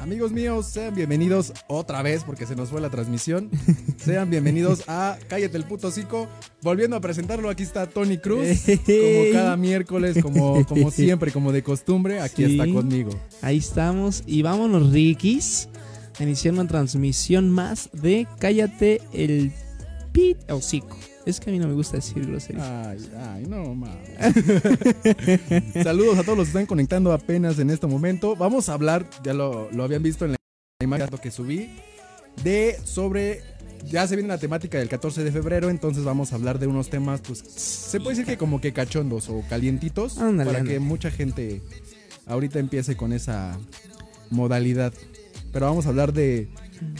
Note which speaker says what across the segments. Speaker 1: Amigos míos, sean bienvenidos otra vez porque se nos fue la transmisión. Sean bienvenidos a Cállate el puto cico. Volviendo a presentarlo, aquí está Tony Cruz. Como cada miércoles, como, como siempre, como de costumbre, aquí
Speaker 2: Sí.
Speaker 1: está conmigo.
Speaker 2: Ahí estamos y vámonos, Rikis, a iniciar una transmisión más de Cállate el pit oh, hocico. Es que a mí no me gusta decir groserías.
Speaker 1: Ay, ay, no mames. Saludos a todos los que están conectando apenas en este momento. Vamos a hablar, ya lo, lo habían visto en la imagen que subí, de sobre. Ya se viene la temática del 14 de febrero, entonces vamos a hablar de unos temas, pues se puede decir que como que cachondos o calientitos,
Speaker 2: Ándale,
Speaker 1: para que
Speaker 2: ándale.
Speaker 1: mucha gente ahorita empiece con esa modalidad. Pero vamos a hablar de,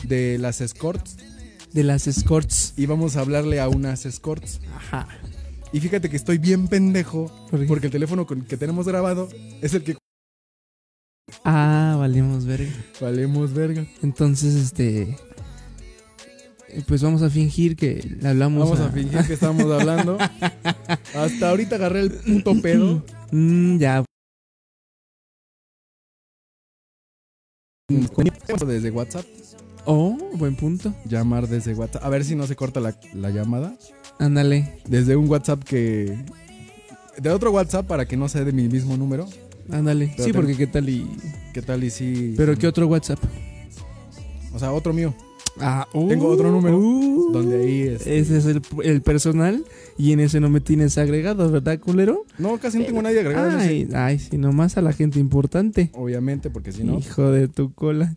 Speaker 1: de las escorts
Speaker 2: De las escorts.
Speaker 1: y vamos a hablarle a unas escorts.
Speaker 2: Ajá.
Speaker 1: Y fíjate que estoy bien pendejo
Speaker 2: ¿Por qué?
Speaker 1: porque el teléfono con- que tenemos grabado es el que
Speaker 2: Ah, valemos verga.
Speaker 1: valemos verga.
Speaker 2: Entonces, este. eh, Pues vamos a fingir que le hablamos.
Speaker 1: Vamos a fingir que estamos hablando. Hasta ahorita agarré el puto pedo.
Speaker 2: Mm, ya.
Speaker 1: Mm, Desde WhatsApp.
Speaker 2: Oh, buen punto.
Speaker 1: Llamar desde WhatsApp. A ver si no se corta la, la llamada.
Speaker 2: Ándale,
Speaker 1: Desde un WhatsApp que. De otro WhatsApp para que no sea de mi mismo número.
Speaker 2: ándale.
Speaker 1: Pero
Speaker 2: sí,
Speaker 1: ten-
Speaker 2: porque qué tal y.
Speaker 1: ¿Qué tal y si.?
Speaker 2: Pero qué otro WhatsApp.
Speaker 1: O sea, otro mío.
Speaker 2: Ah, uh,
Speaker 1: Tengo otro número
Speaker 2: uh,
Speaker 1: donde ahí este, es-
Speaker 2: Ese es el, el personal y en ese no me tienes agregado, ¿verdad, culero?
Speaker 1: No, casi no tengo nadie agregado. en ese.
Speaker 2: Ay, ay, si nomás a la gente importante.
Speaker 1: Obviamente, porque si no.
Speaker 2: Hijo de tu cola.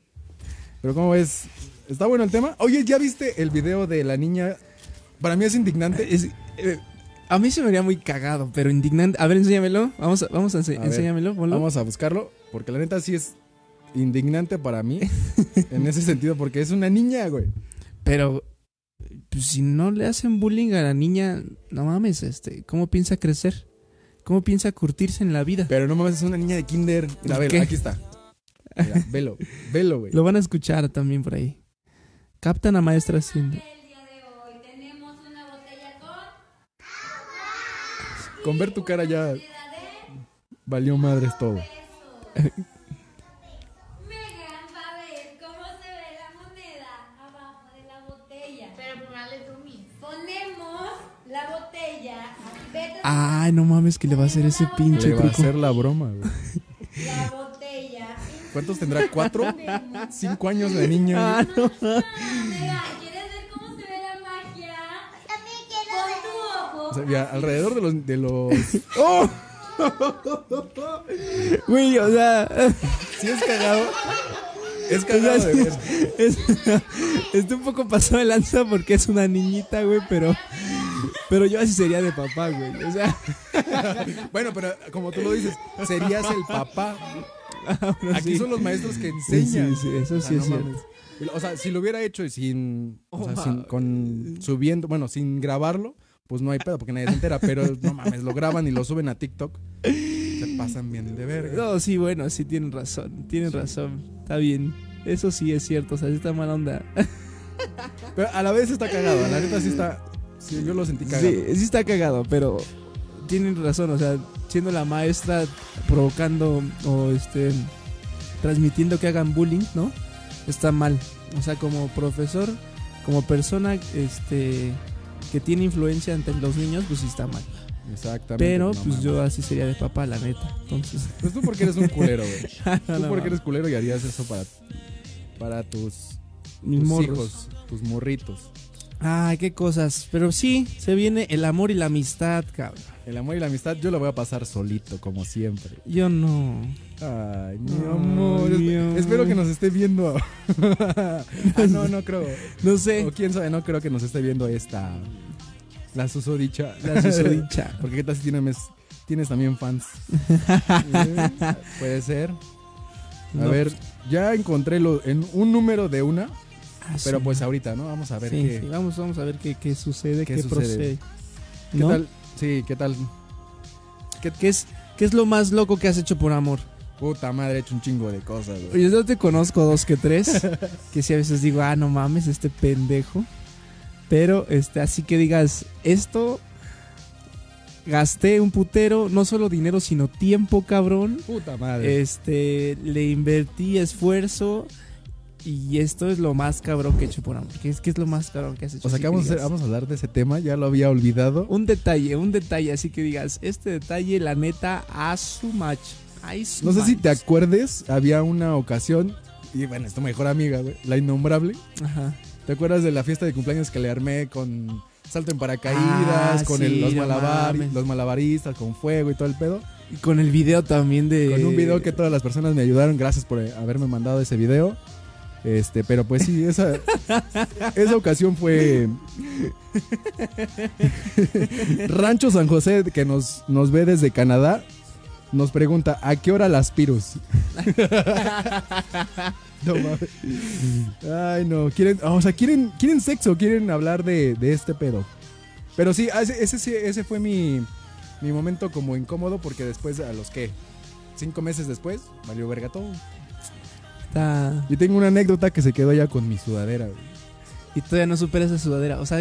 Speaker 1: Pero ¿cómo ves? ¿Está bueno el tema? Oye, ¿ya viste el video de la niña? Para mí es indignante.
Speaker 2: Es- eh, a mí se me vería muy cagado, pero indignante. A ver, enséñamelo. Vamos a, vamos a ense-
Speaker 1: A ver,
Speaker 2: enséñamelo. ponlo.
Speaker 1: Vamos a buscarlo, porque la neta sí es indignante para mí. en ese sentido, porque es una niña, güey.
Speaker 2: Pero pues, si no le hacen bullying a la niña, no mames, este, ¿cómo piensa crecer? ¿Cómo piensa curtirse en la vida?
Speaker 1: Pero no mames, es una niña de kinder. Mira, velo,
Speaker 2: ¿Qué?
Speaker 1: aquí está. Mira, velo, velo, güey.
Speaker 2: Lo van a escuchar también por ahí. Captan a maestra haciendo.
Speaker 3: El día de hoy tenemos una botella con
Speaker 1: Con ver tu cara ya
Speaker 3: cantidad de
Speaker 1: valió madres todo.
Speaker 3: pesos. Megan va a ver cómo se ve la moneda abajo de la botella.
Speaker 4: Pero póngale tú mismo.
Speaker 3: Ponemos la botella. Vete
Speaker 1: Ah.
Speaker 2: Ay, no mames que le va a hacer ese pinche
Speaker 1: Le va a
Speaker 2: truco.
Speaker 1: hacer la broma, güey.
Speaker 3: la botella.
Speaker 1: ¿Cuántos tendrá? ¿Cuatro? ¿Cinco años la niña? güey?
Speaker 3: Megan, ¿quieres ver cómo se ve la magia? También quiero Pon tu ojo.
Speaker 1: O sea, mira, alrededor de los, de los...
Speaker 2: ¡Oh! Güey, o sea,
Speaker 1: Sí es cagado. Es cagado de ver.
Speaker 2: es, está un poco pasado de lanza porque es una niñita, güey, pero pero yo así sería de papá, güey. O sea,
Speaker 1: Bueno, pero como tú lo dices, serías el papá.
Speaker 2: ahora
Speaker 1: Aquí
Speaker 2: ah, sí.
Speaker 1: son los maestros que
Speaker 2: Sí,
Speaker 1: enseñan.
Speaker 2: sí, sí, eso
Speaker 1: O sea,
Speaker 2: sí
Speaker 1: no
Speaker 2: es cierto.
Speaker 1: mames. O sea, si lo hubiera hecho y sin, o sea,
Speaker 2: Oh,
Speaker 1: sin-
Speaker 2: ma-
Speaker 1: con subiendo, bueno, sin grabarlo, pues no hay pedo porque nadie se entera, pero no mames, lo graban y lo suben a TikTok. Se pasan bien de verga.
Speaker 2: No, sí, bueno, sí tienen razón, tienen razón. Está bien. Eso sí es cierto, o sea, sí está mala onda.
Speaker 1: Pero a la vez está cagado, a la neta sí está sí, yo lo sentí cagado.
Speaker 2: Sí, sí está cagado, pero tienen razón, o sea, siendo la maestra provocando o este transmitiendo que hagan bullying, ¿no? Está mal. O sea, como profesor, como persona este que tiene influencia ante los niños, pues sí está mal.
Speaker 1: Exactamente.
Speaker 2: Pero
Speaker 1: no
Speaker 2: pues
Speaker 1: mames.
Speaker 2: yo así sería de papá, la neta. Entonces,
Speaker 1: Pues tú porque eres un culero, güey. Tú
Speaker 2: no,
Speaker 1: porque
Speaker 2: no.
Speaker 1: eres culero y harías eso para para tus,
Speaker 2: Mis
Speaker 1: tus
Speaker 2: morros.
Speaker 1: hijos, tus morritos.
Speaker 2: Ay, qué cosas. Pero sí, se viene el amor y la amistad, cabrón.
Speaker 1: El amor y la amistad yo la voy a pasar solito, como siempre.
Speaker 2: Yo no.
Speaker 1: Ay, mi
Speaker 2: Ay,
Speaker 1: amor.
Speaker 2: mi
Speaker 1: Espe-
Speaker 2: amor.
Speaker 1: Espero que nos esté viendo. ah, no, no creo.
Speaker 2: No
Speaker 1: O
Speaker 2: sé.
Speaker 1: quién sabe, no creo que nos esté viendo esta. La susodicha.
Speaker 2: La susodicha.
Speaker 1: Porque qué tal si tiene mes- tienes también fans. Eh, Puede ser. A
Speaker 2: No,
Speaker 1: ver, ya encontré lo, en un número de una,
Speaker 2: Ah,
Speaker 1: pero
Speaker 2: sí.
Speaker 1: pues ahorita, ¿no? Vamos a ver
Speaker 2: Sí,
Speaker 1: qué,
Speaker 2: sí, vamos, vamos a ver qué, qué sucede,
Speaker 1: ¿Qué
Speaker 2: qué,
Speaker 1: sucede?
Speaker 2: procede.
Speaker 1: qué
Speaker 2: ¿No?
Speaker 1: tal. Sí, qué tal.
Speaker 2: ¿Qué, qué es, ¿Qué es lo más loco que has hecho por amor?
Speaker 1: Puta madre, he hecho un chingo de cosas, güey.
Speaker 2: Yo te conozco dos que tres, que sí a veces digo, ah, no mames, este pendejo. Pero este, así que digas, esto gasté un putero, no solo dinero, sino tiempo, cabrón.
Speaker 1: Puta madre.
Speaker 2: Este, le invertí esfuerzo y esto es lo más cabrón que he hecho por amor. Que es que es lo más cabrón que has hecho.
Speaker 1: o sea,
Speaker 2: así
Speaker 1: que vamos a,
Speaker 2: digas.
Speaker 1: hacer- vamos a hablar de ese tema, ya lo había olvidado.
Speaker 2: Un detalle, un detalle, así que digas, este detalle, la neta, a su match. Ay, su
Speaker 1: No sé si
Speaker 2: match.
Speaker 1: te acuerdes, había una ocasión, y bueno, es tu mejor amiga, güey, la innombrable.
Speaker 2: Ajá.
Speaker 1: ¿Te acuerdas de la fiesta de cumpleaños que le armé con salto en paracaídas,
Speaker 2: Ah,
Speaker 1: con
Speaker 2: sí,
Speaker 1: el- los,
Speaker 2: no
Speaker 1: malabar-
Speaker 2: mames.
Speaker 1: los malabaristas, con fuego y todo el pedo?
Speaker 2: Y con el video también de.
Speaker 1: Con un video que todas las personas me ayudaron, gracias por eh, haberme mandado ese video. Este, pero pues sí, esa, esa ocasión fue Rancho San José, que nos, nos ve desde Canadá, nos pregunta, ¿a qué hora las pirus? No mames. Ay, no. Quieren, o sea, quieren, quieren sexo, quieren hablar de, de este pedo. Pero sí, ah, ese, ese, sí- ese fue mi, mi momento como incómodo porque después, a los que, cinco meses después, valió verga todo.
Speaker 2: Está-
Speaker 1: Yo tengo una anécdota que se quedó ya con mi sudadera. güey.
Speaker 2: Y todavía no supera esa sudadera. O sea,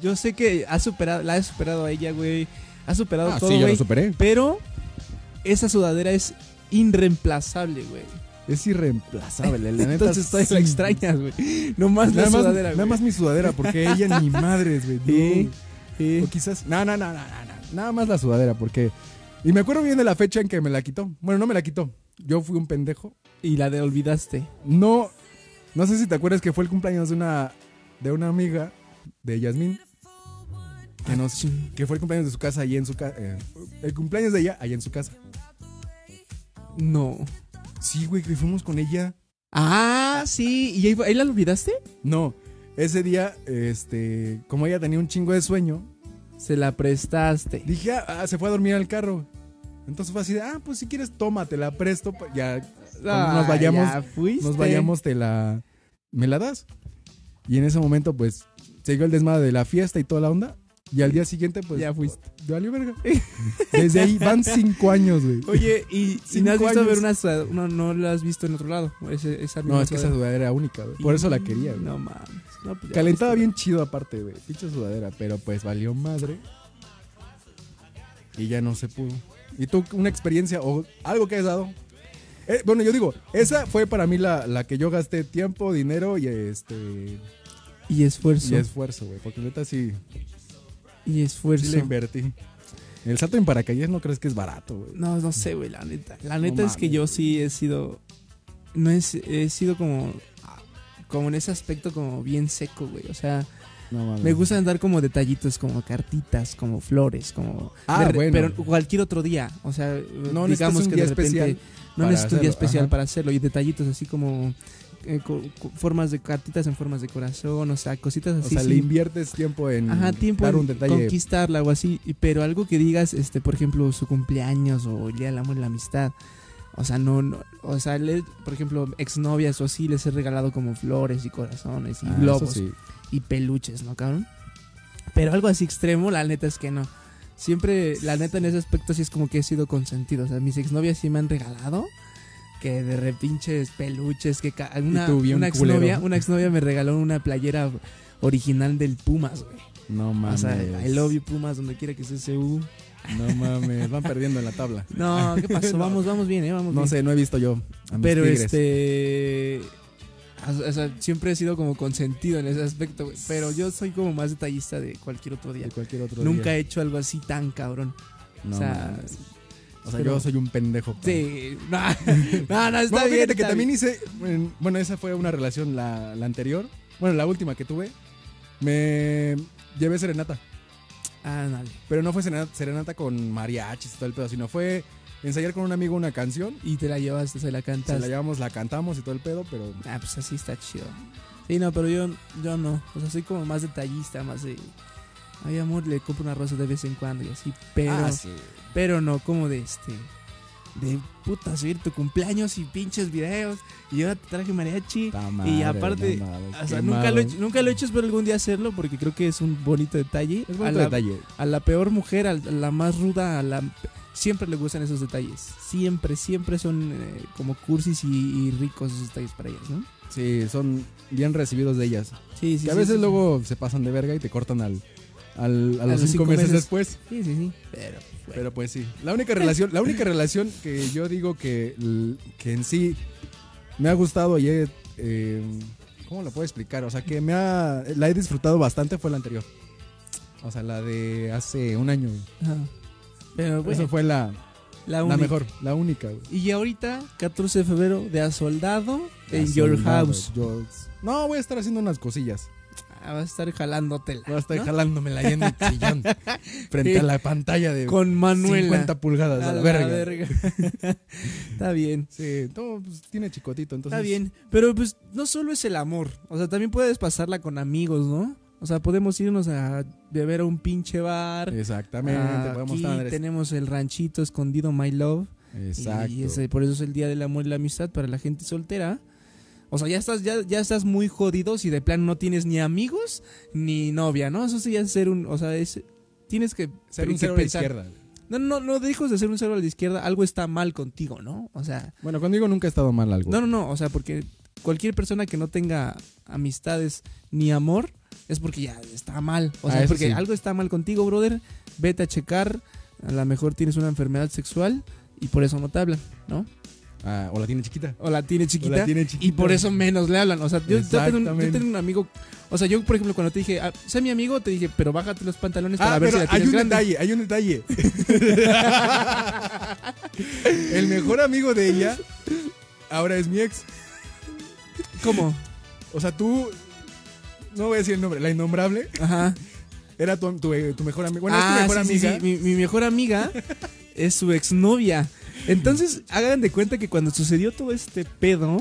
Speaker 2: yo sé que ha superado, la he superado a ella, güey. Ha superado todo,
Speaker 1: yo
Speaker 2: güey.
Speaker 1: lo superé.
Speaker 2: pero esa sudadera es irreemplazable, güey.
Speaker 1: Es irreemplazable, la neta.
Speaker 2: Entonces todavía
Speaker 1: sí.
Speaker 2: la extrañas, güey. Nomás la
Speaker 1: Nada más,
Speaker 2: sudadera,
Speaker 1: nada
Speaker 2: güey.
Speaker 1: más mi sudadera, porque ella ni madres, güey. no.
Speaker 2: Sí, sí.
Speaker 1: O quizás. No, no, no, no, no, no. Nada más la sudadera, porque. Y me acuerdo bien de la fecha en que me la quitó. Bueno, no me la quitó. Yo fui un pendejo.
Speaker 2: Y la de olvidaste.
Speaker 1: No. No sé si te acuerdas que fue el cumpleaños de una. De una amiga de Yasmín. Que nos.
Speaker 2: Chin.
Speaker 1: Que fue el cumpleaños de su casa allí en su casa. el cumpleaños de ella allá en su casa.
Speaker 2: No.
Speaker 1: Sí, güey, que fuimos con ella.
Speaker 2: Ah, sí. ¿Y ahí, ahí la olvidaste?
Speaker 1: No. Ese día, este. Como ella tenía un chingo de sueño,
Speaker 2: Se la prestaste.
Speaker 1: Dije, ah, ah, se fue a dormir al carro. Entonces fue así de, ah, pues si quieres, toma, te la presto. pa- Ya cuando nos
Speaker 2: Ah,
Speaker 1: vayamos,
Speaker 2: ya fuiste.
Speaker 1: nos vayamos, te la. ¿Me la das? Y en ese momento, pues, siguió el desmadre de la fiesta y toda la onda. Y al día siguiente, pues.
Speaker 2: Ya fuiste.
Speaker 1: Valió verga. Desde ahí van cinco años, güey.
Speaker 2: Oye, y, y no has
Speaker 1: Cinco
Speaker 2: visto
Speaker 1: años.
Speaker 2: ver una sudadera. No, no la has visto en otro lado. Ese- esa
Speaker 1: No,
Speaker 2: misma
Speaker 1: es que esa
Speaker 2: sudadera.
Speaker 1: sudadera era única, güey. Por eso la quería, güey.
Speaker 2: No mames. No, pues ya
Speaker 1: Calentaba
Speaker 2: fuiste.
Speaker 1: bien chido aparte, güey. Pinche sudadera, pero pues valió madre. Y ya no se pudo. ¿Y tú una experiencia o algo que has dado? Eh, bueno, yo digo, esa fue para mí la, la que yo gasté tiempo, dinero y este y
Speaker 2: Y esfuerzo.
Speaker 1: esfuerzo, güey. Porque neta sí,
Speaker 2: Y esfuerzo.
Speaker 1: sí le invertí. El salto en paracaídas no crees que es barato, güey.
Speaker 2: No, no sé, güey, la neta. La
Speaker 1: No
Speaker 2: neta es que
Speaker 1: mames,
Speaker 2: yo
Speaker 1: güey.
Speaker 2: sí he sido. No es, he sido como. Como en ese aspecto, como bien seco, güey. O sea,
Speaker 1: No mames.
Speaker 2: me gusta andar como detallitos, como cartitas, como flores, como.
Speaker 1: Ah,
Speaker 2: de re-
Speaker 1: bueno.
Speaker 2: Pero cualquier otro día. O sea,
Speaker 1: No necesitas
Speaker 2: digamos
Speaker 1: un
Speaker 2: que
Speaker 1: día
Speaker 2: de
Speaker 1: especial
Speaker 2: repente. no
Speaker 1: para
Speaker 2: necesito un
Speaker 1: hacerlo,
Speaker 2: día especial
Speaker 1: ajá.
Speaker 2: para hacerlo. Y detallitos así como. eh, co- co- formas de cartitas en formas de corazón, o sea, cositas
Speaker 1: O
Speaker 2: así.
Speaker 1: sea, le
Speaker 2: sin-
Speaker 1: inviertes tiempo en
Speaker 2: Ajá, tiempo
Speaker 1: dar
Speaker 2: en
Speaker 1: un detalle.
Speaker 2: conquistarla o así, y- pero algo que digas, este, por ejemplo, su cumpleaños o el día del amor y la amistad. O sea, no, no o sea, le- por ejemplo, exnovias o así les he regalado como flores y corazones y
Speaker 1: Ah, eso
Speaker 2: globos
Speaker 1: sí.
Speaker 2: y peluches, ¿no, cabrón? Pero algo así extremo, la neta es que no. Siempre, la neta en ese aspecto sí es como que he sido consentido. O sea, mis exnovias sí me han regalado que de repinches peluches, que ca- una,
Speaker 1: tú bien
Speaker 2: una exnovia,
Speaker 1: culero.
Speaker 2: una exnovia me regaló una playera original del Pumas, güey.
Speaker 1: No
Speaker 2: O
Speaker 1: mames.
Speaker 2: sea, I love you Pumas, donde quiera que estés CU.
Speaker 1: No mames, van perdiendo en la tabla.
Speaker 2: No, ¿qué pasó? Vamos, vamos bien, eh, vamos
Speaker 1: No
Speaker 2: bien.
Speaker 1: sé, no he visto yo. a mis
Speaker 2: Pero
Speaker 1: tigres.
Speaker 2: este. o- O sea, siempre he sido como consentido en ese aspecto, güey. Pero yo soy como más detallista de cualquier otro día.
Speaker 1: De cualquier otro
Speaker 2: Nunca
Speaker 1: día.
Speaker 2: he hecho algo así tan cabrón.
Speaker 1: No
Speaker 2: o sea,
Speaker 1: mames. O sea,
Speaker 2: pero-
Speaker 1: yo soy un pendejo. pa.
Speaker 2: sí. No, no, no,
Speaker 1: No,
Speaker 2: está
Speaker 1: fíjate
Speaker 2: bien.
Speaker 1: que
Speaker 2: está
Speaker 1: también
Speaker 2: bien.
Speaker 1: hice. en- Bueno, esa fue una relación, la, la anterior. Bueno, la última que tuve. Me llevé serenata.
Speaker 2: Ah, dale.
Speaker 1: Pero no fue serenata, serenata con mariachis y todo el pedo, sino fue ensayar con un amigo una canción.
Speaker 2: Y te la llevaste, se la
Speaker 1: Se
Speaker 2: cantas.
Speaker 1: la llevamos, la cantamos y todo el pedo, pero.
Speaker 2: Ah, pues así está chido. Sí, no, pero yo, yo no. O sea, soy como más detallista, más de. Ay, amor, le compro una rosa de vez en cuando y así. Pero,
Speaker 1: Ah, sí.
Speaker 2: pero no como de este. De puta, subir tu cumpleaños y pinches videos. Y yo te traje mariachi.
Speaker 1: Ta
Speaker 2: y
Speaker 1: madre,
Speaker 2: aparte,
Speaker 1: no mames,
Speaker 2: o sea,
Speaker 1: qué
Speaker 2: nunca
Speaker 1: malo.
Speaker 2: lo, he hecho, nunca lo he hecho, espero algún día hacerlo porque creo que es un bonito detalle.
Speaker 1: Es
Speaker 2: a,
Speaker 1: bonito
Speaker 2: la,
Speaker 1: detalle.
Speaker 2: a la peor mujer, a la más ruda, a la. Siempre le gustan esos detalles. Siempre, siempre son eh, como cursis y, y ricos esos detalles para ellas, ¿no?
Speaker 1: Sí, son bien recibidos de ellas.
Speaker 2: Sí, sí.
Speaker 1: Que a
Speaker 2: sí,
Speaker 1: veces
Speaker 2: sí.
Speaker 1: luego se pasan de verga y te cortan al, al- a los
Speaker 2: los
Speaker 1: cinco,
Speaker 2: cinco
Speaker 1: meses,
Speaker 2: meses.
Speaker 1: después.
Speaker 2: Sí, sí, sí. Pero, bueno.
Speaker 1: Pero pues sí. La única relación, la única relación que yo digo que, l- que en sí me ha gustado y he, eh, ¿cómo lo puedo explicar? O sea, que me ha, la he disfrutado bastante fue la anterior. O sea, la de hace un año. güey.
Speaker 2: Ajá. Pero bueno,
Speaker 1: Esa fue la,
Speaker 2: la,
Speaker 1: la,
Speaker 2: única.
Speaker 1: mejor, la única. güey.
Speaker 2: Y ahorita, 14 de febrero, de a soldado en
Speaker 1: Así,
Speaker 2: Your
Speaker 1: nada,
Speaker 2: House.
Speaker 1: yo- no, voy a estar haciendo unas cosillas.
Speaker 2: Ah, vas a estar jalándotela.
Speaker 1: Voy a estar
Speaker 2: ¿no?
Speaker 1: jalándomela ahí en el sillón. frente a la pantalla de
Speaker 2: Con Manuela.
Speaker 1: 50 pulgadas. A la, verga.
Speaker 2: verga. Está bien.
Speaker 1: Sí, no, pues, tiene chicotito, entonces.
Speaker 2: Está bien. Pero pues no solo es el amor. O sea, también puedes pasarla con amigos, ¿no? O sea, podemos irnos a beber a un pinche bar.
Speaker 1: Exactamente,
Speaker 2: Ah,
Speaker 1: podemos
Speaker 2: aquí
Speaker 1: estar-
Speaker 2: tenemos el ranchito escondido My Love. Y-
Speaker 1: Exacto.
Speaker 2: Y ese- por eso es el Día del Amor y la Amistad para la gente soltera. O sea, ya estás, ya, ya estás muy jodido si de plan no tienes ni amigos ni novia, ¿no? Eso sí ya es ser un... O sea, es, tienes que...
Speaker 1: Ser
Speaker 2: que
Speaker 1: un cero a la
Speaker 2: pensar.
Speaker 1: izquierda.
Speaker 2: No, no, no dejes de ser un cero a la izquierda. Algo está mal contigo, ¿no? O sea...
Speaker 1: Bueno, cuando digo nunca he estado mal algo.
Speaker 2: No, no, no. O sea, porque cualquier persona que no tenga amistades ni amor es porque ya está mal. O
Speaker 1: Ah,
Speaker 2: sea,
Speaker 1: eso
Speaker 2: porque
Speaker 1: sí.
Speaker 2: algo está mal contigo, brother. Vete a checar. A lo mejor tienes una enfermedad sexual y por eso no te hablan, ¿no?
Speaker 1: Ah, o la tiene chiquita.
Speaker 2: O la tienes
Speaker 1: O
Speaker 2: chiquita.
Speaker 1: la tiene chiquita.
Speaker 2: Y por eso menos le hablan. O sea, yo, yo tengo un, yo
Speaker 1: Exactamente.
Speaker 2: tengo un amigo. O sea, yo, por ejemplo, cuando te dije, ah, sé mi amigo, te dije, pero bájate los pantalones para
Speaker 1: Ah,
Speaker 2: ver si
Speaker 1: pero
Speaker 2: la
Speaker 1: hay
Speaker 2: tienes
Speaker 1: un
Speaker 2: grande.
Speaker 1: detalle, hay un detalle. el mejor amigo de ella ahora es mi ex.
Speaker 2: ¿Cómo?
Speaker 1: O sea, tú. No voy a decir el nombre, la innombrable.
Speaker 2: Ajá.
Speaker 1: Era tu, tu, eh, tu mejor amigo. Bueno,
Speaker 2: Ah,
Speaker 1: es tu mejor
Speaker 2: sí, sí,
Speaker 1: amiga.
Speaker 2: sí. Mi, mi mejor amiga es su exnovia. Entonces, hagan de cuenta que cuando sucedió todo este pedo,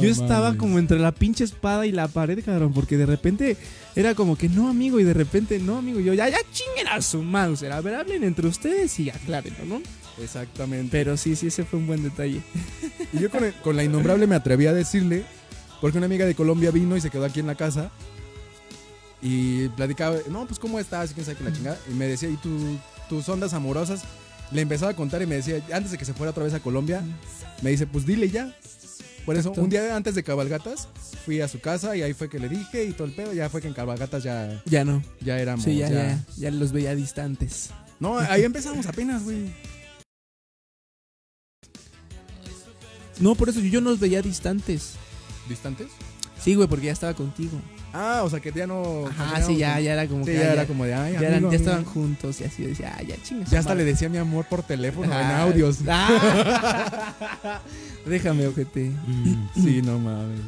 Speaker 2: yo estaba como entre la pinche espada y la pared, cabrón, porque de repente era como que no, amigo, y de repente no, amigo. Y Yo ya, ya chinguen a su mouse. A ver, hablen entre ustedes y aclárenlo, ¿no?
Speaker 1: Exactamente.
Speaker 2: Pero sí, sí, ese fue un buen detalle.
Speaker 1: Y yo con, el- con la innombrable me atreví a decirle, porque una amiga de Colombia vino y se quedó aquí en la casa. Y platicaba, no, pues cómo estás, y quién sabe qué la chingada. Y me decía, ¿y tu- tus ondas amorosas? Le empezaba a contar y me decía, antes de que se fuera otra vez a Colombia, me dice, pues dile ya. Por eso,
Speaker 2: Exacto.
Speaker 1: un día antes de Cabalgatas, fui a su casa y ahí fue que le dije y todo el pedo. Ya fue que en Cabalgatas ya,
Speaker 2: Ya no.
Speaker 1: ya éramos.
Speaker 2: Sí, ya,
Speaker 1: ya-
Speaker 2: ya, ya los veía distantes.
Speaker 1: No, ahí empezamos apenas, güey.
Speaker 2: No, por eso yo nos veía distantes.
Speaker 1: ¿Distantes?
Speaker 2: Sí, güey, porque ya estaba contigo.
Speaker 1: Ah, o sea que ya no.
Speaker 2: Ajá, sí, ya, ya era como
Speaker 1: Sí,
Speaker 2: que.
Speaker 1: ya
Speaker 2: ah,
Speaker 1: era como de, ay,
Speaker 2: Ya, eran-
Speaker 1: amigo,
Speaker 2: ya
Speaker 1: amigo.
Speaker 2: estaban juntos y así decía, ah, ya chingas.
Speaker 1: Ya hasta le decía mi amor por teléfono, en
Speaker 2: Ah,
Speaker 1: audios.
Speaker 2: ah. Déjame, ojete. Mm.
Speaker 1: Sí, no mames.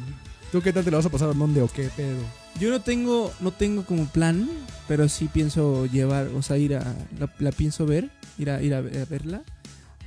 Speaker 1: ¿Tú qué tal te lo vas a pasar? ¿Dónde o qué pedo?
Speaker 2: Yo no tengo, no tengo como plan, pero sí pienso llevar, o sea, ir a. La, la pienso ver, ir a, ir a, ver- a verla.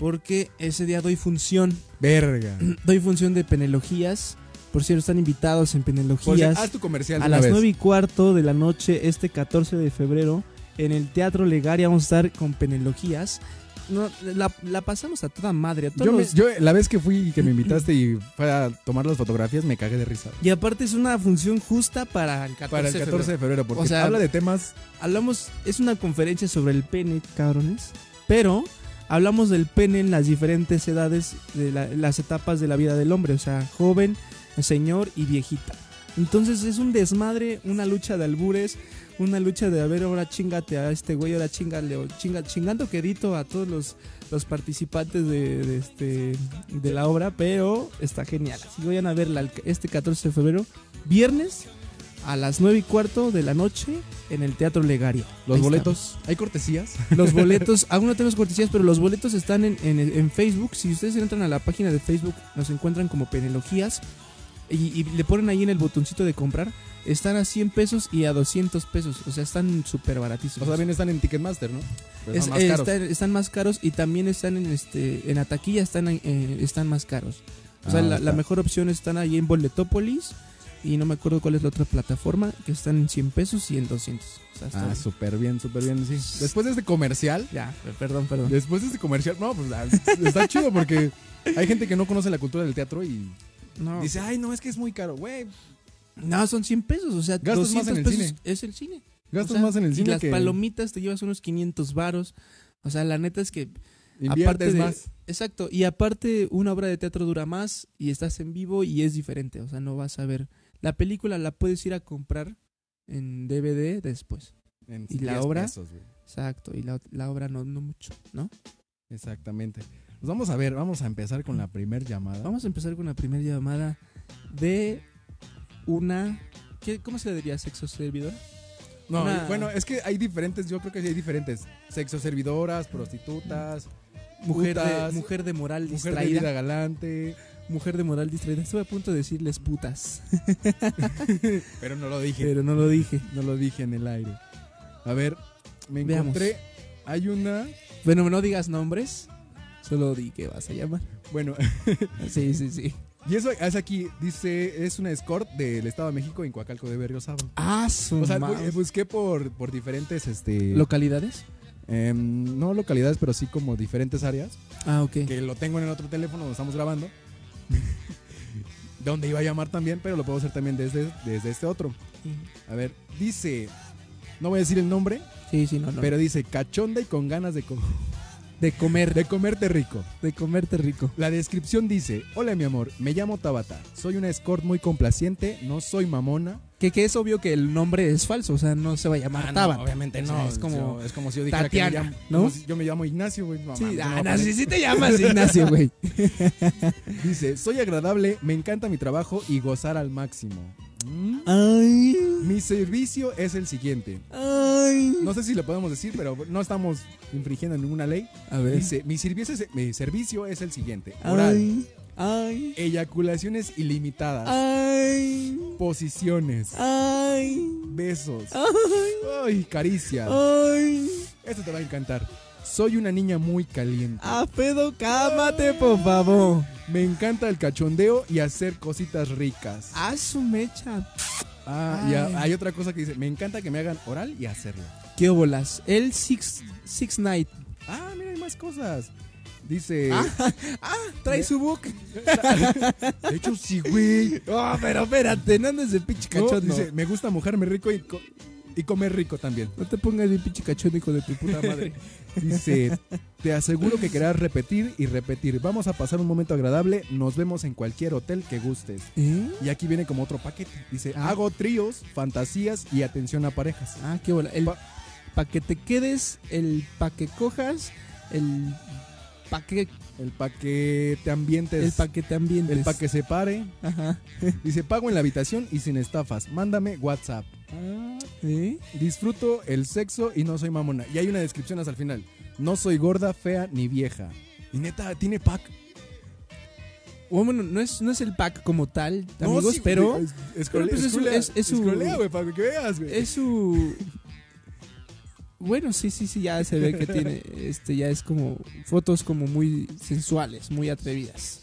Speaker 2: Porque ese día doy función.
Speaker 1: Verga.
Speaker 2: Doy función de penelogías. Por cierto, están invitados en
Speaker 1: Por si-
Speaker 2: penelogías.
Speaker 1: haz tu comercial. de
Speaker 2: a
Speaker 1: una
Speaker 2: las
Speaker 1: vez.
Speaker 2: 9 y cuarto de la noche, este 14 de febrero, en el Teatro Legaria vamos a estar con penelogías. No, la, la pasamos a toda madre. A todos
Speaker 1: Yo, me-
Speaker 2: los-
Speaker 1: yo, la vez que fui y que me invitaste y fue a tomar las fotografías, me cagué de risa.
Speaker 2: Y aparte es una función justa para el 14.
Speaker 1: Para el
Speaker 2: de
Speaker 1: 14
Speaker 2: febrero.
Speaker 1: de febrero, porque
Speaker 2: O sea,
Speaker 1: habla de temas.
Speaker 2: Hablamos, es una conferencia sobre el pene, cabrones. Pero hablamos del pene en las diferentes edades, de la- las etapas de la vida del hombre. O sea, joven, señor y viejita. Entonces es un desmadre, una lucha de albures, una lucha de a ver, ahora chingate a este güey, ahora chingale, o chinga, chingando quedito a todos los, los participantes de, de este, de la obra, pero está genial. Así que vayan a verla el- este 14 de febrero, viernes, a las 9 y cuarto de la noche en el Teatro Legaria.
Speaker 1: Los
Speaker 2: Ahí
Speaker 1: boletos. ¿Hay cortesías?
Speaker 2: estamos. Los boletos, aún no tenemos cortesías, pero los boletos están en, en- en Facebook. Si ustedes entran a la página de Facebook, nos encuentran como Penelogías y, y le ponen ahí en el botoncito de comprar. Están a 100 pesos y a 200 pesos. O sea, están súper
Speaker 1: O
Speaker 2: baratísimos.
Speaker 1: sea, bien están en Ticketmaster, ¿no? Pero
Speaker 2: Es-
Speaker 1: son más
Speaker 2: eh,
Speaker 1: caros.
Speaker 2: están- están más caros y también están en este en la taquilla están eh, están más caros. O sea,
Speaker 1: Ah,
Speaker 2: la,
Speaker 1: ahí
Speaker 2: la
Speaker 1: está.
Speaker 2: mejor opción están ahí en Boletópolis y no me acuerdo cuál es la otra plataforma que están en 100 pesos y en 200. O sea, está
Speaker 1: Ah,
Speaker 2: bien.
Speaker 1: súper bien, súper bien, sí. Después de este comercial,
Speaker 2: ya, perdón, perdón.
Speaker 1: Después de este comercial, no, pues ah, está chido porque hay gente que no conoce la cultura del teatro y
Speaker 2: No,
Speaker 1: dice, ay, no, es que es muy caro, güey.
Speaker 2: no son 100 pesos, o sea,
Speaker 1: Gastas más
Speaker 2: 200
Speaker 1: en el
Speaker 2: pesos
Speaker 1: cine.
Speaker 2: es el cine.
Speaker 1: Gastas
Speaker 2: O sea,
Speaker 1: más en el
Speaker 2: Y
Speaker 1: cine
Speaker 2: las
Speaker 1: que
Speaker 2: palomitas te llevas unos 500 varos. O sea, la neta es que
Speaker 1: inviertes
Speaker 2: de-
Speaker 1: más.
Speaker 2: Exacto, y aparte una obra de teatro dura más y estás en vivo y es diferente, o sea, no vas a ver. La película la puedes ir a comprar en DVD después.
Speaker 1: en
Speaker 2: ¿Y la
Speaker 1: 10
Speaker 2: obra?
Speaker 1: pesos, güey.
Speaker 2: Exacto, y la, la obra no, no mucho, ¿no?
Speaker 1: Exactamente. Pues vamos a ver, vamos a empezar con la primer llamada.
Speaker 2: Vamos a empezar con la primera llamada de una... ¿qué- ¿Cómo se le diría sexo servidor?
Speaker 1: No,
Speaker 2: Una-
Speaker 1: bueno, es que hay diferentes, yo creo que sí hay diferentes. Sexo servidoras, prostitutas,
Speaker 2: Mujer, de,
Speaker 1: putas,
Speaker 2: mujer de moral
Speaker 1: mujer de
Speaker 2: distraída.
Speaker 1: vida galante,
Speaker 2: mujer de moral distraída. Estuve a punto de decirles putas,
Speaker 1: pero no lo dije.
Speaker 2: pero no lo dije.
Speaker 1: Eh, No lo dije en el aire. A ver, me
Speaker 2: Veamos.
Speaker 1: encontré. Hay una.
Speaker 2: Bueno, no digas nombres, solo di que vas a llamar.
Speaker 1: Bueno,
Speaker 2: Sí, sí, sí.
Speaker 1: y eso es aquí. Dice, es una escort del Estado de México en Coacalco de Berriozábal.
Speaker 2: Ah, su
Speaker 1: O sea,
Speaker 2: ma-
Speaker 1: bu- busqué por, por diferentes, este,
Speaker 2: ¿Localidades?
Speaker 1: em, no localidades, pero sí como diferentes áreas.
Speaker 2: Ah, ok.
Speaker 1: que lo tengo en el otro teléfono donde estamos grabando. donde iba a llamar también, pero lo puedo hacer también desde, desde este otro. A ver, dice. No voy a decir el nombre,
Speaker 2: Sí, sí, no, no.
Speaker 1: pero dice cachonda y con ganas de, co-
Speaker 2: de comer, de,
Speaker 1: de comerte rico.
Speaker 2: comerte rico.
Speaker 1: La descripción dice: Hola, mi amor, me llamo Tabata. Soy una escort muy complaciente, no soy mamona.
Speaker 2: Que, que es obvio que el nombre es falso, o sea, Ah, no se va a llamar Tabata.
Speaker 1: obviamente
Speaker 2: no,
Speaker 1: Eh, es, como, es como si yo dijera
Speaker 2: dijera
Speaker 1: que
Speaker 2: Tatiana,
Speaker 1: me llamo,
Speaker 2: ¿no?
Speaker 1: como si yo me llamo Ignacio, güey. No,
Speaker 2: Sí,
Speaker 1: mames, no
Speaker 2: ah,
Speaker 1: va a
Speaker 2: no,
Speaker 1: poner-
Speaker 2: sí, sí te llamas Ignacio, güey.
Speaker 1: Dice: Soy agradable, me encanta mi trabajo y gozar al máximo. Mm.
Speaker 2: Ay,
Speaker 1: Mi servicio es el siguiente.
Speaker 2: ay.
Speaker 1: No sé si le podemos decir, pero no estamos infringiendo ninguna ley.
Speaker 2: A ver.
Speaker 1: Dice, mi servicio es, mi servicio es el siguiente. Oral.
Speaker 2: ay, ay,
Speaker 1: Eyaculaciones ilimitadas.
Speaker 2: ay,
Speaker 1: Posiciones.
Speaker 2: ay,
Speaker 1: Besos.
Speaker 2: ay,
Speaker 1: Ay, caricias.
Speaker 2: ay.
Speaker 1: Esto te va a encantar. Soy una niña muy caliente.
Speaker 2: A pedo, cámate, por favor.
Speaker 1: Me encanta el cachondeo y hacer cositas ricas.
Speaker 2: A su mecha.
Speaker 1: Ah, y
Speaker 2: Ay.
Speaker 1: a- hay otra cosa que dice, me encanta que me hagan oral y hacerlo.
Speaker 2: ¿Qué bolas? El Six, Six Night.
Speaker 1: Ah, mira, hay más cosas. Dice...
Speaker 2: Ah.
Speaker 1: ¿Eh?
Speaker 2: Trae su book.
Speaker 1: De hecho, sí, güey.
Speaker 2: Oh, pero espérate, no andes de pinche
Speaker 1: No,
Speaker 2: cachondo.
Speaker 1: dice, me gusta mojarme rico y, co- y comer rico también.
Speaker 2: No te pongas de pinche cachondo, hijo de tu puta madre.
Speaker 1: Dice, te aseguro que querrás repetir y repetir. Vamos a pasar un momento agradable. Nos vemos en cualquier hotel que gustes.
Speaker 2: ¿Eh?
Speaker 1: Y aquí viene como otro paquete. Dice,
Speaker 2: Ah.
Speaker 1: hago tríos, fantasías y atención a parejas.
Speaker 2: Ah, qué bola. El
Speaker 1: Pa-
Speaker 2: pa, que te quedes, el pa que cojas, el pa que,
Speaker 1: El paquete te ambientes.
Speaker 2: el pa que te ambientes.
Speaker 1: el pa que se pare.
Speaker 2: Ajá.
Speaker 1: Dice, pago en la habitación y sin estafas. Mándame WhatsApp. Ah.
Speaker 2: ¿Eh?
Speaker 1: Disfruto el sexo y no soy mamona. Y hay una descripción hasta el final. No soy gorda, fea ni vieja. Y neta, tiene pack.
Speaker 2: O Bueno, no es, no es el pack como tal, amigos,
Speaker 1: sí,
Speaker 2: pero
Speaker 1: güey, es- es-
Speaker 2: pero pues es su-
Speaker 1: escrolea,
Speaker 2: es- es su-
Speaker 1: escrolea, güey, para que veas, güey.
Speaker 2: es su... Bueno, sí, sí, sí, ya se ve que tiene, este, ya es como fotos como muy sensuales, muy atrevidas.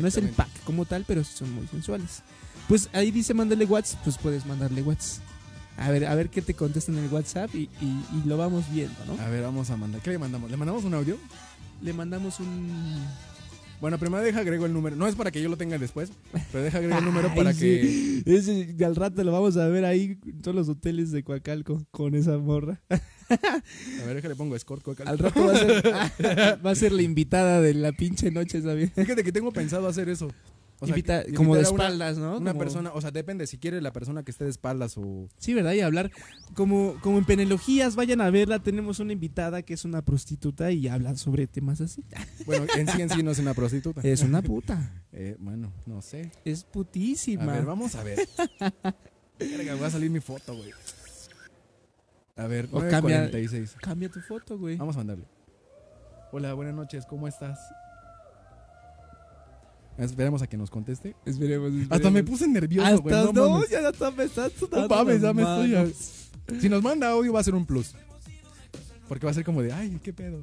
Speaker 2: No es el pack como tal, pero sí son muy sensuales. Pues ahí dice mándale WhatsApp, pues puedes mandarle WhatsApp. A ver, a ver qué te contestan en el WhatsApp y, y- y lo vamos viendo, ¿no?
Speaker 1: A ver, vamos a mandar. ¿Qué le mandamos? ¿Le mandamos un audio?
Speaker 2: Le mandamos un...
Speaker 1: Bueno, primero deja agrego el número. No es para que yo lo tenga después, pero deja agrego el número
Speaker 2: Ay,
Speaker 1: para que.
Speaker 2: sí. Ese, al rato lo vamos a ver ahí en todos los hoteles de Coacalco con esa morra.
Speaker 1: A ver, déjale pongo escort. cocal.
Speaker 2: Al rato va a ser, va a ser la invitada de la pinche noche, ¿sabes?
Speaker 1: Fíjate que tengo pensado hacer eso. O sea,
Speaker 2: Invita-
Speaker 1: que-
Speaker 2: como de
Speaker 1: invitar a una-
Speaker 2: espaldas, ¿no?
Speaker 1: Una
Speaker 2: Como-
Speaker 1: persona, o sea, depende si quiere la persona que esté de espaldas o.
Speaker 2: Sí, ¿verdad? Y hablar como, como en penelogías, vayan a verla, tenemos una invitada que es una prostituta y hablan sobre temas así.
Speaker 1: Bueno, en sí, en sí no es una prostituta.
Speaker 2: Es una puta.
Speaker 1: Eh, bueno, no sé.
Speaker 2: Es
Speaker 1: A
Speaker 2: putísima.
Speaker 1: ver, vamos a ver. Verga, va a salir mi foto, güey. A ver,
Speaker 2: O cambia-
Speaker 1: 946.
Speaker 2: Cambia tu foto, güey.
Speaker 1: Vamos a mandarle. Hola, buenas noches, ¿cómo estás? Ah, Esperemos a que nos conteste.
Speaker 2: Esperemos, esperemos.
Speaker 1: Hasta me puse nervioso, güey.
Speaker 2: Hasta
Speaker 1: no
Speaker 2: no,
Speaker 1: mames.
Speaker 2: ya hasta me estás
Speaker 1: No
Speaker 2: sudando
Speaker 1: mames, ya
Speaker 2: las
Speaker 1: me estoy.
Speaker 2: manos.
Speaker 1: Si nos manda audio va a ser un plus. Porque va a ser como de, ay, qué pedo.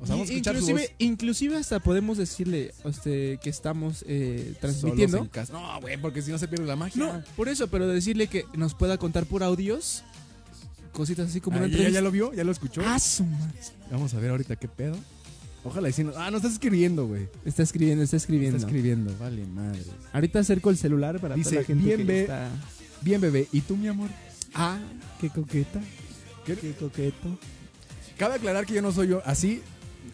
Speaker 1: O sea, vamos a
Speaker 2: Y-
Speaker 1: escuchar
Speaker 2: inclusive,
Speaker 1: su voz
Speaker 2: inclusive hasta podemos decirle este, que estamos eh,
Speaker 1: solos Ah.
Speaker 2: transmitiendo.
Speaker 1: en casa. No, güey, porque si no se pierde la magia.
Speaker 2: No, por eso, pero decirle que nos pueda contar por audios cositas así como
Speaker 1: Ah,
Speaker 2: una
Speaker 1: ya- ya,
Speaker 2: entrevista.
Speaker 1: lo vio, ya lo escuchó.
Speaker 2: Ah, su madre.
Speaker 1: Vamos a ver ahorita qué pedo. Ojalá y si no. Ah, no estás escribiendo, güey.
Speaker 2: Está escribiendo, está escribiendo.
Speaker 1: Está escribiendo, vale, madre.
Speaker 2: Ahorita acerco el celular para
Speaker 1: Dice,
Speaker 2: toda la gente
Speaker 1: bien
Speaker 2: que
Speaker 1: ve-
Speaker 2: está...
Speaker 1: Bien, bebé. ¿Y tú, mi amor?
Speaker 2: Ah, qué coqueta.
Speaker 1: ¿Qué-
Speaker 2: Qué coqueto.
Speaker 1: Cabe aclarar que yo no soy yo así.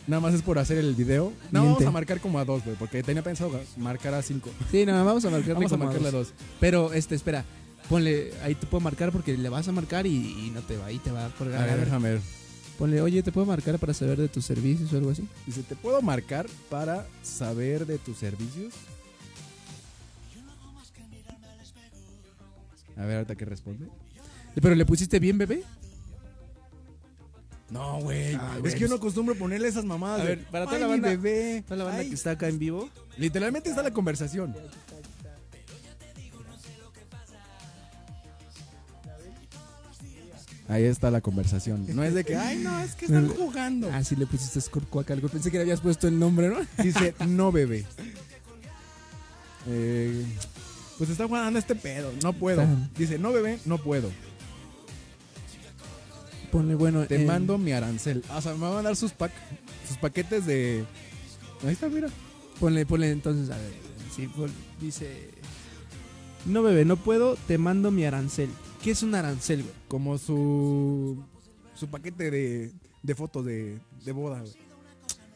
Speaker 1: Nada más es por hacer el video. No,
Speaker 2: Miente.
Speaker 1: vamos a marcar como a dos, güey. Porque tenía pensado marcar a cinco.
Speaker 2: Sí, no, vamos a marcarle
Speaker 1: Vamos a
Speaker 2: como a
Speaker 1: marcarle a
Speaker 2: dos.
Speaker 1: dos.
Speaker 2: Pero, este, espera. Ponle, ahí te puedo marcar porque le vas a marcar y, y no te va, ahí te va a colgar.
Speaker 1: A ver,
Speaker 2: A ver,
Speaker 1: déjame ver.
Speaker 2: Ponle, oye, ¿te puedo marcar para saber de tus servicios o algo así?
Speaker 1: Dice, ¿te puedo marcar para saber de tus servicios? A ver, ahorita que responde.
Speaker 2: Pero le pusiste bien, bebé.
Speaker 1: No, güey.
Speaker 2: Ah,
Speaker 1: es
Speaker 2: güey.
Speaker 1: que yo no acostumbro ponerle esas mamadas.
Speaker 2: A
Speaker 1: de,
Speaker 2: ver, para toda
Speaker 1: "Ay,
Speaker 2: la
Speaker 1: mi
Speaker 2: banda-
Speaker 1: bebé.
Speaker 2: Toda la banda
Speaker 1: Ay".
Speaker 2: que está acá en vivo.
Speaker 1: Literalmente está la conversación. Ahí está la conversación. No es de que, ay, no, es que están jugando.
Speaker 2: Ah, sí, le pusiste Scorpio algo. Pensé que le habías puesto el nombre, ¿no?
Speaker 1: Dice, no, bebé. Eh, pues está jugando este pedo. No puedo.
Speaker 2: Está.
Speaker 1: Dice, no, bebé, no puedo.
Speaker 2: Ponle, bueno.
Speaker 1: Te
Speaker 2: eh,
Speaker 1: mando mi arancel. O sea, me va a mandar sus, pac- sus paquetes de. Ahí está, mira.
Speaker 2: Ponle, ponle entonces, a ver. Sí, pon- dice. No, bebé, no puedo, te mando mi arancel. ¿Qué es un arancel, güey?
Speaker 1: Como su. Su paquete de, de fotos de, de boda. güey.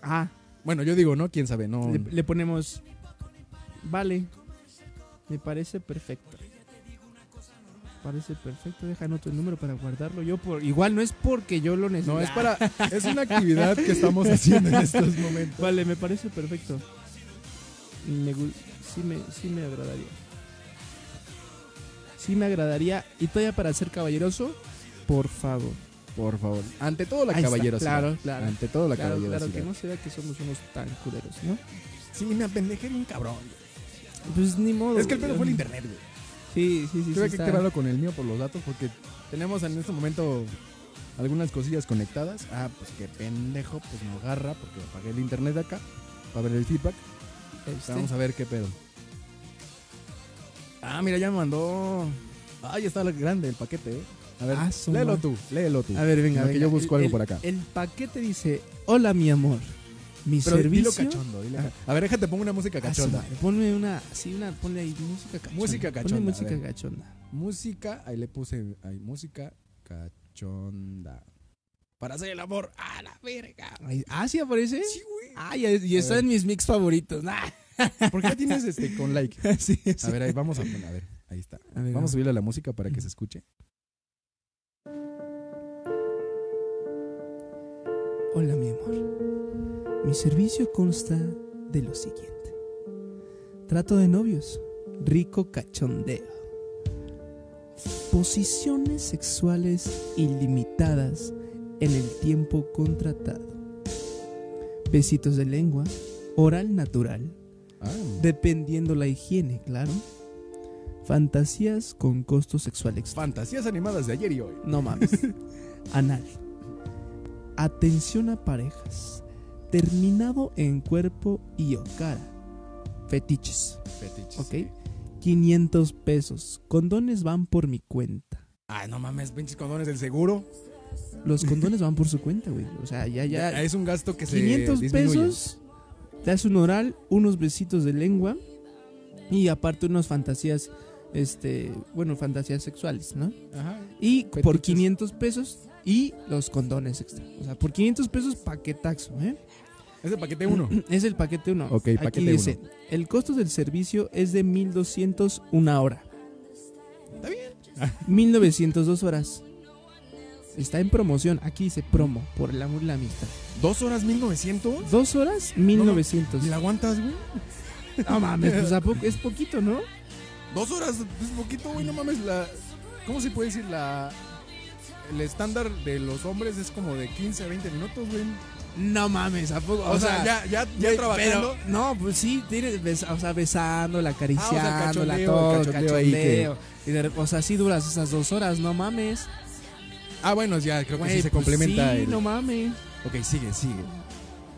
Speaker 2: Ah,
Speaker 1: Bueno, yo digo, ¿no? Quién sabe, no.
Speaker 2: le, le ponemos. Vale, me parece perfecto. Parece perfecto, deja otro número para guardarlo. Yo por. Igual no es porque yo lo necesito.
Speaker 1: No, es para. Es una actividad que estamos haciendo en estos momentos.
Speaker 2: Ah, Vale, me parece perfecto. Me, gu- sí, me, sí me agradaría. Sí me agradaría. Y todavía para ser caballeroso, por favor.
Speaker 1: Por favor. Ante todo, la
Speaker 2: Ahí está,
Speaker 1: caballerosidad.
Speaker 2: Claro, claro.
Speaker 1: Ante todo, la
Speaker 2: claro, claro,
Speaker 1: caballerosidad.
Speaker 2: que no se vea que somos unos tan culeros, ¿no?
Speaker 1: Sí, me apendejé bien cabrón.
Speaker 2: Pues ni modo.
Speaker 1: Es que el
Speaker 2: güey.
Speaker 1: pedo fue el internet, güey.
Speaker 2: Sí, sí, sí.
Speaker 1: Tuve
Speaker 2: sí
Speaker 1: que
Speaker 2: está.
Speaker 1: activarlo con el mío por los datos porque tenemos en este momento algunas cosillas conectadas. Ah, pues qué pendejo, pues me agarra porque apagué el internet de acá para ver el feedback.
Speaker 2: Este,
Speaker 1: Vamos a ver qué pedo. Ah, mira, ya me mandó. Ahí está el grande el paquete, eh. A ver,
Speaker 2: Ah, su
Speaker 1: léelo
Speaker 2: madre.
Speaker 1: tú, léelo tú.
Speaker 2: a ver, venga,
Speaker 1: En lo que
Speaker 2: venga.
Speaker 1: yo busco
Speaker 2: El-
Speaker 1: algo
Speaker 2: el-
Speaker 1: por acá.
Speaker 2: El paquete dice, hola mi amor, mi
Speaker 1: Pero dilo
Speaker 2: servicio...
Speaker 1: cachondo, dile. A ver, déjate pongo una música
Speaker 2: Ah, su
Speaker 1: cachonda.
Speaker 2: madre, Ponme una, sí, una, ponle ahí música cachonda.
Speaker 1: Música
Speaker 2: Ponle
Speaker 1: cachonda, a ver.
Speaker 2: música cachonda.
Speaker 1: Música, ahí le puse, ahí, música cachonda. Para hacer el amor a la verga.
Speaker 2: Ay, ¿Ah, sí aparece?
Speaker 1: Sí, güey.
Speaker 2: Ah, y, y
Speaker 1: A
Speaker 2: está
Speaker 1: ver.
Speaker 2: en mis mix favoritos. Nah.
Speaker 1: ¿Por qué la tienes este con like?
Speaker 2: Sí, sí.
Speaker 1: A ver, ahí vamos a poner, a ver, ahí está.
Speaker 2: A ver,
Speaker 1: Vamos a subirle la música para que se escuche.
Speaker 2: Hola, mi amor. Mi servicio consta de lo siguiente. Trato de novios, rico cachondeo. Posiciones sexuales ilimitadas en el tiempo contratado. Besitos de lengua, oral natural,
Speaker 1: Ah,
Speaker 2: dependiendo la higiene, claro. Fantasías con costo sexual extra.
Speaker 1: fantasías animadas de ayer y hoy.
Speaker 2: No mames. Anal. Atención a parejas. Terminado en cuerpo y o cara. Fetiches.
Speaker 1: Fetiches.
Speaker 2: Ok. 500 pesos. Condones van por mi cuenta.
Speaker 1: Ah, no mames, pinches condones del seguro.
Speaker 2: Los condones van por su cuenta, güey. O sea, ya, ya.
Speaker 1: Ya, es un gasto que se
Speaker 2: 500
Speaker 1: disminuye.
Speaker 2: pesos. Te das un oral, unos besitos de lengua. Y aparte unas fantasías. Este. Bueno, fantasías sexuales, ¿no?
Speaker 1: Ajá.
Speaker 2: Y por
Speaker 1: Fetiches.
Speaker 2: 500 pesos y los condones extra. O sea, por 500 pesos paquetaxo, ¿eh?
Speaker 1: Es el paquete uno.
Speaker 2: Es el paquete 1.
Speaker 1: Ok, paquete
Speaker 2: Aquí
Speaker 1: uno.
Speaker 2: dice, el costo del servicio es de 1200 una hora.
Speaker 1: Está bien.
Speaker 2: 1902 horas. Está en promoción. Aquí dice promo, por el amor y la amistad.
Speaker 1: ¿Dos horas 1900?
Speaker 2: Dos horas,
Speaker 1: ¿Y
Speaker 2: 1900.
Speaker 1: la aguantas, güey?
Speaker 2: No mames, pues ¿a poco? es poquito, ¿no?
Speaker 1: Dos horas es poquito, güey, no mames. La, ¿Cómo se puede decir? La, el estándar de los hombres es como de 15 a 20 minutos, güey.
Speaker 2: No mames, ¿a poco?
Speaker 1: O, sea, ya, ya, ya
Speaker 2: Güey,
Speaker 1: trabajando.
Speaker 2: pero, no, pues sí, tiene, bes- o sea, besándola,
Speaker 1: Ah, o sea,
Speaker 2: acariciándola,
Speaker 1: el cachondeo,
Speaker 2: todo,
Speaker 1: el
Speaker 2: el
Speaker 1: cachondeo
Speaker 2: cachondeo.
Speaker 1: ahí
Speaker 2: Y de rep- o sea, sí duras esas dos horas, no mames.
Speaker 1: Ah, bueno, ya creo que
Speaker 2: Güey,
Speaker 1: sí se
Speaker 2: pues
Speaker 1: complementa.
Speaker 2: sí,
Speaker 1: el-
Speaker 2: no mames.
Speaker 1: Ok, sigue, sigue.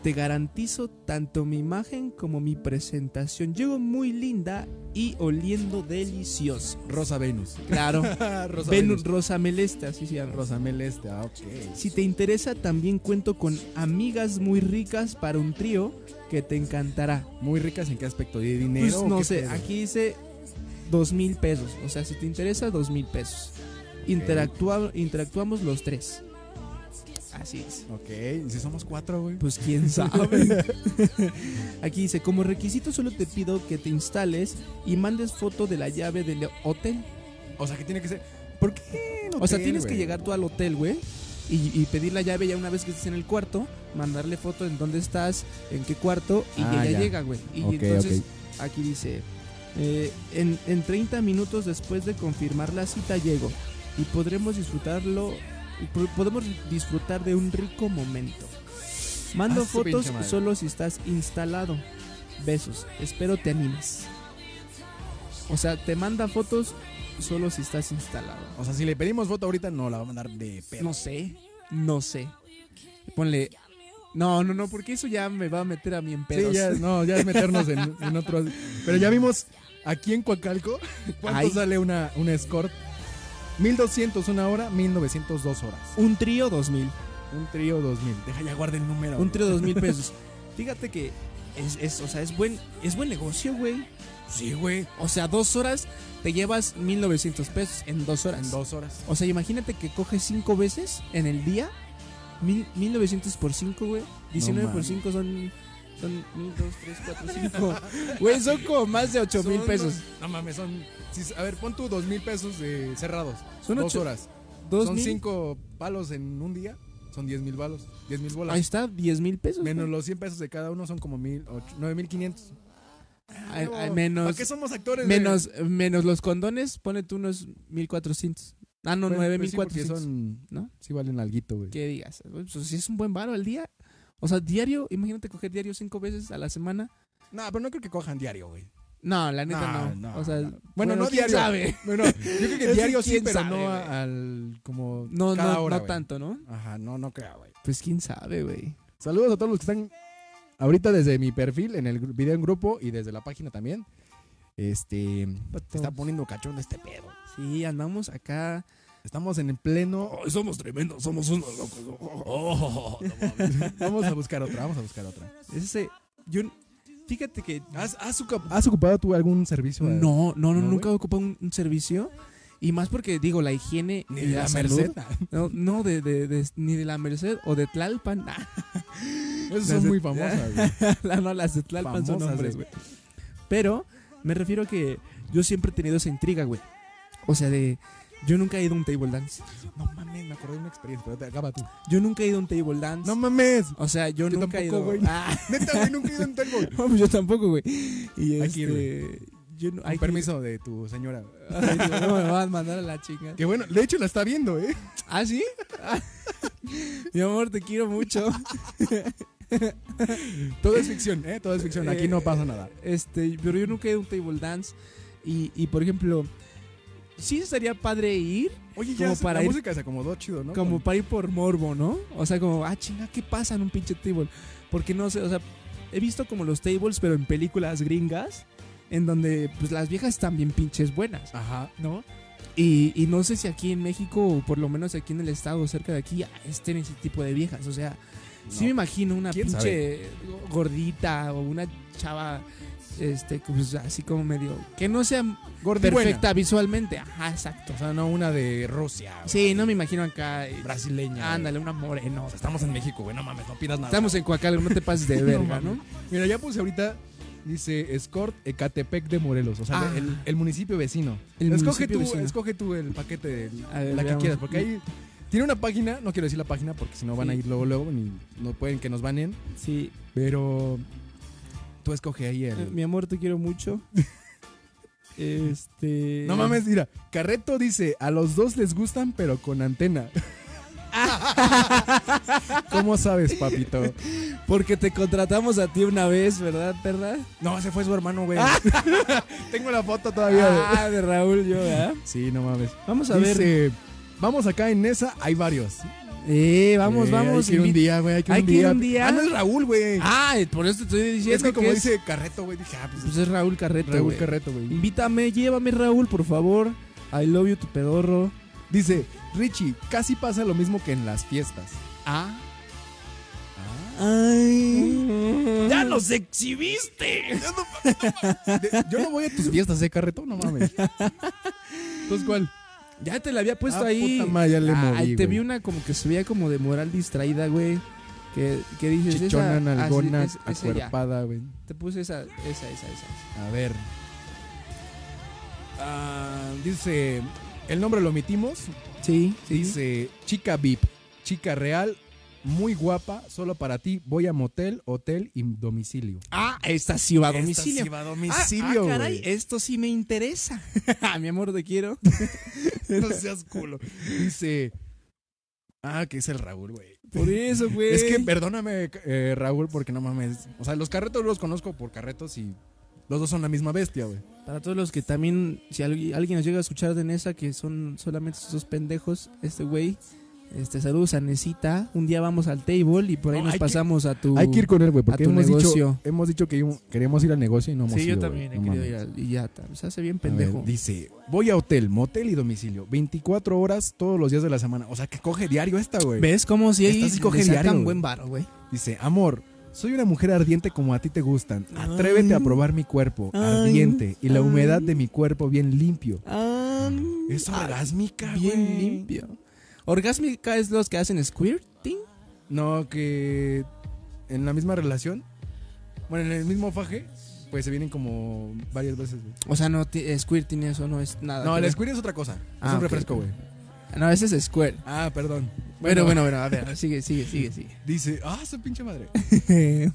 Speaker 2: Te garantizo tanto mi imagen como mi presentación. Llego muy linda y oliendo delicioso.
Speaker 1: Rosa Venus.
Speaker 2: Claro.
Speaker 1: Rosa
Speaker 2: Venus Rosa Melesta, así se llama.
Speaker 1: Rosamel Este, ah, ok.
Speaker 2: Si te interesa, también cuento con amigas muy ricas para un trío que te encantará.
Speaker 1: Muy ricas en qué aspecto de dinero.
Speaker 2: Pues
Speaker 1: o
Speaker 2: no
Speaker 1: qué
Speaker 2: sé,
Speaker 1: pedo?
Speaker 2: aquí dice dos mil pesos. O sea, si te interesa, dos mil pesos. Interactua- interactuamos los tres. Así es.
Speaker 1: Ok, ¿y si somos cuatro, güey.
Speaker 2: Pues quién sabe. aquí dice, como requisito solo te pido que te instales y mandes foto de la llave del hotel.
Speaker 1: O sea, que tiene que ser. ¿Por qué en
Speaker 2: O sea,
Speaker 1: hotel,
Speaker 2: tienes que
Speaker 1: güey?
Speaker 2: llegar tú al hotel, güey. Y, y pedir la llave ya una vez que estés en el cuarto, mandarle foto en dónde estás, en qué cuarto, y
Speaker 1: Ah,
Speaker 2: ella
Speaker 1: ya.
Speaker 2: llega, güey. Y
Speaker 1: Ok,
Speaker 2: entonces
Speaker 1: ok.
Speaker 2: aquí dice, eh, en, en 30 minutos después de confirmar la cita llego y podremos disfrutarlo, y po- podemos disfrutar de un rico momento. Mando
Speaker 1: Ah, su
Speaker 2: fotos
Speaker 1: pinche madre.
Speaker 2: solo si estás instalado. Besos, espero te animes. O sea, te manda fotos solo si estás instalado.
Speaker 1: O sea, si le pedimos foto ahorita, no la va a mandar de pedo.
Speaker 2: No sé, no sé. Ponle. No, no, no, porque eso ya me va a meter a mí en pedos.
Speaker 1: Sí, ya, no, ya es meternos en, en otro. Pero ya vimos aquí en Coacalco cuánto
Speaker 2: Ay.
Speaker 1: sale una, una escort. 1200 una hora, 1902 horas.
Speaker 2: Un trío 2000.
Speaker 1: Un trío 2000. Deja ya guarda el número.
Speaker 2: Un
Speaker 1: güey.
Speaker 2: trío 2000 pesos. Fíjate que es, es, o sea, es buen, es buen negocio, güey.
Speaker 1: Sí, güey.
Speaker 2: O sea, dos horas te llevas 1900 pesos en dos horas.
Speaker 1: En dos horas.
Speaker 2: O sea, imagínate que coges cinco veces en el día. Mil, 1900 por 5, güey. 19 por
Speaker 1: mames.
Speaker 2: 5 son. Son 1, 2, 3, 4, 5. Güey, son como más de 8 mil
Speaker 1: Son
Speaker 2: pesos.
Speaker 1: dos- no mames, son. sí, a ver, pon tú 2000 pesos eh, cerrados.
Speaker 2: Son
Speaker 1: dos
Speaker 2: ocho-
Speaker 1: horas.
Speaker 2: Dos
Speaker 1: son
Speaker 2: mil-
Speaker 1: 5 palos en un día. Son 10 mil balos. 10 mil bolas.
Speaker 2: Ahí está, 10 mil pesos.
Speaker 1: Menos los 100 pesos de cada uno son como mil, ocho- 9500.
Speaker 2: Ay, ay,
Speaker 1: Ah, ¿Para
Speaker 2: menos,
Speaker 1: qué somos actores? güey?
Speaker 2: menos, menos los condones, pone tú unos 1400. Ah, no,
Speaker 1: Pues- pues sí, porque
Speaker 2: 9400.
Speaker 1: son.
Speaker 2: ¿no?
Speaker 1: Sí, valen alguito, güey.
Speaker 2: ¿Qué digas? Pues, si es un buen varo al día. O sea, diario, imagínate coger diario cinco veces a la semana.
Speaker 1: No, pero no creo que cojan diario, güey.
Speaker 2: No, la neta
Speaker 1: No,
Speaker 2: no.
Speaker 1: no,
Speaker 2: o sea,
Speaker 1: no. Bueno, no
Speaker 2: ¿quién
Speaker 1: diario.
Speaker 2: sabe?
Speaker 1: Bueno, yo creo que
Speaker 2: Eso
Speaker 1: diario sí,
Speaker 2: quién
Speaker 1: pero
Speaker 2: sabe,
Speaker 1: no a-
Speaker 2: güey.
Speaker 1: al. como.
Speaker 2: No,
Speaker 1: cada
Speaker 2: no,
Speaker 1: hora,
Speaker 2: no
Speaker 1: güey.
Speaker 2: tanto, ¿no?
Speaker 1: Ajá, no, no creo, güey.
Speaker 2: Pues quién sabe, güey.
Speaker 1: Saludos a todos los que están ahorita desde mi perfil, en el gru- video en grupo y desde la página también. Este. Se está poniendo cachondo este pedo.
Speaker 2: Sí, andamos acá.
Speaker 1: Estamos en el pleno.
Speaker 2: somos tremendos, somos unos locos.
Speaker 1: Oh, Vamos a buscar otra, vamos a buscar otra.
Speaker 2: Ese, yo, fíjate que
Speaker 1: ¿Has, has ocup- has ocupado tú algún servicio? eh?
Speaker 2: No, no, no,
Speaker 1: Ah, ¿No,
Speaker 2: nunca
Speaker 1: güey?
Speaker 2: ocupa un, un servicio. Y más porque, digo, la higiene
Speaker 1: Ni
Speaker 2: y
Speaker 1: de
Speaker 2: la,
Speaker 1: la
Speaker 2: salud.
Speaker 1: Merced.
Speaker 2: No, no de, de- de- ni de la Merced o de Tlalpan. Ah,
Speaker 1: Esas
Speaker 2: Las
Speaker 1: son
Speaker 2: de-
Speaker 1: muy famosas, güey.
Speaker 2: la- no, las de Tlalpan son
Speaker 1: Famosas,
Speaker 2: hombres,
Speaker 1: güey.
Speaker 2: güey. Pero me refiero a que yo siempre he tenido esa intriga, güey. O sea, de. Yo nunca he ido a un table dance.
Speaker 1: No mames, me acordé de una experiencia, pero te acaba tú.
Speaker 2: Yo nunca he ido a un table dance.
Speaker 1: No mames.
Speaker 2: o sea, yo,
Speaker 1: Yo
Speaker 2: nunca he ido.
Speaker 1: tampoco, güey.
Speaker 2: Ah,
Speaker 1: Neta, güey, nunca he ido a un table.
Speaker 2: no, pues yo tampoco, güey. Y
Speaker 1: Hay que ir,
Speaker 2: este. Yo no, hay
Speaker 1: Con
Speaker 2: que ir.
Speaker 1: permiso de tu señora.
Speaker 2: Ay, no, me van a mandar a la chingada.
Speaker 1: Que bueno, de hecho la está viendo, ¿eh?
Speaker 2: ¿Ah, sí? Mi amor, te quiero mucho.
Speaker 1: Todo es ficción, ¿eh? Todo es ficción. Aquí no pasa nada.
Speaker 2: Este, pero yo nunca he ido a un table dance. Y, y, por ejemplo, sí estaría padre ir,
Speaker 1: Oye, ya
Speaker 2: Como
Speaker 1: se-
Speaker 2: para
Speaker 1: la
Speaker 2: ir-
Speaker 1: música se acomodó chido, ¿no?
Speaker 2: como
Speaker 1: Con-
Speaker 2: para ir por morbo, ¿no? O sea, como, ah, chinga, ¿qué pasa en un pinche table? Porque no sé, o sea, he visto como los tables, pero en películas gringas, en donde pues las viejas están bien pinches buenas,
Speaker 1: Ajá.
Speaker 2: ¿no? Y, y no sé si aquí en México, o por lo menos aquí en el estado, cerca de aquí, estén ese tipo de viejas. O sea, Sí me
Speaker 1: No.
Speaker 2: imagino una
Speaker 1: ¿Quién
Speaker 2: pinche gordita o una chava este pues, así como medio que no sea
Speaker 1: Gordibuena.
Speaker 2: perfecta visualmente. Ajá, exacto.
Speaker 1: O sea, no una de Rusia. güey.
Speaker 2: Sí, no me imagino acá eh,
Speaker 1: Brasileña.
Speaker 2: ándale una moreno.
Speaker 1: O sea, estamos en México, güey. No mames, no pidas nada.
Speaker 2: Estamos en Coacalco, no te pases de verga,
Speaker 1: mames.
Speaker 2: ¿no?
Speaker 1: Mira, ya puse ahorita. Dice Escort Ecatepec de Morelos. O sea,
Speaker 2: Ah.
Speaker 1: el, el municipio vecino.
Speaker 2: El
Speaker 1: escoge,
Speaker 2: municipio
Speaker 1: tú,
Speaker 2: vecino.
Speaker 1: escoge tú el paquete de
Speaker 2: A ver,
Speaker 1: la que
Speaker 2: veamos.
Speaker 1: quieras. Porque ahí. Tiene una página, no quiero decir la página porque si no van a
Speaker 2: Sí.
Speaker 1: ir luego, luego, ni no pueden que nos banen.
Speaker 2: Sí,
Speaker 1: Pero tú escoge ahí
Speaker 2: eh,
Speaker 1: el.
Speaker 2: mi amor, te quiero mucho. Este
Speaker 1: No mames, mira, Carreto dice, a los dos les gustan, pero con antena. ¿Cómo sabes, papito?
Speaker 2: Porque te contratamos a ti una vez, ¿verdad, verdad?
Speaker 1: No, se fue su hermano, güey. Tengo la foto todavía. güey.
Speaker 2: Ah, de Raúl yo, ¿verdad?
Speaker 1: Sí, no mames.
Speaker 2: Vamos a ver.
Speaker 1: Dice, vamos acá en esa, hay varios.
Speaker 2: Eh, vamos,
Speaker 1: Eh,
Speaker 2: vamos.
Speaker 1: Hay que ir un
Speaker 2: invita-
Speaker 1: día, güey. Hay que ir
Speaker 2: Hay
Speaker 1: un
Speaker 2: que ir
Speaker 1: día.
Speaker 2: un día.
Speaker 1: Ah, no es Raúl, güey.
Speaker 2: Ah, por eso te estoy diciendo
Speaker 1: es que como
Speaker 2: es-
Speaker 1: dice Carreto, güey, dije, ah, pues
Speaker 2: Pues es Raúl Carreta,
Speaker 1: Raúl
Speaker 2: güey.
Speaker 1: Carreto, güey.
Speaker 2: Invítame, llévame, Raúl, por favor. I love you, tu pedorro.
Speaker 1: Dice, Richie, casi pasa lo mismo que en las fiestas.
Speaker 2: Ah. Ay. ¡Ya los exhibiste!
Speaker 1: De- yo no voy a tus fiestas de carreto, no mames. Entonces, ¿cuál?
Speaker 2: Ya te la había puesto
Speaker 1: Ah,
Speaker 2: ahí.
Speaker 1: puta madre, ya le
Speaker 2: Ah,
Speaker 1: moví,
Speaker 2: te
Speaker 1: güey.
Speaker 2: vi una como que subía como de moral distraída, güey. Que, que dices
Speaker 1: Chichona,
Speaker 2: esa. ah,
Speaker 1: nalgona,
Speaker 2: sí, es- esa ya.
Speaker 1: acuerpada, güey.
Speaker 2: Te puse esa, esa, esa, esa.
Speaker 1: A ver. Ah, dice, el nombre lo omitimos.
Speaker 2: Sí,
Speaker 1: Dice, chica VIP, chica real, muy guapa, solo para ti. Voy a motel, hotel y domicilio.
Speaker 2: Ah, esta sí va a
Speaker 1: Esta
Speaker 2: domicilio.
Speaker 1: sí va a
Speaker 2: Ah,
Speaker 1: domicilio,
Speaker 2: ah, caray,
Speaker 1: güey.
Speaker 2: esto sí me interesa. Mi amor, te quiero.
Speaker 1: No seas culo. Dice. Ah, que es el Raúl, güey.
Speaker 2: Por eso, güey.
Speaker 1: Es que perdóname, eh, Raúl, porque no mames. O sea, los carretos los conozco por carretos y los dos son la misma bestia, güey.
Speaker 2: Para todos los que también, si alguien, alguien nos llega a escuchar de Nesa, que son solamente esos dos pendejos, este güey, este, saludos a Nesita. Un día vamos al table y por ahí
Speaker 1: No,
Speaker 2: nos
Speaker 1: hay que-
Speaker 2: pasamos a tu...
Speaker 1: Hay que ir con él, güey, porque
Speaker 2: a tu
Speaker 1: hemos dicho,
Speaker 2: negocio.
Speaker 1: hemos dicho que íbamos- queríamos ir al negocio y no hemos
Speaker 2: Sí, yo
Speaker 1: ido,
Speaker 2: también
Speaker 1: güey.
Speaker 2: he
Speaker 1: No
Speaker 2: querido
Speaker 1: mames.
Speaker 2: ir al- y ya, ta- se hace bien
Speaker 1: A ver,
Speaker 2: pendejo.
Speaker 1: dice, voy a hotel, motel y domicilio. 24 horas todos los días de la semana. O sea, que coge diario esta, güey.
Speaker 2: ¿Ves cómo si
Speaker 1: Estás
Speaker 2: ahí
Speaker 1: coge
Speaker 2: le sacan
Speaker 1: diario, güey.
Speaker 2: buen varo, güey?
Speaker 1: Dice, amor, soy una mujer ardiente como a ti te gustan. Atrévete a
Speaker 2: Ay.
Speaker 1: probar mi cuerpo,
Speaker 2: Ay.
Speaker 1: ardiente, y la
Speaker 2: Ay.
Speaker 1: humedad de mi cuerpo bien limpio.
Speaker 2: Ah,
Speaker 1: Es
Speaker 2: ah,
Speaker 1: orgasmica,
Speaker 2: Bien
Speaker 1: güey.
Speaker 2: limpio. Orgásmica es los que hacen squirting.
Speaker 1: No, que en la misma relación, bueno, en el mismo faje, pues se vienen como varias veces. güey.
Speaker 2: O sea, no, ti- squirting eso no es nada.
Speaker 1: No,
Speaker 2: que
Speaker 1: el
Speaker 2: ver.
Speaker 1: squirt es otra cosa.
Speaker 2: Ah,
Speaker 1: es un
Speaker 2: ok,
Speaker 1: refresco,
Speaker 2: ok.
Speaker 1: güey.
Speaker 2: No, ese es squirt.
Speaker 1: Ah, perdón.
Speaker 2: Bueno, bueno, bueno, a ver, sigue, sigue, sigue, sigue.
Speaker 1: Dice, ah, su pinche madre. Eh.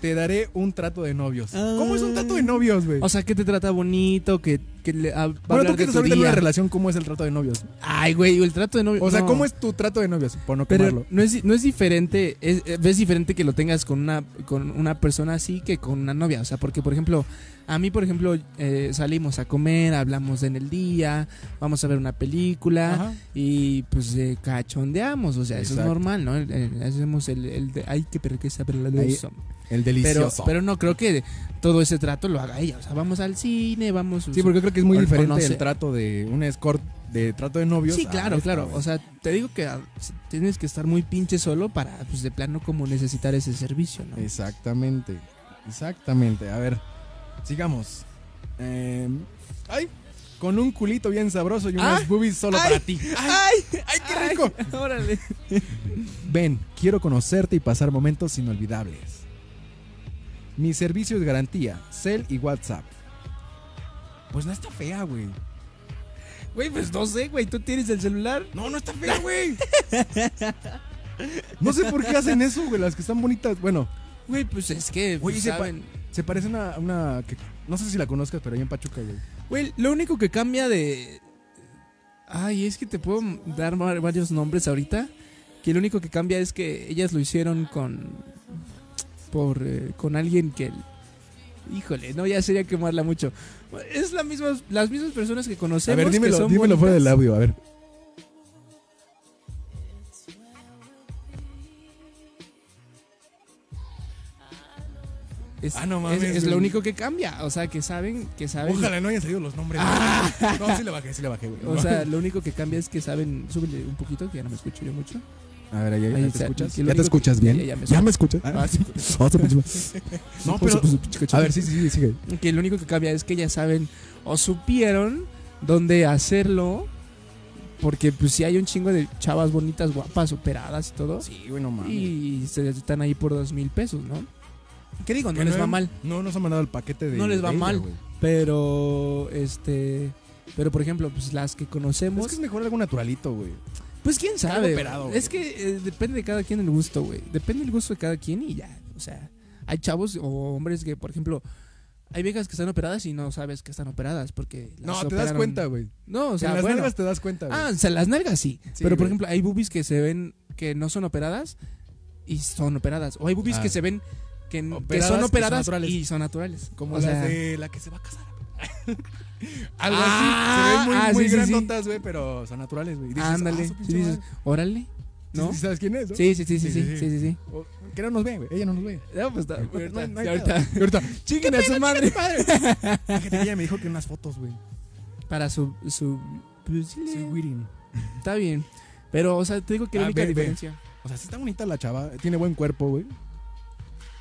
Speaker 1: Te daré un trato de novios. ¿Cómo es un trato de novios, güey?
Speaker 2: o sea, que te trata bonito, que, que le ah, va a
Speaker 1: bueno,
Speaker 2: hablar
Speaker 1: tú que
Speaker 2: de
Speaker 1: estás
Speaker 2: tu
Speaker 1: ahorita en una
Speaker 2: día.
Speaker 1: relación, ¿cómo es el trato de novios?
Speaker 2: Ay, güey, el trato de novio.
Speaker 1: O sea,
Speaker 2: no.
Speaker 1: ¿cómo es tu trato de novios? Por no quemarlo.
Speaker 2: Pero no es, no es diferente, es, es diferente que lo tengas con una, con una persona así que con una novia. O sea, porque, por ejemplo, a mí, por ejemplo, eh, salimos a comer, hablamos en el día, vamos a ver una película
Speaker 1: Ajá.
Speaker 2: y pues eh, cachondeamos. O sea, eso es
Speaker 1: Exacto.
Speaker 2: normal, ¿no? El- el- hacemos el, el de, ay, qué perquesa, pero la de
Speaker 1: Ahí-
Speaker 2: eso.
Speaker 1: El
Speaker 2: Pero,
Speaker 1: delicioso.
Speaker 2: pero no creo que todo ese trato lo haga ella. O sea, vamos al cine, vamos.
Speaker 1: sí, porque creo que es muy
Speaker 2: o- o
Speaker 1: diferente
Speaker 2: no sé.
Speaker 1: el trato de un escort de trato de novios.
Speaker 2: Sí,
Speaker 1: a
Speaker 2: claro,
Speaker 1: esta,
Speaker 2: claro.
Speaker 1: güey.
Speaker 2: O sea, te digo que ah, tienes que estar muy pinche solo para, pues, de plano, como necesitar ese servicio, ¿no?
Speaker 1: Exactamente. Exactamente. A ver, sigamos. Eh, ay, con un culito bien sabroso y unas
Speaker 2: Ah,
Speaker 1: boobies solo
Speaker 2: ay,
Speaker 1: para ti. ¡Ay, qué rico!
Speaker 2: Ay, órale.
Speaker 1: Ven, quiero conocerte y pasar momentos inolvidables. Mi servicio es garantía, Cell y WhatsApp. Pues no está fea, güey.
Speaker 2: Güey, pues no sé, güey. Tú tienes el celular.
Speaker 1: No, no está fea, güey. No sé por qué hacen eso, güey. Las que están bonitas. Bueno,
Speaker 2: Güey, pues es que.
Speaker 1: Güey,
Speaker 2: pues,
Speaker 1: ese pa-
Speaker 2: saben.
Speaker 1: se parece a una, una que- no sé si la conozcas, pero ahí en Pachuca, güey.
Speaker 2: Güey, lo único que cambia de. Ay, es que te puedo dar va- varios nombres ahorita. Que lo único que cambia es que ellas lo hicieron con. Por, eh, con alguien que. Híjole, no, ya sería quemarla mucho. Es la misma, las mismas personas que
Speaker 1: A
Speaker 2: conocemos.
Speaker 1: ver,
Speaker 2: que
Speaker 1: dímelo,
Speaker 2: son
Speaker 1: dímelo fuera del
Speaker 2: bonitas.
Speaker 1: audio, a ver.
Speaker 2: Es,
Speaker 1: Ah, no mames,
Speaker 2: es- es lo
Speaker 1: güey.
Speaker 2: único que cambia. O sea, que saben, que saben.
Speaker 1: no hayan salido los nombres. No, sí le bajé, sí le bajé, güey.
Speaker 2: O sea, lo único que cambia es que saben. Súbele un poquito, que ya no me escucho yo mucho.
Speaker 1: a ver, ahí, ahí
Speaker 2: ahí
Speaker 1: te
Speaker 2: está,
Speaker 1: escuchas. ¿Ya te
Speaker 2: que lo único que-
Speaker 1: escuchas bien?
Speaker 2: Ya, ya me
Speaker 1: escuchas?
Speaker 2: Ah, sí.
Speaker 1: Ah, te pinche- No, pero- A ver, sí, sí, sí, sigue.
Speaker 2: que lo único que cambia es que ya saben o supieron dónde hacerlo. Porque pues si hay un chingo de chavas bonitas, guapas, operadas y todo.
Speaker 1: Sí, bueno,
Speaker 2: y se están ahí por dos mil pesos, ¿no? ¿Qué digo? No
Speaker 1: Que
Speaker 2: les va
Speaker 1: han-
Speaker 2: mal.
Speaker 1: No nos han mandado el paquete de.
Speaker 2: No les va
Speaker 1: de ella,
Speaker 2: mal.
Speaker 1: güey.
Speaker 2: Pero, este... Pero, por ejemplo, pues las que conocemos...
Speaker 1: Es que es mejor algo naturalito, güey.
Speaker 2: pues quién
Speaker 1: algo
Speaker 2: sabe.
Speaker 1: operado,
Speaker 2: güey.
Speaker 1: güey.
Speaker 2: es que eh, depende de cada quien el gusto, güey. Depende el gusto de cada quien y ya. O sea, hay chavos o hombres que, por ejemplo... Hay viejas que están operadas y no sabes que están operadas porque...
Speaker 1: No,
Speaker 2: las
Speaker 1: te das
Speaker 2: operaron-
Speaker 1: cuenta, güey.
Speaker 2: No, o
Speaker 1: O
Speaker 2: sea,
Speaker 1: en las
Speaker 2: bueno.
Speaker 1: nalgas te das cuenta, güey.
Speaker 2: Ah, o sea, las nalgas sí.
Speaker 1: Sí,
Speaker 2: pero, por
Speaker 1: güey.
Speaker 2: ejemplo, hay boobies que se ven que no son operadas y son operadas. O hay boobies
Speaker 1: Ah.
Speaker 2: que se ven que, n- que
Speaker 1: Operadas, que
Speaker 2: son
Speaker 1: son
Speaker 2: operadas
Speaker 1: naturales.
Speaker 2: y son naturales.
Speaker 1: como
Speaker 2: o
Speaker 1: las
Speaker 2: sea,
Speaker 1: de la que se va a casar. Algo
Speaker 2: Ah,
Speaker 1: así. Se ven muy,
Speaker 2: ah,
Speaker 1: muy
Speaker 2: sí, sí,
Speaker 1: grandotas, güey, pero son naturales, güey. Y dices,
Speaker 2: ándale.
Speaker 1: ah, su
Speaker 2: Sí,
Speaker 1: pinche
Speaker 2: dices,
Speaker 1: madre.
Speaker 2: órale. ¿No?
Speaker 1: Sí, sí, ¿Sabes quién es? no?
Speaker 2: Sí, sí, sí, sí, sí,
Speaker 1: Sí, sí,
Speaker 2: sí, sí, sí.
Speaker 1: O- que no nos ve, güey. Ella no nos ve.
Speaker 2: No, pues, no,
Speaker 1: Pero no hay- no hay
Speaker 2: y ahorita.
Speaker 1: pedo. Y ahorita,
Speaker 2: Chinguen a su madre.
Speaker 1: fíjate que ella me dijo que unas fotos, güey.
Speaker 2: Para su. su pues, sí,
Speaker 1: Soy
Speaker 2: le-
Speaker 1: Wirin.
Speaker 2: está bien. Pero, o sea, te digo que la
Speaker 1: Ah,
Speaker 2: única
Speaker 1: ve, ve.
Speaker 2: diferencia.
Speaker 1: O sea, sí está bonita la chava. Tiene buen cuerpo, güey.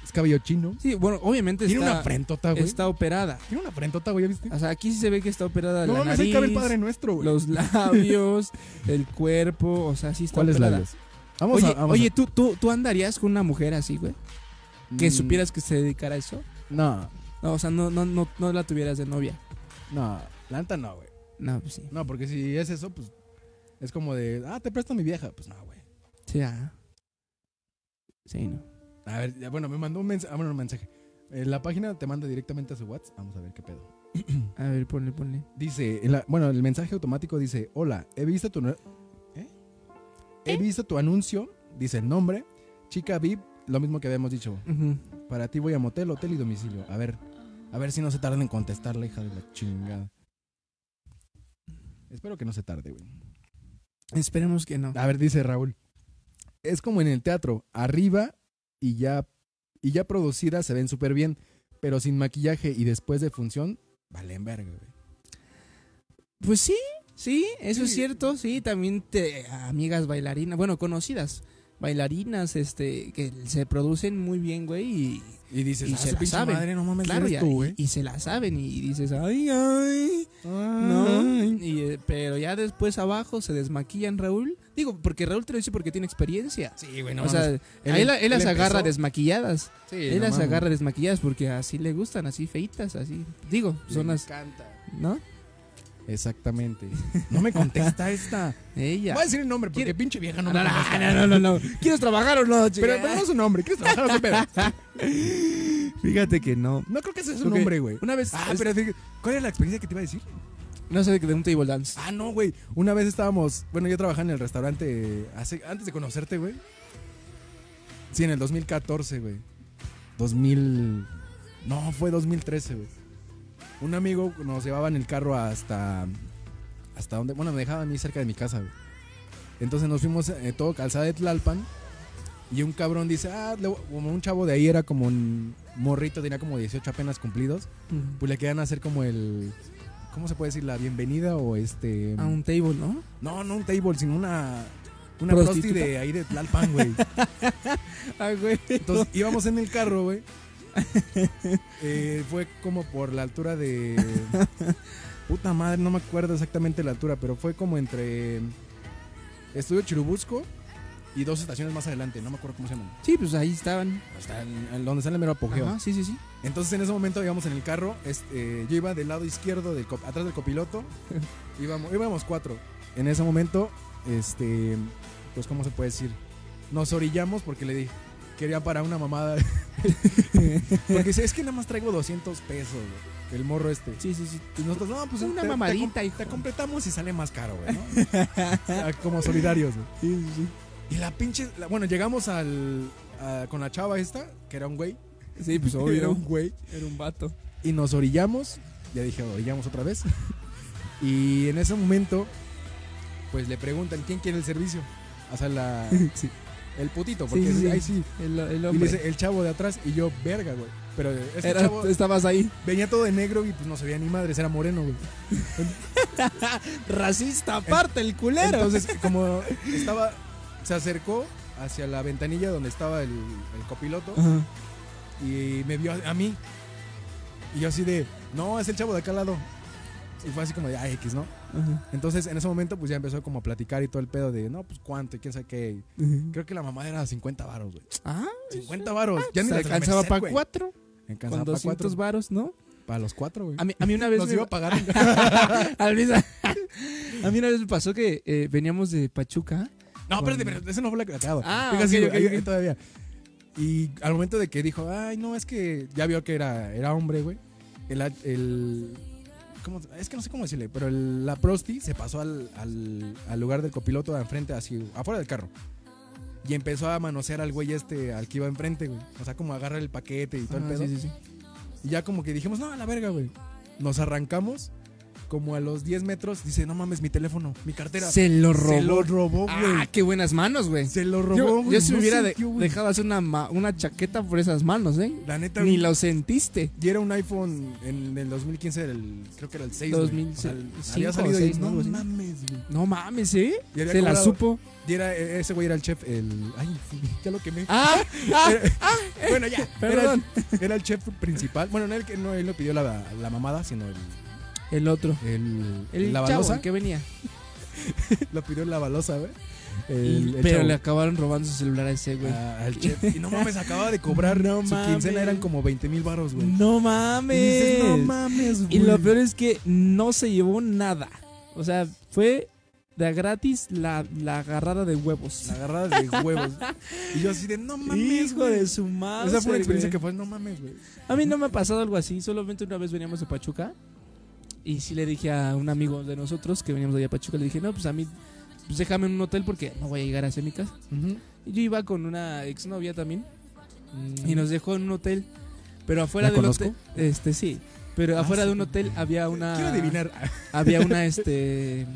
Speaker 1: Es cabello chino.
Speaker 2: Sí, bueno, obviamente
Speaker 1: Tiene
Speaker 2: está,
Speaker 1: una frentota, güey.
Speaker 2: está operada.
Speaker 1: Tiene una frentota, güey. ¿Ya viste?
Speaker 2: O sea, aquí sí se ve que está operada
Speaker 1: No
Speaker 2: la
Speaker 1: mames,
Speaker 2: nariz.
Speaker 1: ahí cabe el padre nuestro, güey.
Speaker 2: los labios, el cuerpo, o sea, sí está
Speaker 1: ¿Cuáles
Speaker 2: operada.
Speaker 1: labios? Vamos
Speaker 2: oye,
Speaker 1: a- vamos
Speaker 2: oye,
Speaker 1: a-
Speaker 2: ¿tú, tú, ¿tú andarías con una mujer así, güey? Que
Speaker 1: Mm,
Speaker 2: supieras que se dedicara a eso.
Speaker 1: No,
Speaker 2: No, o sea, no, no, no, no la tuvieras de novia.
Speaker 1: no. La neta no, güey.
Speaker 2: No, pues sí.
Speaker 1: No, porque si es eso, pues es como de, ah, te presto a mi vieja. Pues no, güey.
Speaker 2: Sí, ah. Sí, no.
Speaker 1: A ver, ya, bueno, me mandó un mensaje. Ah, bueno, un mensaje. Eh, la página te manda directamente a su WhatsApp. Vamos a ver qué pedo.
Speaker 2: A ver, ponle, ponle.
Speaker 1: Dice, en la- bueno, el mensaje automático dice, hola, he visto tu... nue- ¿Eh? He visto tu anuncio, dice el nombre, chica VIP, lo mismo que habíamos dicho.
Speaker 2: Ujú.
Speaker 1: Para ti voy a motel, hotel y domicilio. A ver, a ver si no se tarda en contestarla, hija de la chingada. Espero que no se tarde, güey.
Speaker 2: Esperemos que no.
Speaker 1: A ver, dice Raúl. Es como en el teatro, arriba y ya, y ya producidas se ven súper bien, pero sin maquillaje y después de función, valen verga, güey.
Speaker 2: Pues sí, sí, eso es
Speaker 1: Sí.
Speaker 2: cierto, sí, también te amigas bailarinas, bueno, conocidas bailarinas este que se producen muy bien, güey, y
Speaker 1: Y dices,
Speaker 2: Y
Speaker 1: ah,
Speaker 2: se
Speaker 1: su
Speaker 2: la
Speaker 1: pinche
Speaker 2: saben.
Speaker 1: madre, no mames,
Speaker 2: claro,
Speaker 1: eres
Speaker 2: ya,
Speaker 1: tú, güey.
Speaker 2: y, y se la saben y dices, "Ay, ay." No,
Speaker 1: No.
Speaker 2: y, eh, pero ya después abajo se desmaquillan Raúl. Digo, porque Raúl te lo dice porque tiene experiencia.
Speaker 1: Sí, güey, no
Speaker 2: o sea,
Speaker 1: mames.
Speaker 2: él, la- él las agarra
Speaker 1: empezó-
Speaker 2: desmaquilladas.
Speaker 1: Sí,
Speaker 2: él
Speaker 1: no
Speaker 2: las
Speaker 1: mames.
Speaker 2: agarra desmaquilladas porque así le gustan, así feitas, así. Digo,
Speaker 1: Le
Speaker 2: son las,
Speaker 1: encanta.
Speaker 2: ¿no?
Speaker 1: Exactamente. No me contesta esta.
Speaker 2: Ella.
Speaker 1: Voy a decir el nombre porque
Speaker 2: ¿Quiere-
Speaker 1: pinche vieja no
Speaker 2: No,
Speaker 1: me
Speaker 2: no,
Speaker 1: contesta.
Speaker 2: no, no, no, no. ¿Quieres trabajar o no, chica?
Speaker 1: Pero pero no es su nombre. ¿Quieres trabajar o qué pedo?
Speaker 2: Fíjate que no.
Speaker 1: No creo que ese es su
Speaker 2: Porque
Speaker 1: nombre, güey.
Speaker 2: Una vez.
Speaker 1: Ah, pero fíjate, ¿cuál era la experiencia que te iba a decir?
Speaker 2: No sé de un table dance.
Speaker 1: Ah, no, güey. Una vez estábamos. Bueno, yo trabajaba en el restaurante eh, hace- antes de conocerte, güey. Sí, en el 2014, güey. 2000. No, fue 2013, güey. Un amigo nos llevaba en el carro hasta. ¿Hasta donde Bueno, me dejaba a mí cerca de mi casa, güey. Entonces nos fuimos eh, todo calzada de Tlalpan. Y un cabrón dice, ah, le voy- como un chavo de ahí era como un morrito, tenía como 18 apenas cumplidos.
Speaker 2: Mm,
Speaker 1: Pues le querían hacer como el. ¿Cómo se puede decir? La bienvenida o este.
Speaker 2: A un table, ¿no?
Speaker 1: No, no un table, sino una. Una prosti
Speaker 2: Prostituta.
Speaker 1: de ahí de Tlalpan, güey.
Speaker 2: Ah, güey.
Speaker 1: Entonces íbamos en el carro, güey. Eh, fue como por la altura de. Puta madre, no me acuerdo exactamente la altura, pero fue como entre. Estudio Chirubusco y dos estaciones más adelante, no me acuerdo cómo se llaman.
Speaker 2: Sí, pues ahí estaban.
Speaker 1: Hasta en- en donde sale el mero apogeo.
Speaker 2: Ajá, sí, sí, sí.
Speaker 1: Entonces en ese momento íbamos en el carro, este, eh, yo iba del lado izquierdo, del cop- atrás del copiloto, íbamos, íbamos cuatro. En ese momento, este, pues cómo se puede decir, nos orillamos porque le dije, quería para una mamada. porque dice, es que nada más traigo 200 pesos, güey, el morro este.
Speaker 2: Sí, sí, sí.
Speaker 1: Y nosotros, no, pues
Speaker 2: Una
Speaker 1: te- te
Speaker 2: mamadita,
Speaker 1: com-
Speaker 2: hijo.
Speaker 1: Te completamos y sale más caro, güey, ¿no? Ah, Como solidarios, güey.
Speaker 2: Sí, sí, sí.
Speaker 1: Y la pinche, la- bueno, llegamos al, a- con la chava esta, que era un güey.
Speaker 2: Sí, pues
Speaker 1: Era
Speaker 2: obvio.
Speaker 1: un güey.
Speaker 2: Era un vato.
Speaker 1: y nos orillamos. Ya dije, orillamos otra vez. Y en ese momento, pues le preguntan quién quiere el servicio. O sea, la,
Speaker 2: Sí,
Speaker 1: el putito, porque
Speaker 2: sí, sí.
Speaker 1: ahí sí.
Speaker 2: El, el
Speaker 1: Y le
Speaker 2: hombre.
Speaker 1: dice, el chavo de atrás y yo, verga, güey. Pero ese
Speaker 2: Era-
Speaker 1: chavo
Speaker 2: estabas ahí.
Speaker 1: venía todo de negro y pues no se veía ni madres, era moreno, güey.
Speaker 2: Racista,
Speaker 1: aparte,
Speaker 2: el culero.
Speaker 1: Entonces, como estaba, se acercó hacia la ventanilla donde estaba el, el copiloto y me vio a, a mí. Y yo así de, no, es el chavo de acá al lado. Y fue así como de, ay, X, ¿no? Entonces, en ese momento, pues ya empezó como a platicar y todo el pedo de, no, pues cuánto y quién sabe qué. Creo que la mamá era 50 varos, güey.
Speaker 2: Ah, pues,
Speaker 1: 50 varos. Ya ni
Speaker 2: se
Speaker 1: las
Speaker 2: alcanzaba
Speaker 1: alcancé,
Speaker 2: para
Speaker 1: güey.
Speaker 2: cuatro.
Speaker 1: Alcanzaba
Speaker 2: Con
Speaker 1: para cuatro.
Speaker 2: 200 varos, ¿no?
Speaker 1: Para los cuatro, güey.
Speaker 2: A mí, a mí una vez.
Speaker 1: Los
Speaker 2: me-
Speaker 1: iba a pagar.
Speaker 2: a, mí, a mí una vez me pasó que eh, veníamos de Pachuca.
Speaker 1: No, espérate, pero ese no fue la que acababa.
Speaker 2: Ah,
Speaker 1: Fíjate, sí,
Speaker 2: ok, ok,
Speaker 1: ahí-
Speaker 2: ok.
Speaker 1: ahí todavía. Y al momento de que dijo, ay, no, es que ya vio que era, era hombre, güey. El, el- ¿cómo? es que no sé cómo decirle, pero el- la prosti se pasó al, al- al lugar del copiloto de enfrente, así, afuera del carro. Y empezó a manosear al güey este, al que iba enfrente, güey. O sea, como agarra el paquete y todo el
Speaker 2: Ah,
Speaker 1: pedo.
Speaker 2: sí, sí, sí.
Speaker 1: Y ya como que dijimos, no, a la verga, güey. Nos arrancamos. Como a los 10 metros, dice, no mames, mi teléfono, mi cartera.
Speaker 2: Se lo robó.
Speaker 1: Se lo robó, güey.
Speaker 2: Ah, qué buenas manos, güey.
Speaker 1: Se lo robó,
Speaker 2: Yo,
Speaker 1: güey.
Speaker 2: yo si
Speaker 1: No
Speaker 2: me hubiera de-
Speaker 1: sintió, güey.
Speaker 2: dejado hacer una, ma- una chaqueta por esas manos, ¿eh?
Speaker 1: La neta,
Speaker 2: Ni lo sentiste.
Speaker 1: Y era un iPhone en el 2015, del, creo que era el 6.
Speaker 2: 2006,
Speaker 1: güey. O sea,
Speaker 2: cinco
Speaker 1: había
Speaker 2: o
Speaker 1: salido
Speaker 2: seis,
Speaker 1: y
Speaker 2: ¿no?
Speaker 1: no
Speaker 2: Algo así.
Speaker 1: mames, güey.
Speaker 2: No mames, ¿eh?
Speaker 1: Y había
Speaker 2: Se la
Speaker 1: cobrado-
Speaker 2: supo.
Speaker 1: Y era, e- ese güey era el chef, el. Ay, ya lo quemé.
Speaker 2: ¡Ah! ¡Ah!
Speaker 1: Era- bueno, ya.
Speaker 2: Perdón.
Speaker 1: Era, era el chef principal. Bueno, no, él, que- no, él lo pidió la, la mamada, sino el.
Speaker 2: El otro.
Speaker 1: El,
Speaker 2: El
Speaker 1: la
Speaker 2: chavo
Speaker 1: balosa.
Speaker 2: el que venía.
Speaker 1: Lo pidió en la balosa, güey.
Speaker 2: Y-
Speaker 1: El- el
Speaker 2: pero
Speaker 1: chavo.
Speaker 2: le acabaron robando su celular a ese güey.
Speaker 1: Ah, al chef. Y no mames, acaba de cobrar.
Speaker 2: No
Speaker 1: Su
Speaker 2: mames.
Speaker 1: quincena eran como 20 mil baros, güey.
Speaker 2: no
Speaker 1: Y
Speaker 2: mames.
Speaker 1: dices, no mames, güey.
Speaker 2: Y lo peor es que no se llevó nada. O sea, fue de a gratis la, la agarrada de huevos.
Speaker 1: La agarrada de huevos. Y yo así de, no mames,
Speaker 2: Hijo
Speaker 1: güey.
Speaker 2: de su madre.
Speaker 1: Esa fue una experiencia que
Speaker 2: güey.
Speaker 1: fue, no mames, güey.
Speaker 2: A mí no me ha pasado algo así. Solamente una vez veníamos de Pachuca. Y sí le dije a un amigo de nosotros que veníamos de allá a Pachuca. Le dije, no, pues a mí, pues déjame en un hotel porque no voy a llegar hacia mi casa. Y yo iba con una exnovia también. Y nos dejó en un hotel. Pero afuera
Speaker 1: ¿La
Speaker 2: del
Speaker 1: conozco?
Speaker 2: hotel. Este sí. Pero
Speaker 1: Ah,
Speaker 2: afuera
Speaker 1: sí.
Speaker 2: de un hotel había una.
Speaker 1: Quiero adivinar.
Speaker 2: había una este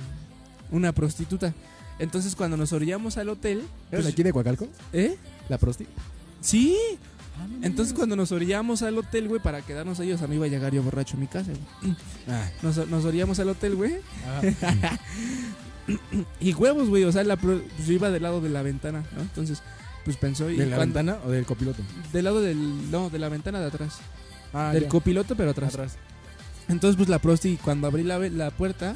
Speaker 2: una prostituta. Entonces cuando nos orillamos al hotel,
Speaker 1: ¿Era
Speaker 2: pues,
Speaker 1: de aquí de Coacalco?
Speaker 2: ¿eh?
Speaker 1: ¿La prosti?
Speaker 2: Sí.
Speaker 1: Ah,
Speaker 2: Entonces cuando nos orillamos al hotel, güey, para quedarnos ellos, a mí iba a llegar yo borracho a mi casa. güey.
Speaker 1: Ah,
Speaker 2: Nos, nos orillamos al hotel, güey. Y huevos, güey, o sea, la pro- pues, yo iba del lado de la ventana, ¿no? Entonces, pues pensó y
Speaker 1: ¿De la
Speaker 2: cuando-
Speaker 1: ventana o del copiloto?
Speaker 2: del lado del no, de la ventana de atrás,
Speaker 1: Ah,
Speaker 2: del
Speaker 1: ya.
Speaker 2: copiloto pero atrás.
Speaker 1: Atrás.
Speaker 2: Entonces, pues la prosti, cuando abrí la, ve- la puerta,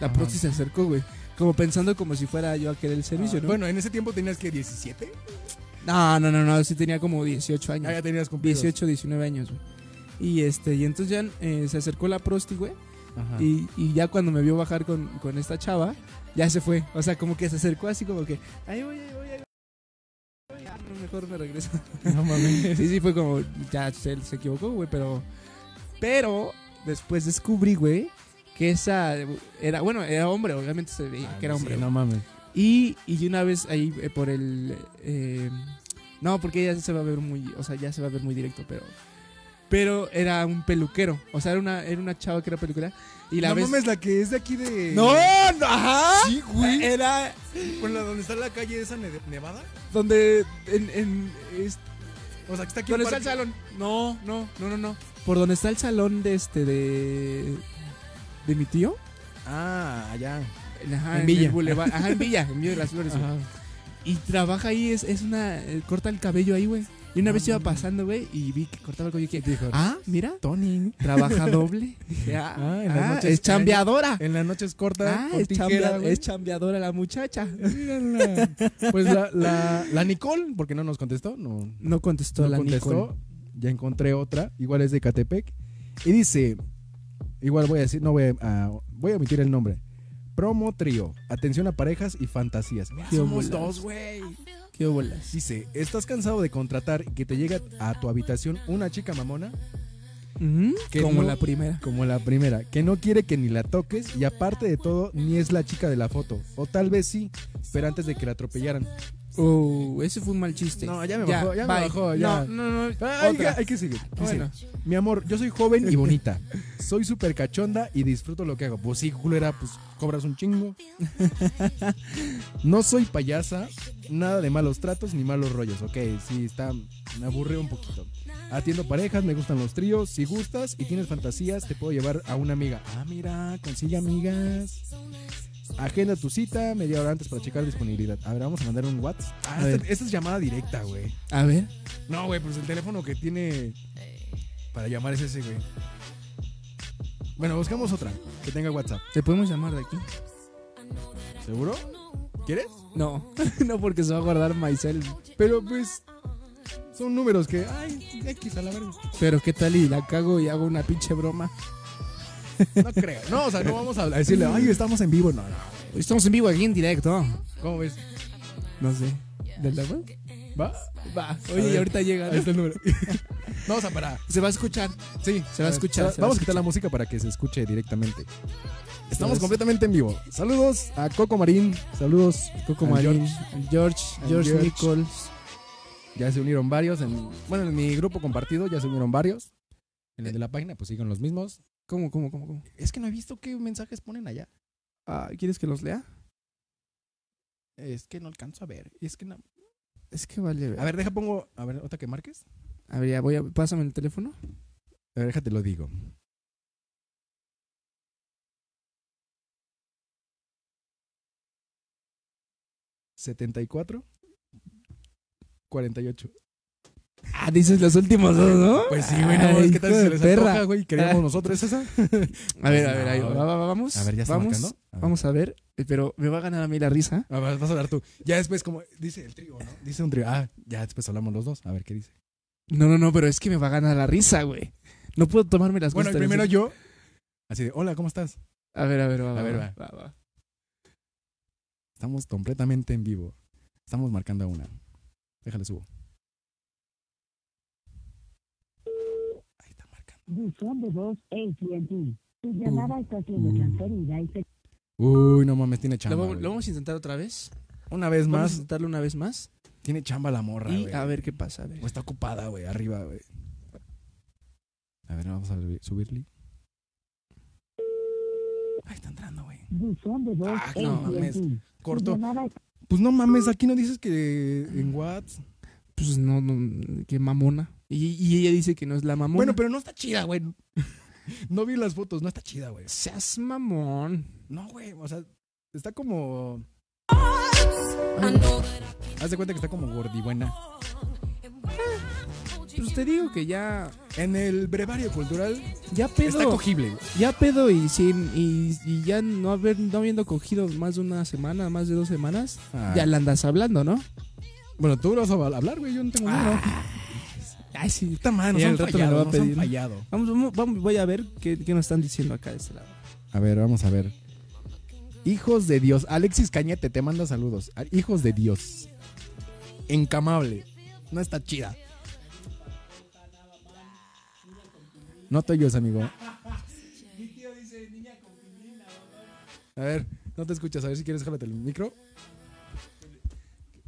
Speaker 2: la
Speaker 1: Ajá.
Speaker 2: prosti se acercó, güey. Como pensando como si fuera yo a querer el servicio,
Speaker 1: Ah,
Speaker 2: ¿no?
Speaker 1: Bueno, en ese tiempo tenías que 17.
Speaker 2: No, no, no, no, sí tenía como 18
Speaker 1: Ah,
Speaker 2: años.
Speaker 1: ya tenías cumplido.
Speaker 2: 18, 19 años, güey. Y este, y entonces ya eh, se acercó la prosti, güey.
Speaker 1: Ajá.
Speaker 2: Y, y ya cuando me vio bajar con, con esta chava, ya se fue. O sea, como que se acercó así como que, ahí voy, ahí voy, ahí voy. Ah, no, Mejor me regreso.
Speaker 1: No mames.
Speaker 2: Sí, sí, fue como, ya se, se equivocó, güey, pero. Pero después descubrí, güey, que esa. Era, bueno, era hombre, obviamente se veía que era hombre.
Speaker 1: Ah, Sí,
Speaker 2: ¿no?
Speaker 1: no mames.
Speaker 2: Y, y una vez ahí eh, por el. eh, no, porque ya se va a ver muy. O sea, ya se va a ver muy directo, pero. Pero era un peluquero. O sea, era una, era una chava que era peluquera. Y la
Speaker 1: no
Speaker 2: vez.
Speaker 1: mames, la que es de aquí de.
Speaker 2: ¡No! no, ¡Ajá!
Speaker 1: Sí, güey.
Speaker 2: Era
Speaker 1: Por la donde está la calle esa ne- nevada.
Speaker 2: donde. En, en, es-
Speaker 1: O sea, que está aquí. un
Speaker 2: ¿Dónde está el
Speaker 1: parque.
Speaker 2: salón? No, no, no, no, no. Por donde está el salón de este de de mi tío.
Speaker 1: Ah, allá.
Speaker 2: Ajá,
Speaker 1: En
Speaker 2: el
Speaker 1: Villa.
Speaker 2: boulevard. Ajá, en Villa, en Villa de las Flores. güey.
Speaker 1: Ajá.
Speaker 2: Y trabaja ahí, es, es una eh, corta el cabello ahí, güey. Y una
Speaker 1: No
Speaker 2: vez iba
Speaker 1: mames.
Speaker 2: pasando, güey, y vi que cortaba el cabello y dije,
Speaker 1: Dijo,
Speaker 2: "Ah, mira,
Speaker 1: Tony.
Speaker 2: trabaja doble." Dije, "Ah,
Speaker 1: Ah, en las
Speaker 2: ah,
Speaker 1: noches
Speaker 2: es chambeadora."
Speaker 1: En las noches cortas,
Speaker 2: Ah,
Speaker 1: con
Speaker 2: es,
Speaker 1: tijera,
Speaker 2: chambea-
Speaker 1: güey.
Speaker 2: es chambeadora la muchacha.
Speaker 1: Mírala. Pues la, la, la Nicole, porque no nos contestó, no,
Speaker 2: No contestó
Speaker 1: no
Speaker 2: la
Speaker 1: contestó.
Speaker 2: Nicole.
Speaker 1: Ya encontré otra, igual es de Catepec. Y dice, igual voy a decir, no voy a, ah, voy a omitir el nombre. Promo Trío, atención a parejas y fantasías. Mira,
Speaker 2: Qué
Speaker 1: somos
Speaker 2: bolas.
Speaker 1: dos, güey.
Speaker 2: Qué bolas.
Speaker 1: Dice, ¿estás cansado de contratar y que te llegue a tu habitación una chica mamona?
Speaker 2: Ujú,
Speaker 1: Que
Speaker 2: Como
Speaker 1: no-
Speaker 2: la primera.
Speaker 1: Como la primera, que no quiere que ni la toques y aparte de todo, ni es la chica de la foto. O tal vez sí, pero antes de que la atropellaran.
Speaker 2: Oh, ese fue un mal chiste.
Speaker 1: No, ya me bajó, ya me bajó, ya.
Speaker 2: No, no, no.
Speaker 1: Ay,
Speaker 2: otra.
Speaker 1: ya, Ah, hay que seguir. Dice,
Speaker 2: Bueno.
Speaker 1: Mi amor, yo soy joven y bonita. Soy súper cachonda y disfruto lo que hago. Pues sí, culera, pues cobras un chingo. No soy payasa, nada de malos tratos ni malos rollos. Ok, sí, está. Me aburrió un poquito. Atiendo parejas, me gustan los tríos. Si gustas y tienes fantasías, te puedo llevar a una amiga. Ah, mira, consigue amigas. Agenda tu cita media hora antes para checar disponibilidad. A ver, vamos a mandar un WhatsApp.
Speaker 2: A
Speaker 1: Ah, esta,
Speaker 2: ver.
Speaker 1: esta es llamada directa, güey.
Speaker 2: A ver.
Speaker 1: No, güey, pues el teléfono que tiene para llamar es ese, güey. Bueno, buscamos otra que tenga WhatsApp.
Speaker 2: ¿Te podemos llamar de aquí?
Speaker 1: ¿Seguro? ¿Quieres?
Speaker 2: No, no porque se va a guardar Maicel.
Speaker 1: Pero pues son números que ay, X a la verga.
Speaker 2: Pero qué tal y la cago y hago una pinche broma.
Speaker 1: No creo. No, o sea, no vamos a decirle, "Ay, estamos en vivo." No, no. güey.
Speaker 2: Estamos en vivo aquí en directo.
Speaker 1: ¿Cómo ves?
Speaker 2: No sé. ¿Del agua?
Speaker 1: ¿Va?
Speaker 2: Va.
Speaker 1: A
Speaker 2: Oye,
Speaker 1: ver.
Speaker 2: y ahorita llega.
Speaker 1: Ahí está el número. no, o sea, para
Speaker 2: Se va a escuchar.
Speaker 1: Sí,
Speaker 2: Se va a escuchar, se va a
Speaker 1: Vamos a
Speaker 2: escuchar.
Speaker 1: quitar la música para que se escuche directamente. Estamos
Speaker 2: Yes.
Speaker 1: completamente en vivo. Saludos a Coco Marín, saludos
Speaker 2: Coco
Speaker 1: al
Speaker 2: Marín,
Speaker 1: George.
Speaker 2: al George,
Speaker 1: Al
Speaker 2: George,
Speaker 1: George.
Speaker 2: Nichols.
Speaker 1: Ya se unieron varios. En, bueno, en mi grupo compartido ya se unieron varios. En el de la página, pues siguen los mismos.
Speaker 2: ¿Cómo, cómo, cómo, cómo?
Speaker 1: Es que no he visto qué mensajes ponen allá.
Speaker 2: Ah, ¿Quieres que los lea?
Speaker 1: Es que no alcanzo a ver. Es que no-
Speaker 2: Es que vale.
Speaker 1: A ver, deja pongo. A ver, otra que marques.
Speaker 2: A ver, ya voy a. Pásame el teléfono.
Speaker 1: A ver, déjate lo digo. ¿74? 48.
Speaker 2: Ah, dices los últimos dos, ¿no?
Speaker 1: Pues sí, güey, no, es
Speaker 2: Ay,
Speaker 1: que tal
Speaker 2: hijo
Speaker 1: si se
Speaker 2: de
Speaker 1: les
Speaker 2: perra.
Speaker 1: antoja, güey, queríamos nosotros Ah, esa.
Speaker 2: A ver, a
Speaker 1: Pues
Speaker 2: ver,
Speaker 1: no,
Speaker 2: ahí va,
Speaker 1: güey.
Speaker 2: va, va, vamos.
Speaker 1: A ver, ya está
Speaker 2: vamos,
Speaker 1: marcando. A ver.
Speaker 2: Vamos a ver, eh, pero me va a ganar a mí la risa.
Speaker 1: A ver, vas a hablar tú. Ya después, como dice el trío, ¿no? Dice un trío. Ah, ya después hablamos los dos. A ver qué dice.
Speaker 2: No, no, no, pero es que me va a ganar la risa, güey. No puedo tomarme las
Speaker 1: Bueno,
Speaker 2: cosas.
Speaker 1: el
Speaker 2: tan en
Speaker 1: primero
Speaker 2: serio.
Speaker 1: yo. Así de, hola, ¿cómo estás?
Speaker 2: A ver, a ver, va,
Speaker 1: A
Speaker 2: va,
Speaker 1: ver,
Speaker 2: va, va, va.
Speaker 1: Estamos completamente en vivo. Estamos marcando a una. Déjale subo. Ahí está marcando.
Speaker 4: Buzón de voz AT&T. Tu llamada está siendo transferida y se...
Speaker 1: Uy, no mames, tiene
Speaker 2: Lo,
Speaker 1: chamba.
Speaker 2: vamos-
Speaker 1: güey.
Speaker 2: lo vamos a intentar otra vez.
Speaker 1: Una vez
Speaker 2: Vamos a
Speaker 1: más,
Speaker 2: intentarlo una vez más.
Speaker 1: tiene chamba la morra,
Speaker 2: y
Speaker 1: güey.
Speaker 2: a ver qué pasa. A ver.
Speaker 1: O está ocupada, güey, arriba, güey. A ver, vamos a subir- subirle. Ahí está entrando, güey.
Speaker 4: Buzón de voz
Speaker 1: Ah,
Speaker 4: AT&T.
Speaker 1: no mames.
Speaker 4: Tu
Speaker 1: Corto.
Speaker 4: llamada está-
Speaker 1: Pues no mames, aquí no dices que en Whats.
Speaker 2: Pues no, no, qué mamona. Y, y ella dice que no es la mamona.
Speaker 1: Bueno, pero no está chida, güey. No vi las fotos, no está chida, güey.
Speaker 2: Seas mamón.
Speaker 1: No, güey, o sea, está como. Haz de cuenta que está como gordibuena.
Speaker 2: Pues te digo que ya.
Speaker 1: En el brevario cultural
Speaker 2: Ya
Speaker 1: está
Speaker 2: pedo.
Speaker 1: cogible, güey.
Speaker 2: Ya pedo y sin. Y, y ya no haber, no habiendo cogido más de una semana, más de dos semanas. Ya la andas hablando, ¿no?
Speaker 1: Bueno, tú lo vas a hablar, güey, yo no tengo miedo.
Speaker 2: Ay, sí.
Speaker 1: Ah, Puta madre,
Speaker 2: Y
Speaker 1: nos
Speaker 2: al
Speaker 1: han
Speaker 2: rato me lo
Speaker 1: fallado,
Speaker 2: va a
Speaker 1: nos han
Speaker 2: pedir.
Speaker 1: fallado.
Speaker 2: Vamos, vamos, vamos, voy a ver qué, qué nos están diciendo acá de este lado.
Speaker 1: A ver, vamos a ver. Hijos de Dios. Alexis Cañete te manda saludos. A- Hijos de Dios. Encamable. No está chida. No te oyes, amigo. A ver, no te escuchas. A ver si quieres, jálate el micro.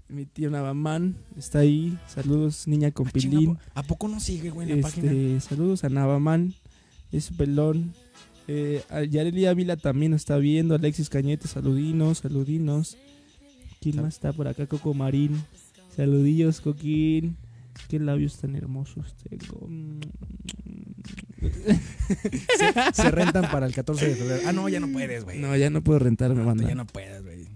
Speaker 2: Mi tía Navamán está ahí. Saludos, niña
Speaker 1: Ah,
Speaker 2: con pilín.
Speaker 1: ¿A poco no sigue, güey,
Speaker 2: Este, saludos a Navamán. Es su pelón. Eh, a Yareli Ávila también nos está viendo. Alexis Cañete, saludinos, saludinos. ¿Quién
Speaker 1: Sal-
Speaker 2: más está por acá? Coco Marín. Saludillos, Coquín. Qué labios tan hermosos tengo. Mm.
Speaker 1: Se rentan para el 14 de febrero. Ah, no, ya no puedes, güey.
Speaker 2: No, Ah, ya no puedo rentarme,
Speaker 1: Tú
Speaker 2: banda.
Speaker 1: ya no puedes, güey.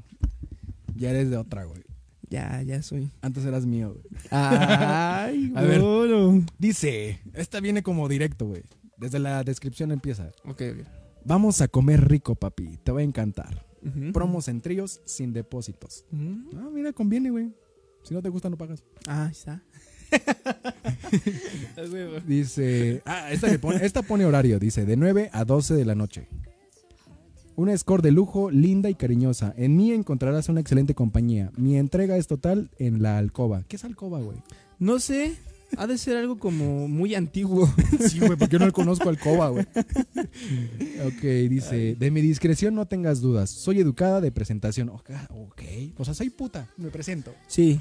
Speaker 1: Ya eres de otra, güey.
Speaker 2: Ya, ya soy.
Speaker 1: Antes eras mío, güey.
Speaker 2: Ay,
Speaker 1: A ver.
Speaker 2: bueno.
Speaker 1: Dice, esta viene como directo, güey. Desde la descripción empieza.
Speaker 2: Ok, ok.
Speaker 1: Vamos a comer rico, papi. Te va a encantar.
Speaker 2: Ujú.
Speaker 1: Promos en tríos sin depósitos.
Speaker 2: Ujú.
Speaker 1: Ah, mira, conviene, güey. Si no te gusta, no pagas.
Speaker 2: Ah, ahí está. A huevo.
Speaker 1: Dice, ah, esta, le pone, esta pone horario. Dice, de 9 a 12 de la noche. Una score de lujo, linda y cariñosa. En mí encontrarás una excelente compañía. Mi entrega es total en la alcoba. ¿Qué es alcoba, güey?
Speaker 2: No sé, ha de ser algo como muy antiguo.
Speaker 1: Sí, güey, porque yo no conozco al Coba, güey. Ok, dice, de mi discreción no tengas dudas. Soy educada de presentación. Ok, ok. O sea, soy puta, me presento.
Speaker 2: Sí,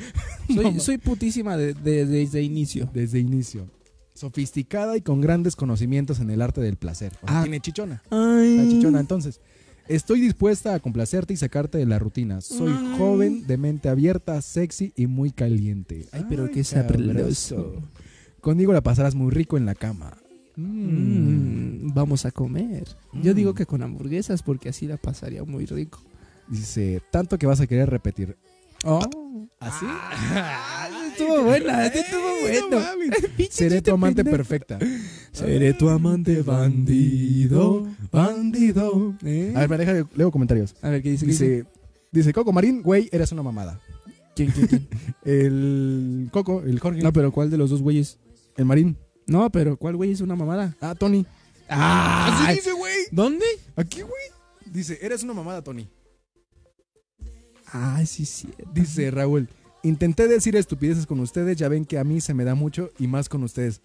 Speaker 2: soy,
Speaker 1: No.
Speaker 2: soy putísima de- de- desde inicio.
Speaker 1: Desde inicio. Sofisticada y con grandes conocimientos en el arte del placer. O sea,
Speaker 2: Ah.
Speaker 1: tiene chichona. La
Speaker 2: Ay,
Speaker 1: chichona, entonces. Estoy dispuesta a complacerte y sacarte de la rutina. Soy
Speaker 2: Ay.
Speaker 1: joven, de mente abierta, sexy y muy caliente.
Speaker 2: Ay, pero qué sabroso.
Speaker 1: Conmigo la pasarás muy rico en la cama. Mm.
Speaker 2: Mm, vamos a comer. Yo
Speaker 1: Mm.
Speaker 2: digo que con hamburguesas porque así la pasaría muy rico.
Speaker 1: Dice, tanto que vas a querer repetir.
Speaker 2: Oh.
Speaker 1: ¿Así?
Speaker 2: Ah, estuvo buena, estuvo bueno.
Speaker 1: Ah, Seré tu amante perfecta.
Speaker 2: Seré tu amante bandido, bandido.
Speaker 1: A ver, deja, leo comentarios.
Speaker 2: A ver, ¿qué ¿Eh? dice? ¿Qué dice?
Speaker 1: Dice, dice Coco Marín, güey, eres una mamada.
Speaker 2: ¿Quién, quién, quién?
Speaker 1: El Coco, el Jorge,
Speaker 2: No, pero ¿cuál de los dos güeyes?
Speaker 1: el Marín.
Speaker 2: No, pero ¿cuál güey es una mamada?
Speaker 1: Ah, Tony.
Speaker 2: ¡Ah!
Speaker 1: dice, güey.
Speaker 2: ¿Dónde?
Speaker 1: Aquí, güey. Dice, eres una mamada, Tony.
Speaker 2: Ah, sí, sí.
Speaker 1: Dice Raúl, intenté decir estupideces con ustedes, ya ven que a mí se me da mucho y más con ustedes.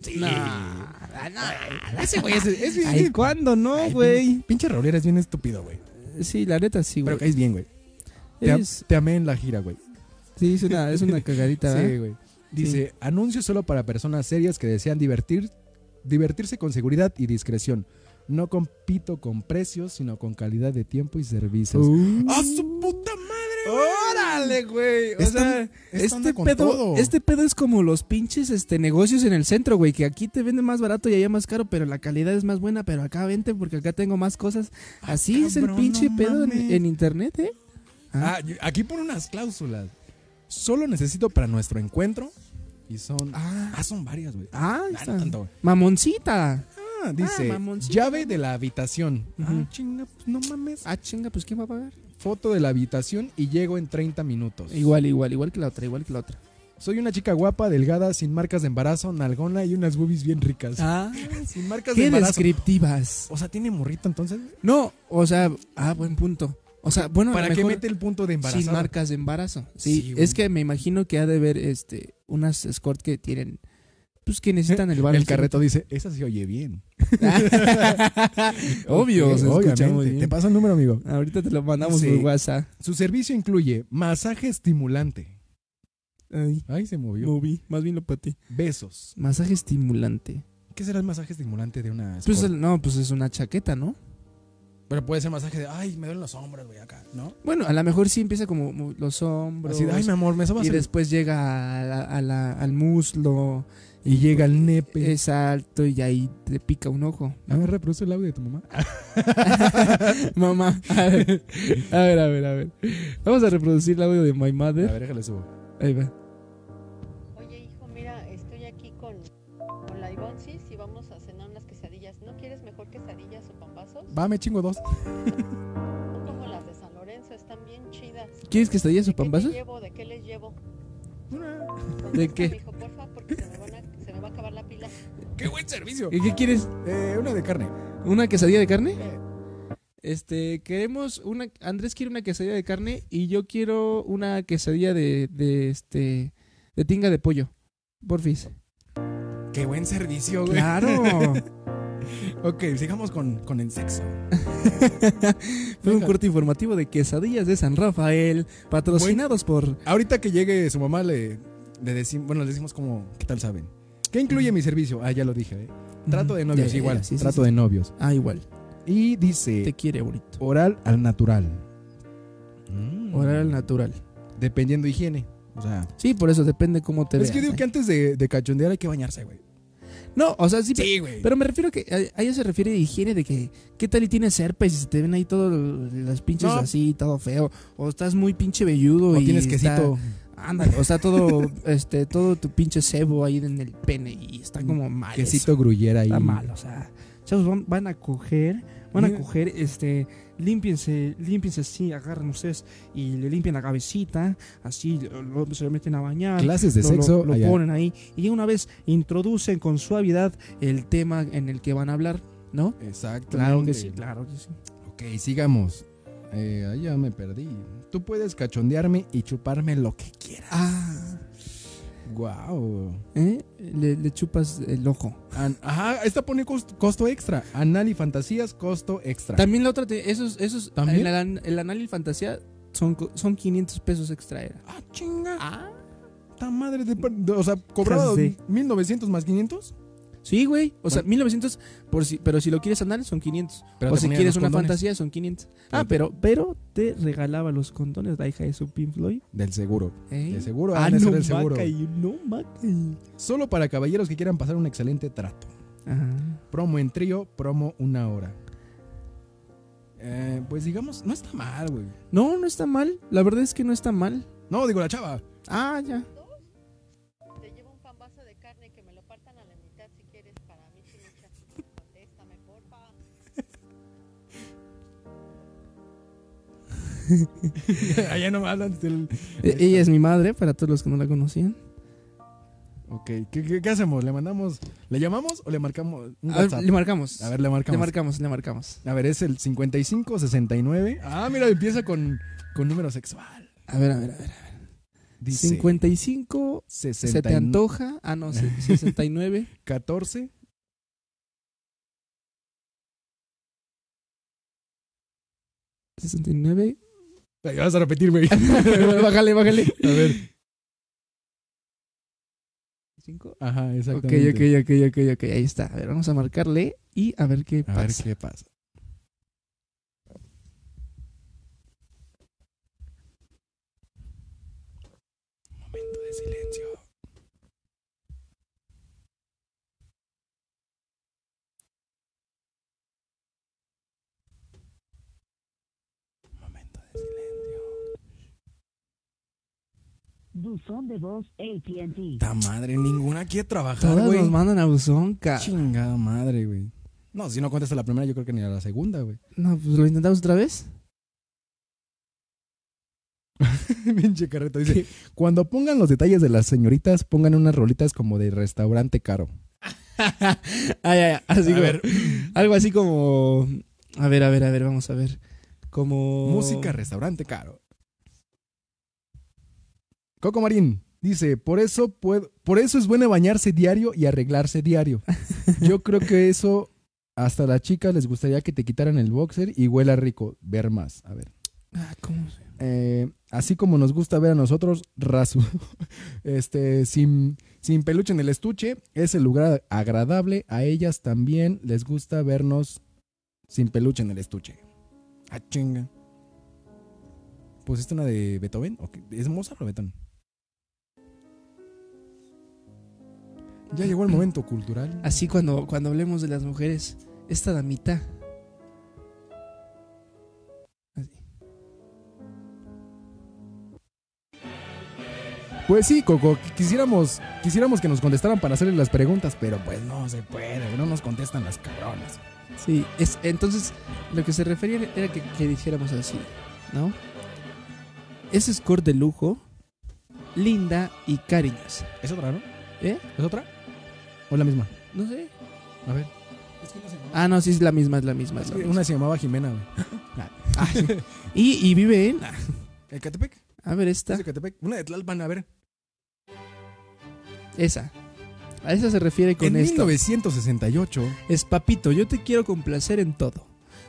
Speaker 1: Sí. Ese güey es, es bien-
Speaker 2: Ay, ¿cuándo no, güey?
Speaker 1: Pinche Raúl, eres bien estúpido, güey.
Speaker 2: Sí, la neta sí, güey.
Speaker 1: Pero caes bien, güey. Te, am-
Speaker 2: Es,
Speaker 1: te amé en la gira, güey.
Speaker 2: sí, es una, es una cagadita,
Speaker 1: Sí,
Speaker 2: ¿verdad?
Speaker 1: güey. Dice, anuncio solo para personas serias que desean divertir, divertirse con seguridad y discreción. No compito con precios, sino con calidad de tiempo y servicios.
Speaker 2: Uh.
Speaker 1: ¡A su puta madre! güey!
Speaker 2: ¡Órale, güey! O
Speaker 1: Esta-
Speaker 2: sea,
Speaker 1: esta
Speaker 2: este
Speaker 1: onda con
Speaker 2: pedo,
Speaker 1: todo.
Speaker 2: este pedo es como los pinches este, negocios en el centro, güey. Que aquí te venden más barato y allá más caro, pero la calidad es más buena. Pero acá vente porque acá tengo más cosas. Así es el
Speaker 1: cabrón,
Speaker 2: pinche
Speaker 1: no
Speaker 2: pedo en,
Speaker 1: mames.
Speaker 2: en internet, ¿eh?
Speaker 1: Ah, yo- aquí pone unas cláusulas. Solo necesito para nuestro encuentro Y son.
Speaker 2: Ah,
Speaker 1: Ah, son varias, güey.
Speaker 2: ah, ahí
Speaker 1: Ah,
Speaker 2: está.
Speaker 1: no tanto, güey.
Speaker 2: Mamoncita.
Speaker 1: Ah, dice.
Speaker 2: mamoncito.
Speaker 1: llave de la habitación.
Speaker 2: Ujú.
Speaker 1: Ah, chinga, pues no mames.
Speaker 2: Ah, chinga, pues ¿quién va a pagar?
Speaker 1: Foto de la habitación y llego en 30 minutos.
Speaker 2: Igual, igual, igual que la otra, igual que la otra.
Speaker 1: Soy una chica guapa, delgada, sin marcas de embarazo, nalgona y unas boobies bien ricas.
Speaker 2: Ah,
Speaker 1: sin marcas de
Speaker 2: qué
Speaker 1: embarazo.
Speaker 2: descriptivas.
Speaker 1: O sea, tiene morrito entonces.
Speaker 2: No, o sea, ah, buen punto. O sea, bueno, a lo
Speaker 1: ¿Para qué
Speaker 2: mejor
Speaker 1: mete el punto de embarazo?
Speaker 2: sin marcas de embarazo. Sí,
Speaker 1: Sí, güey.
Speaker 2: es que me imagino que ha de ver este unas escort que tienen pues que necesitan el bar
Speaker 1: El carreto dice, esa se oye bien.
Speaker 2: Obvio,
Speaker 1: Sí,
Speaker 2: se escucha muy
Speaker 1: obviamente.
Speaker 2: bien.
Speaker 1: Te paso el número, amigo.
Speaker 2: Ahorita te lo mandamos
Speaker 1: Sí.
Speaker 2: por WhatsApp.
Speaker 1: Su servicio incluye masaje estimulante.
Speaker 2: Ay,
Speaker 1: Ay, se movió.
Speaker 2: vi, más bien lo pateé.
Speaker 1: Besos.
Speaker 2: Masaje estimulante.
Speaker 1: ¿Qué será el masaje estimulante de una
Speaker 2: Pues
Speaker 1: escort?
Speaker 2: el- no, pues es una chaqueta, ¿no?
Speaker 1: Pero puede ser masaje de, ay, me duelen los hombros, güey, acá, ¿no?
Speaker 2: Bueno, a lo mejor sí empieza como mo- los hombros.
Speaker 1: Así de, ay, mi amor, me sobas
Speaker 2: y
Speaker 1: el-
Speaker 2: después llega a la- a la- al muslo,
Speaker 1: Y llega el nepe.
Speaker 2: es alto y ahí te pica un ojo.
Speaker 1: A ver, reproduce el audio de tu mamá.
Speaker 2: Mamá, a ver, a ver, a ver, a ver. Vamos a reproducir el audio de My
Speaker 1: A
Speaker 2: Mother.
Speaker 1: ver, déjale subo.
Speaker 2: Ahí va.
Speaker 5: Oye, hijo, mira, estoy aquí con, con la Ivonsis y vamos a cenar unas quesadillas. ¿No quieres mejor quesadillas o pambazos?
Speaker 1: Va, me chingo dos.
Speaker 5: Son como las de San Lorenzo, están bien chidas.
Speaker 2: ¿Quieres que estalles o
Speaker 5: ¿De qué te
Speaker 2: pambazos?
Speaker 5: llevo? ¿De qué les llevo?
Speaker 2: ¿De
Speaker 5: Contesta,
Speaker 2: qué?
Speaker 5: mijo, porfa, porque se me, van a- se me va a acabar la pila.
Speaker 1: ¡Qué buen servicio!
Speaker 2: ¿Y qué quieres?
Speaker 1: Eh, una de carne.
Speaker 2: ¿Una quesadilla de carne? Este, queremos una. Andrés quiere una quesadilla de carne y yo quiero una quesadilla de, de este, de tinga de pollo. Porfis.
Speaker 1: ¡Qué buen servicio, güey!
Speaker 2: Claro.
Speaker 1: Ok, sigamos con, con el sexo.
Speaker 2: Fue un corte informativo de quesadillas de San Rafael, patrocinados por.
Speaker 1: Ahorita que llegue su mamá, le, le decimos, bueno, le decimos como, ¿qué tal saben? ¿Qué incluye mi servicio? Ah, ya lo dije, ¿eh? Trato de novios,
Speaker 2: Ya, ya,
Speaker 1: igual,
Speaker 2: ya, sí, sí,
Speaker 1: trato
Speaker 2: sí.
Speaker 1: de novios.
Speaker 2: Ah, igual.
Speaker 1: Y dice,
Speaker 2: Te quiere bonito.
Speaker 1: oral al natural. Mm.
Speaker 2: Oral natural.
Speaker 1: Dependiendo de higiene. O sea,
Speaker 2: Sí, por eso depende cómo te
Speaker 1: es que
Speaker 2: veas,
Speaker 1: digo
Speaker 2: ¿eh?
Speaker 1: que antes de, de cachondear hay que bañarse, güey.
Speaker 2: No, o sea, sí, pe-
Speaker 1: güey.
Speaker 2: Pero me refiero que a- a ella se refiere a higiene de que qué tal y tienes herpes y se te ven ahí todos los pinches
Speaker 1: No.
Speaker 2: así, todo feo, o estás muy pinche velludo
Speaker 1: O
Speaker 2: y
Speaker 1: tienes
Speaker 2: está-
Speaker 1: quesito.
Speaker 2: ándale, o está todo este todo tu pinche sebo ahí en el pene y está como mal. eso,
Speaker 1: Mm, Quesito gruyera ahí.
Speaker 2: está mal, o sea, chavos van, van a coger, van a
Speaker 1: Mira.
Speaker 2: coger este límpiense, límpiense así, agarran ustedes y le limpian la cabecita, así lo- lo- se lo meten a bañar
Speaker 1: Clases de
Speaker 2: lo,
Speaker 1: sexo.
Speaker 2: lo- lo
Speaker 1: allá.
Speaker 2: ponen ahí y ya una vez introducen con suavidad el tema en el que van a hablar, ¿no?
Speaker 1: Exacto.
Speaker 2: Claro que sí, claro que sí.
Speaker 1: Ok, sigamos. Eh, ahí ya me perdí. Tú puedes cachondearme y chuparme lo que quieras.
Speaker 2: Ah,
Speaker 1: Wow.
Speaker 2: ¿eh? Le, le chupas el ojo.
Speaker 1: Ajá, esta pone cost- costo extra. Anal y fantasías, costo extra.
Speaker 2: También la otra, te- esos, esos,
Speaker 1: ¿También?
Speaker 2: el, alan- el anal y fantasía son, co- son 500 pesos extra era.
Speaker 1: Ah, chinga.
Speaker 2: Ah.
Speaker 1: Esta madre de. par- de- O sea, cobraba
Speaker 2: Sí.
Speaker 1: 1900 más 500.
Speaker 2: Sí, güey. O sea,
Speaker 1: Bueno.
Speaker 2: 1900, por si, pero si lo quieres anal son 500.
Speaker 1: Pero
Speaker 2: o
Speaker 1: te
Speaker 2: si
Speaker 1: ponían
Speaker 2: quieres
Speaker 1: los
Speaker 2: una
Speaker 1: condones.
Speaker 2: fantasía son 500.
Speaker 1: Pero
Speaker 2: Ah,
Speaker 1: te-
Speaker 2: pero, pero te regalaba los condones la hija de su Pink Floyd.
Speaker 1: Del seguro.
Speaker 2: ¿eh?
Speaker 1: De seguro.
Speaker 2: Ah,
Speaker 1: han de
Speaker 2: no,
Speaker 1: ser del seguro.
Speaker 2: maca y no, maca y-
Speaker 1: Solo para caballeros que quieran pasar un excelente trato.
Speaker 2: Ajá.
Speaker 1: Promo en trío, promo una hora. Eh, pues digamos, no está mal, güey.
Speaker 2: No, no está mal. La verdad es que no está mal.
Speaker 1: No, digo la chava.
Speaker 2: Ah, ya.
Speaker 5: Te llevo un pambazo de carne que me lo partan a la mitad si quieres para mí, chilucha. Contéstame, porfa.
Speaker 1: Allá no me hablan del.
Speaker 2: E- Ella es mi madre, para todos los que no la conocían.
Speaker 1: Ok, ¿qué, qué, qué hacemos? ¿Le mandamos? ¿Le llamamos o le marcamos un
Speaker 2: A ver,
Speaker 1: WhatsApp?
Speaker 2: le marcamos.
Speaker 1: A ver, le marcamos.
Speaker 2: le marcamos, le marcamos.
Speaker 1: A ver, es el 5569. Ah, mira, empieza con, con número sexual.
Speaker 2: A ver, a ver, a ver.
Speaker 1: Dice
Speaker 2: 55. ¿Se te
Speaker 1: 69,
Speaker 2: antoja? Ah, no, se- 69.
Speaker 1: 14.
Speaker 2: ¿69?
Speaker 1: Ay, Vas a repetir, güey.
Speaker 2: bájale, bájale.
Speaker 1: A ver.
Speaker 2: Cinco.
Speaker 1: Ajá,
Speaker 2: Ok,
Speaker 1: exactamente.
Speaker 2: ok, ok, ok, ok. Ahí está. A ver, vamos a marcarle y a ver qué
Speaker 1: A
Speaker 2: pasa.
Speaker 1: ver qué pasa. Momento de silencio. Momento de silencio.
Speaker 4: Buzón de voz AT&T.
Speaker 1: Ta madre, ninguna quiere trabajar,
Speaker 2: Todas
Speaker 1: güey.
Speaker 2: nos mandan a buzón, ca-
Speaker 1: Chingada madre, güey. No, si no contesta la primera, yo creo que ni a la segunda, güey.
Speaker 2: No, pues lo intentamos otra vez.
Speaker 1: Pinche carreta dice, cuando pongan los detalles de las señoritas, pongan unas rolitas como de restaurante caro.
Speaker 2: Ay, ay, ay, Ah, así
Speaker 1: A
Speaker 2: como-
Speaker 1: ver.
Speaker 2: Algo así como. A ver, a ver, a ver, vamos a ver. Como.
Speaker 1: Música, restaurante caro. Coco Marín dice, por eso, puedo, por eso es bueno bañarse diario y arreglarse diario. Yo creo que eso hasta a las chicas les gustaría que te quitaran el boxer y huela rico. Ver más. A ver.
Speaker 2: Ah, ¿cómo se-
Speaker 1: Eh, así como nos gusta ver a nosotros, rasu, este, sin, sin peluche en el estuche, es el lugar agradable. A ellas también les gusta vernos sin peluche en el estuche. Ah, chinga. ¿Pusiste una de Beethoven? ¿O qué? ¿Es Mozart o Beethoven? Ya llegó el momento cultural.
Speaker 2: Así cuando, cuando hablemos de las mujeres. Esta damita. Así.
Speaker 1: Pues sí, Coco, qu- quisiéramos, quisiéramos que nos contestaran para hacerles las preguntas, pero pues no se puede, no nos contestan las cabrones.
Speaker 2: Sí, es, entonces lo que se refería era que, que dijéramos así, ¿no? Es score de lujo, linda y cariñosa.
Speaker 1: ¿Es otra, no?
Speaker 2: ¿Eh?
Speaker 1: ¿Es otra? ¿O es la misma?
Speaker 2: No sé.
Speaker 1: A ver.
Speaker 2: Ah, no, sí, es la misma, es la misma. es la misma.
Speaker 1: Una se llamaba Jimena, güey.
Speaker 2: Ah, sí. y, y vive en...
Speaker 1: ¿El Catepec?
Speaker 2: A ver,
Speaker 1: ¿Es
Speaker 2: esta.
Speaker 1: de Catepec? Una de Tlalpan, a ver.
Speaker 2: Esa. A esa se refiere con
Speaker 1: en
Speaker 2: esto.
Speaker 1: 1968,
Speaker 2: Es papito, yo te quiero complacer en todo.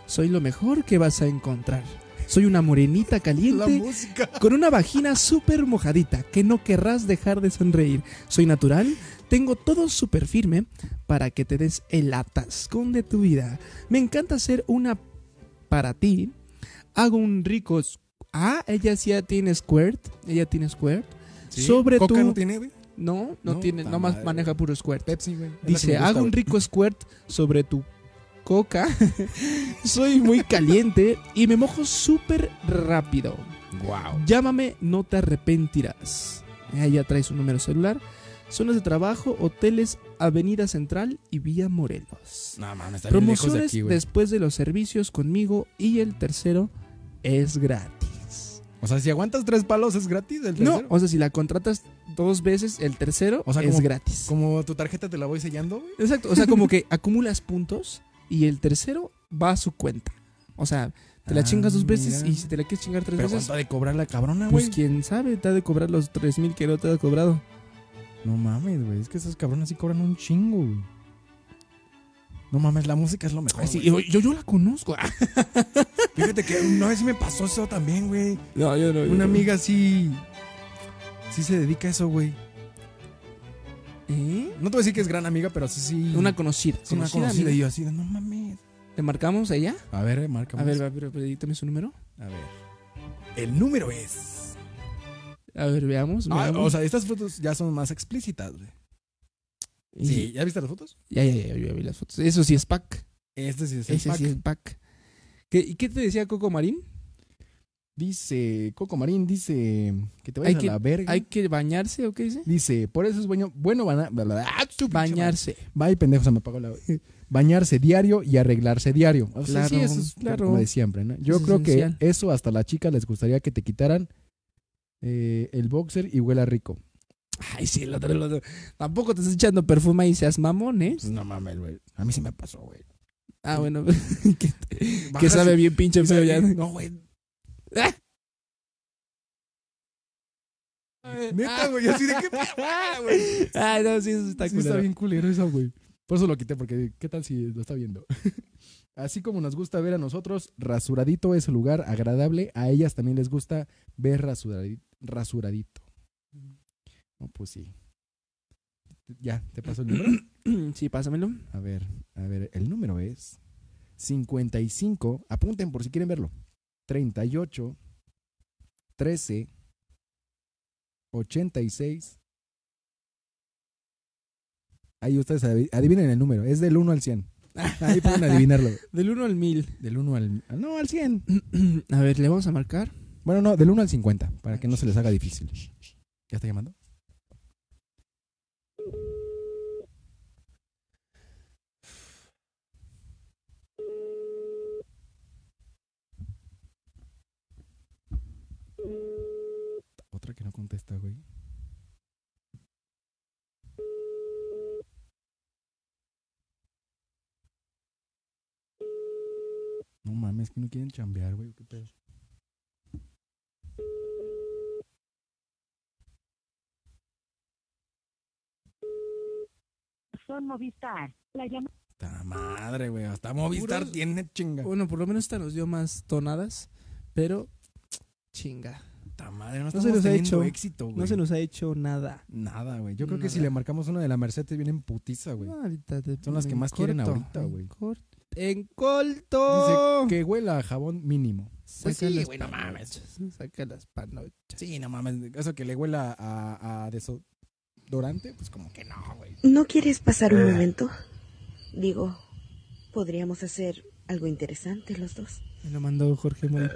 Speaker 2: Soy lo mejor que vas a encontrar. Soy una morenita
Speaker 1: la
Speaker 2: caliente
Speaker 1: música.
Speaker 2: con una vagina súper mojadita que no querrás dejar de sonreír. Soy natural, tengo todo súper firme para que te des el atascón de tu vida. Me encanta ser una para ti. Hago un rico... s- Ah, ella sí ya tiene squirt. Ella tiene squirt. Sobre
Speaker 1: Coca
Speaker 2: tu-
Speaker 1: no tiene, güey.
Speaker 2: No, no,
Speaker 1: No,
Speaker 2: tiene,
Speaker 1: ta
Speaker 2: nomás
Speaker 1: madre,
Speaker 2: maneja puro squirt.
Speaker 1: Pepsi, güey. Es la que
Speaker 2: Dice,
Speaker 1: me gusta,
Speaker 2: hago un
Speaker 1: güey.
Speaker 2: rico squirt sobre tu coca. Soy muy caliente y me mojo súper rápido.
Speaker 1: Guau.
Speaker 2: Llámame, no te arrepentirás. Ahí ya trae su número celular. Zonas de trabajo, hoteles, Avenida Central y Vía Morelos.
Speaker 1: No, mames, está bien lejos de
Speaker 2: Promociones
Speaker 1: aquí, güey.
Speaker 2: después de los servicios conmigo y el tercero es gratis.
Speaker 1: O sea, si aguantas tres palos es gratis el
Speaker 2: No,
Speaker 1: tercero.
Speaker 2: o sea, si la contratas dos veces, el tercero
Speaker 1: O sea,
Speaker 2: es
Speaker 1: como-
Speaker 2: gratis.
Speaker 1: Como tu tarjeta te la voy sellando, güey.
Speaker 2: Exacto, o sea, como que acumulas puntos y el tercero va a su cuenta. O sea, te la
Speaker 1: Ah,
Speaker 2: chingas dos veces
Speaker 1: mira.
Speaker 2: y si te la quieres chingar tres
Speaker 1: Pero
Speaker 2: veces,
Speaker 1: cuánto ha de cobrar la cabrona,
Speaker 2: pues
Speaker 1: güey.
Speaker 2: quién sabe, te ha de cobrar los 3000 que no te ha cobrado.
Speaker 1: No mames, güey. Es que esos cabrones sí cobran un chingo, güey. No mames, la música es lo mejor.
Speaker 2: Ay, sí,
Speaker 1: güey.
Speaker 2: yo, yo, yo la conozco. Ah,
Speaker 1: Fíjate que una vez sí me pasó eso también, güey.
Speaker 2: No, yo no.
Speaker 1: Una amiga sí. Sí se dedica a eso, güey.
Speaker 2: ¿Eh?
Speaker 1: No te voy a decir que es gran amiga, pero sí, sí.
Speaker 2: Una conocida.
Speaker 1: sí, una
Speaker 2: conocida,
Speaker 1: conocida.
Speaker 2: amiga.
Speaker 1: Y yo así, de, no mames.
Speaker 2: ¿Le marcamos a ella?
Speaker 1: A ver, eh, marca.
Speaker 2: A ver, va, pero, pero dítame su número.
Speaker 1: a ver. El número es.
Speaker 2: A ver, veamos.
Speaker 1: Ah,
Speaker 2: veamos.
Speaker 1: o sea, estas fotos ya son más explícitas, güey.
Speaker 2: Y-
Speaker 1: Sí. ¿Ya viste las fotos?
Speaker 2: Ya, ya, ya, yo ya vi las fotos. Eso sí es pack.
Speaker 1: Este sí es el
Speaker 2: Ese
Speaker 1: pack.
Speaker 2: sí es pack. ¿Qué, ¿Y qué te decía Coco Marín?
Speaker 1: Dice. Coco Marín dice. Que te
Speaker 2: Hay
Speaker 1: vayas
Speaker 2: que-
Speaker 1: a la verga.
Speaker 2: ¿Hay que bañarse o qué dice?
Speaker 1: Dice, por eso es bueno, bueno bana- bla, bla, bla. Ah, tu pinche madre.
Speaker 2: Bañarse.
Speaker 1: Bye, pendejo, se me apagó la. Bañarse diario y arreglarse diario. O sea,
Speaker 2: Claro,
Speaker 1: sí, eso es
Speaker 2: claro.
Speaker 1: como de siempre, ¿no? Yo
Speaker 2: Es
Speaker 1: creo
Speaker 2: esencial.
Speaker 1: que eso hasta a las chicas les gustaría que te quitaran eh, el boxer y huela rico.
Speaker 2: Ay, sí, el otro, el otro. Tampoco te estás echando perfume y seas mamón, ¿eh?
Speaker 1: Pues No mames, güey. A mí sí me pasó, güey.
Speaker 2: Ah, bueno. que, que sabe bien pinche feo ya.
Speaker 1: No, güey. Neta, güey. Yo así de qué pedo, güey.
Speaker 2: Ay, Ah, no, sí, eso está
Speaker 1: Sí,
Speaker 2: culero.
Speaker 1: está bien culero eso, güey. Por eso lo quité, porque ¿qué tal si lo está viendo? Así como nos gusta ver a nosotros, rasuradito es un lugar agradable. A ellas también les gusta ver rasuradi- rasuradito. No, pues sí. Ya, te paso el número.
Speaker 2: Sí, pásamelo.
Speaker 1: A ver, a ver, el número es 55. Apunten por si quieren verlo. 38 13 86. Ahí ustedes adiv- adivinen el número. Es del 1 al 100. Ahí pueden adivinarlo.
Speaker 2: Del 1 al 1000.
Speaker 1: Del 1 al. No, al 100.
Speaker 2: A ver, le vamos a marcar.
Speaker 1: Bueno, no, del 1 al 50. Para que no se les haga difícil. ¿Ya está llamando? Otra que no contesta, güey. No mames, que no quieren chambear, güey. ¿Qué pedo?
Speaker 4: Son Movistar. La llamada
Speaker 1: Ta madre, güey. Hasta Movistar
Speaker 2: Puros-
Speaker 1: tiene chinga.
Speaker 2: Bueno, por lo menos esta nos dio más tonadas, pero chinga.
Speaker 1: Ta madre, no,
Speaker 2: se
Speaker 1: estamos
Speaker 2: nos ha
Speaker 1: teniendo
Speaker 2: hecho.
Speaker 1: éxito, güey.
Speaker 2: No se nos ha hecho nada.
Speaker 1: Nada, güey. Yo creo que si
Speaker 2: Nada.
Speaker 1: le marcamos una de la Mercedes, viene en putiza, güey.
Speaker 2: No, ahorita te
Speaker 1: Son las que
Speaker 2: ponen
Speaker 1: más quieren
Speaker 2: corto,
Speaker 1: ahorita, güey.
Speaker 2: En, cort- en colto.
Speaker 1: Que huela a jabón mínimo.
Speaker 2: Saca
Speaker 1: sí,
Speaker 2: las
Speaker 1: güey, no mames.
Speaker 2: panochas, Saca las panochas.
Speaker 1: Sí, no mames. Eso que le huela a, a desodorante, pues como que no, güey.
Speaker 6: ¿No quieres pasar un momento? Digo, podríamos hacer algo interesante los dos.
Speaker 2: Me lo mandó Jorge Mori.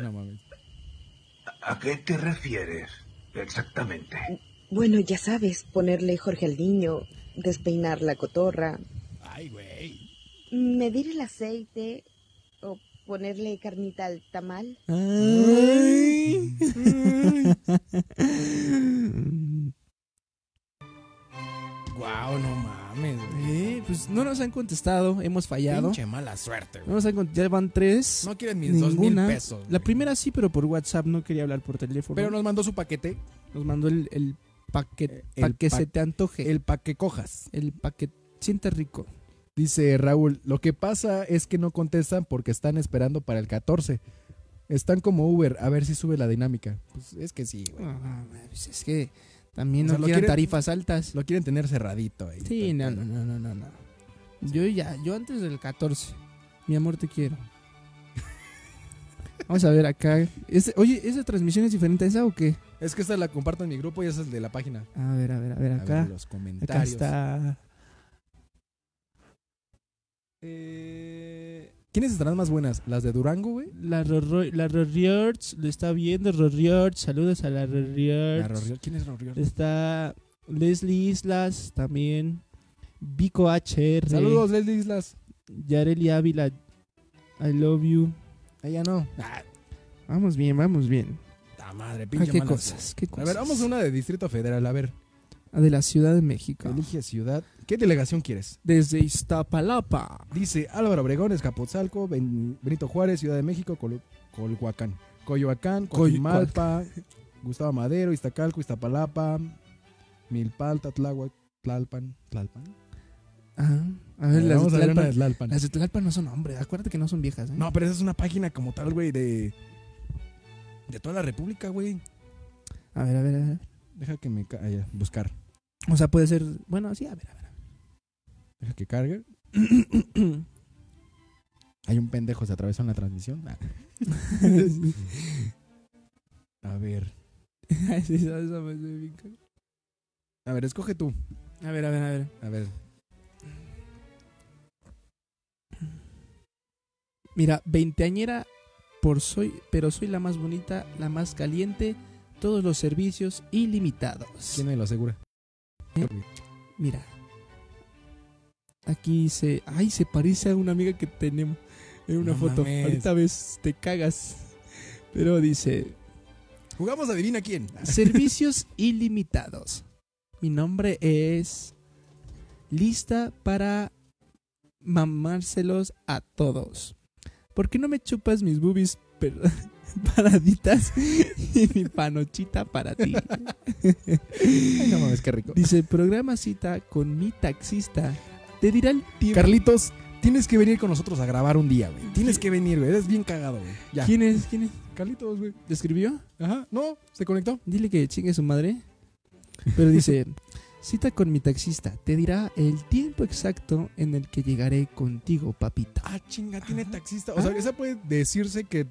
Speaker 1: No mames.
Speaker 7: ¿A qué te refieres exactamente?
Speaker 6: Bueno, ya sabes, ponerle Jorge al niño, despeinar la cotorra,
Speaker 1: Ay, güey.
Speaker 6: medir el aceite o ponerle carnita al tamal.
Speaker 2: Ay.
Speaker 1: Guau, no mames, güey.
Speaker 2: Eh, pues no nos han contestado, hemos fallado.
Speaker 1: Pinche mala suerte,
Speaker 2: No
Speaker 1: güey.
Speaker 2: nos han contestado, ya van tres.
Speaker 1: No quieren mis dos mil
Speaker 2: ninguna.
Speaker 1: pesos.
Speaker 2: la
Speaker 1: güey.
Speaker 2: primera sí, pero por WhatsApp no quería hablar por teléfono.
Speaker 1: Pero nos mandó su paquete.
Speaker 2: Nos mandó el, el paquete
Speaker 1: El
Speaker 2: pa' que
Speaker 1: pa-
Speaker 2: se te antoje. El,
Speaker 1: El pa' que cojas.
Speaker 2: paquete. Siente rico.
Speaker 1: Dice Raúl, lo que pasa es que no contestan porque están esperando para el 14. Están como Uber, a ver si sube la dinámica. Pues es que sí, güey.
Speaker 2: Ah, pues es que también
Speaker 1: O sea,
Speaker 2: no
Speaker 1: lo
Speaker 2: quieren
Speaker 1: quieren-
Speaker 2: tarifas altas.
Speaker 1: Lo quieren tener cerradito ahí.
Speaker 2: Sí, no, no, no, no, no, no. Yo ya, yo antes del 14. Mi amor, te quiero. Vamos a ver acá. Este- oye, ¿esa transmisión es diferente a esa o qué?
Speaker 1: Es que esta la comparto en mi grupo y esa es de la página.
Speaker 2: A ver, a ver, a ver,
Speaker 1: A
Speaker 2: acá.
Speaker 1: ver los
Speaker 2: acá
Speaker 1: comentarios.
Speaker 2: está.
Speaker 1: Eh, ¿Quiénes estarán más buenas? ¿Las de Durango, güey?
Speaker 2: La Rorro- la Rorriorts lo está viendo, Rorriorts. Saludos a
Speaker 1: La
Speaker 2: la Rorriorts.
Speaker 1: Rorriol. ¿Quién es Rorriol?
Speaker 2: Está Leslie Islas también. Vico HR.
Speaker 1: Saludos, Leslie Islas.
Speaker 2: Yareli Ávila. I love you. Ah.
Speaker 1: Ella no.
Speaker 2: Vamos bien, vamos bien.
Speaker 1: La madre,
Speaker 2: Ah,
Speaker 1: pinche
Speaker 2: qué
Speaker 1: mala
Speaker 2: cosas,
Speaker 1: suerte.
Speaker 2: qué
Speaker 1: A
Speaker 2: cosas.
Speaker 1: ver, vamos a una de Distrito Federal. A ver,
Speaker 2: Ah, De la Ciudad de México.
Speaker 1: elige ciudad. ¿Qué delegación quieres?
Speaker 2: Desde Iztapalapa.
Speaker 1: Dice Álvaro Obregón, Escapotzalco, Ben- Benito Juárez, Ciudad de México, Col- Colhuacán, Coyoacán,
Speaker 2: Coy-
Speaker 1: Coajimalpa, Gustavo Madero, Iztacalco, Iztapalapa, Milpalta, Tláhuac, Tlalpan, Tlalpan.
Speaker 2: Ah, a ver,
Speaker 1: Bueno,
Speaker 2: las,
Speaker 1: vamos
Speaker 2: de
Speaker 1: a ver una
Speaker 2: Tlalpan,
Speaker 1: de Tlalpan.
Speaker 2: las de Tlalpan no son hombres. Acuérdate que no son viejas. ¿eh?
Speaker 1: No, pero esa es una página como tal, güey, de de toda la República, güey.
Speaker 2: A ver, a ver, a ver.
Speaker 1: Deja que me ca- ah, ya, buscar,
Speaker 2: O sea, puede ser. Bueno, sí, a ver, a ver.
Speaker 1: deja que cargue. Hay un pendejo se atravesó en la transmisión. Ah. A ver,
Speaker 2: Ay, sí, esa- esa me hace bien cagada.
Speaker 1: a ver, escoge tú.
Speaker 2: A ver, a ver, a ver.
Speaker 1: A ver,
Speaker 2: Mira, veinteañera por soy, pero soy la más bonita, la más caliente, todos los servicios ilimitados.
Speaker 1: ¿quién me lo asegura?
Speaker 2: Mira. Aquí se, ay, se parece a una amiga que tenemos en una
Speaker 1: No
Speaker 2: foto.
Speaker 1: mames.
Speaker 2: Ahorita ves, te cagas. Pero dice,
Speaker 1: Jugamos adivina quién.
Speaker 2: servicios ilimitados. Mi nombre es lista para mamárselos a todos. ¿Por qué no me chupas mis boobies per- paraditas y mi panochita para ti?
Speaker 1: Ay, no mames, qué rico.
Speaker 2: Dice, programa cita con mi taxista. Te dirá el tiempo.
Speaker 1: Carlitos, tienes que venir con nosotros a grabar un día, güey. Tienes que venir, güey. Eres bien cagado, güey. Ya.
Speaker 2: ¿Quién es? ¿Quién es?
Speaker 1: Carlitos, güey.
Speaker 2: ¿Te escribió?
Speaker 1: Ajá. No, se conectó.
Speaker 2: Dile que chingue su madre. Pero dice, cita con mi taxista. Te dirá el tiempo exacto en el que llegaré contigo, papita.
Speaker 1: Ah, chinga, tiene taxista.
Speaker 2: Ah.
Speaker 1: O sea, esa puede decirse que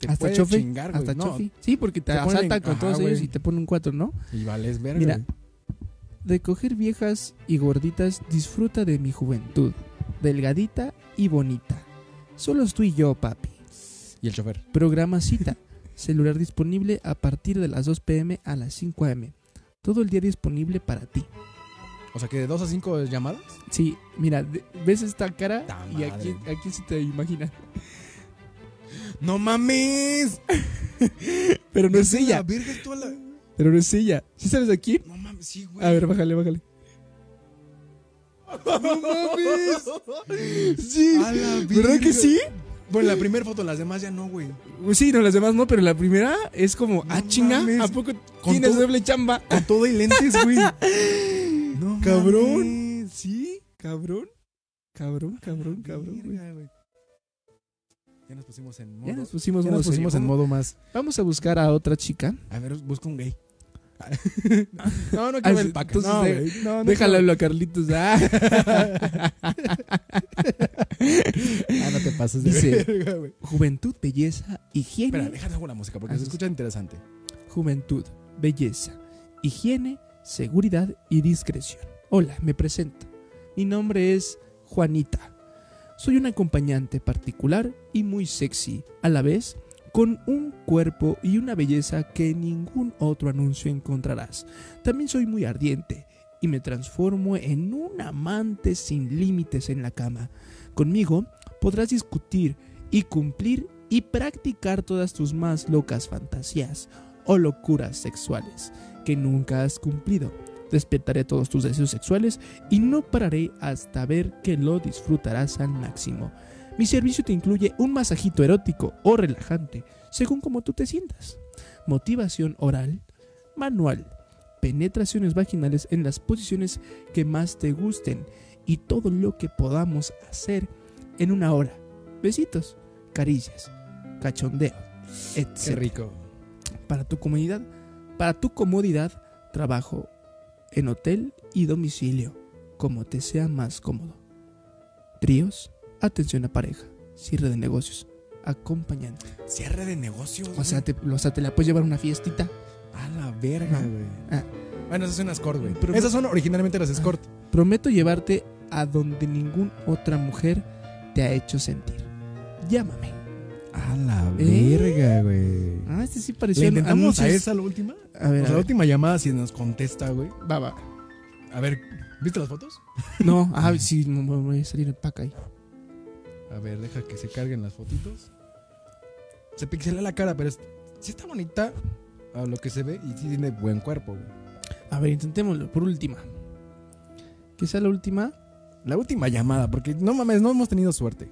Speaker 1: te
Speaker 2: hasta
Speaker 1: puede
Speaker 2: chofe.
Speaker 1: chingar, güey.
Speaker 2: hasta
Speaker 1: No,
Speaker 2: chofe. Sí, porque te,
Speaker 1: Te ponen-
Speaker 2: asaltan con
Speaker 1: ajá,
Speaker 2: todos
Speaker 1: güey.
Speaker 2: ellos y te ponen un cuatro, ¿no?
Speaker 1: Y vales verga.
Speaker 2: Mira.
Speaker 1: güey.
Speaker 2: De coger viejas y gorditas, disfruta de mi juventud. Delgadita y bonita. Solo es tú y yo, papi.
Speaker 1: Y el chofer.
Speaker 2: Programa cita. Celular disponible a partir de las 2 pm a las 5 am. Todo el día disponible para ti.
Speaker 1: O sea que de 2 a 5 es llamadas.
Speaker 2: Sí, mira, de- ves esta cara
Speaker 1: Ta
Speaker 2: y aquí,
Speaker 1: madre.
Speaker 2: aquí se te imagina.
Speaker 1: ¡No mames!
Speaker 2: Pero no es
Speaker 1: Virgen la
Speaker 2: ella,
Speaker 1: Virgen, tú a la-
Speaker 2: pero no es ella. ¿Sí sabes a quién?
Speaker 1: No mames, sí, güey.
Speaker 2: A ver, bájale, bájale.
Speaker 1: ¡No mames!
Speaker 2: Sí,
Speaker 1: A la
Speaker 2: ¿verdad que
Speaker 1: virga.
Speaker 2: sí?
Speaker 1: Bueno, la primera foto, las demás ya no, güey.
Speaker 2: Pues Sí, no, las demás no, pero la primera es como, ah,
Speaker 1: No
Speaker 2: chinga,
Speaker 1: mames.
Speaker 2: ¿a poco
Speaker 1: Con
Speaker 2: tienes
Speaker 1: todo-
Speaker 2: doble chamba?
Speaker 1: Con todo y lentes, güey. No Cabrón.
Speaker 2: Cabrón. Sí, cabrón. Cabrón, cabrón, cabrón. güey.
Speaker 1: Verga, güey. Ya nos pusimos en modo.
Speaker 2: Ya nos pusimos,
Speaker 1: ya
Speaker 2: modo
Speaker 1: nos pusimos
Speaker 2: serio.
Speaker 1: en modo más.
Speaker 2: Vamos a buscar a otra chica.
Speaker 1: A ver, busca un gay. no, no
Speaker 2: Ah,
Speaker 1: quiero
Speaker 2: sí,
Speaker 1: el pack.
Speaker 2: entonces
Speaker 1: No,
Speaker 2: de-
Speaker 1: güey, no, no
Speaker 2: Déjale
Speaker 1: quiero-
Speaker 2: hablo a Carlitos. Ah.
Speaker 1: Ah, no te pases
Speaker 2: Dice-
Speaker 1: verga, güey.
Speaker 2: Juventud, belleza, higiene.
Speaker 1: Espera, déjate hago la música porque
Speaker 2: Ah,
Speaker 1: se
Speaker 2: sí.
Speaker 1: escucha interesante.
Speaker 2: Juventud, belleza, higiene, seguridad y discreción. Hola, me presento. Mi nombre es Juanita. Soy una acompañante particular y muy sexy, a la vez con un cuerpo y una belleza que en ningún otro anuncio encontrarás. También soy muy ardiente y me transformo en un amante sin límites en la cama. Conmigo podrás discutir y cumplir y practicar todas tus más locas fantasías o locuras sexuales que nunca has cumplido. Respetaré todos tus deseos sexuales y no pararé hasta ver que lo disfrutarás al máximo. Mi servicio te incluye un masajito erótico o relajante, según como tú te sientas. Motivación oral, manual, penetraciones vaginales en las posiciones que más te gusten y todo lo que podamos hacer en una hora. Besitos, caricias, cachondeo,
Speaker 1: Qué
Speaker 2: etc
Speaker 1: rico.
Speaker 2: para tu comunidad, para tu comodidad, trabajo en hotel y domicilio, como te sea más cómodo. Tríos, atención a pareja, cierre de negocios, acompañante.
Speaker 1: Cierre de negocios.
Speaker 2: O sea, te, o sea, te la puedes llevar a una fiestita.
Speaker 1: a la verga,
Speaker 2: Ajá.
Speaker 1: güey.
Speaker 2: Ah.
Speaker 1: Bueno, esas son las escort, güey.
Speaker 2: Pero-
Speaker 1: Esas son originalmente las escort.
Speaker 2: Prometo llevarte a donde ninguna otra mujer te ha hecho sentir. Llámame.
Speaker 1: Ah, A la
Speaker 2: ¿Eh?
Speaker 1: verga, güey.
Speaker 2: Ah, este sí
Speaker 1: ¿Le
Speaker 2: pareció
Speaker 1: intentamos a
Speaker 2: anuncios.
Speaker 1: esa la última?
Speaker 2: A ver,
Speaker 1: O sea, la
Speaker 2: a ver.
Speaker 1: última llamada si nos contesta, güey.
Speaker 2: Va, va.
Speaker 1: A ver, ¿viste las fotos?
Speaker 2: No, ah, sí, me me voy a salir el pack ahí.
Speaker 1: A ver, deja que se carguen las fotitos. Se pixela la cara, pero es- sí está bonita a lo que se ve y sí tiene buen cuerpo, güey.
Speaker 2: A ver, intentémoslo, por última. Que sea la última.
Speaker 1: La última llamada, porque no mames, no hemos tenido suerte.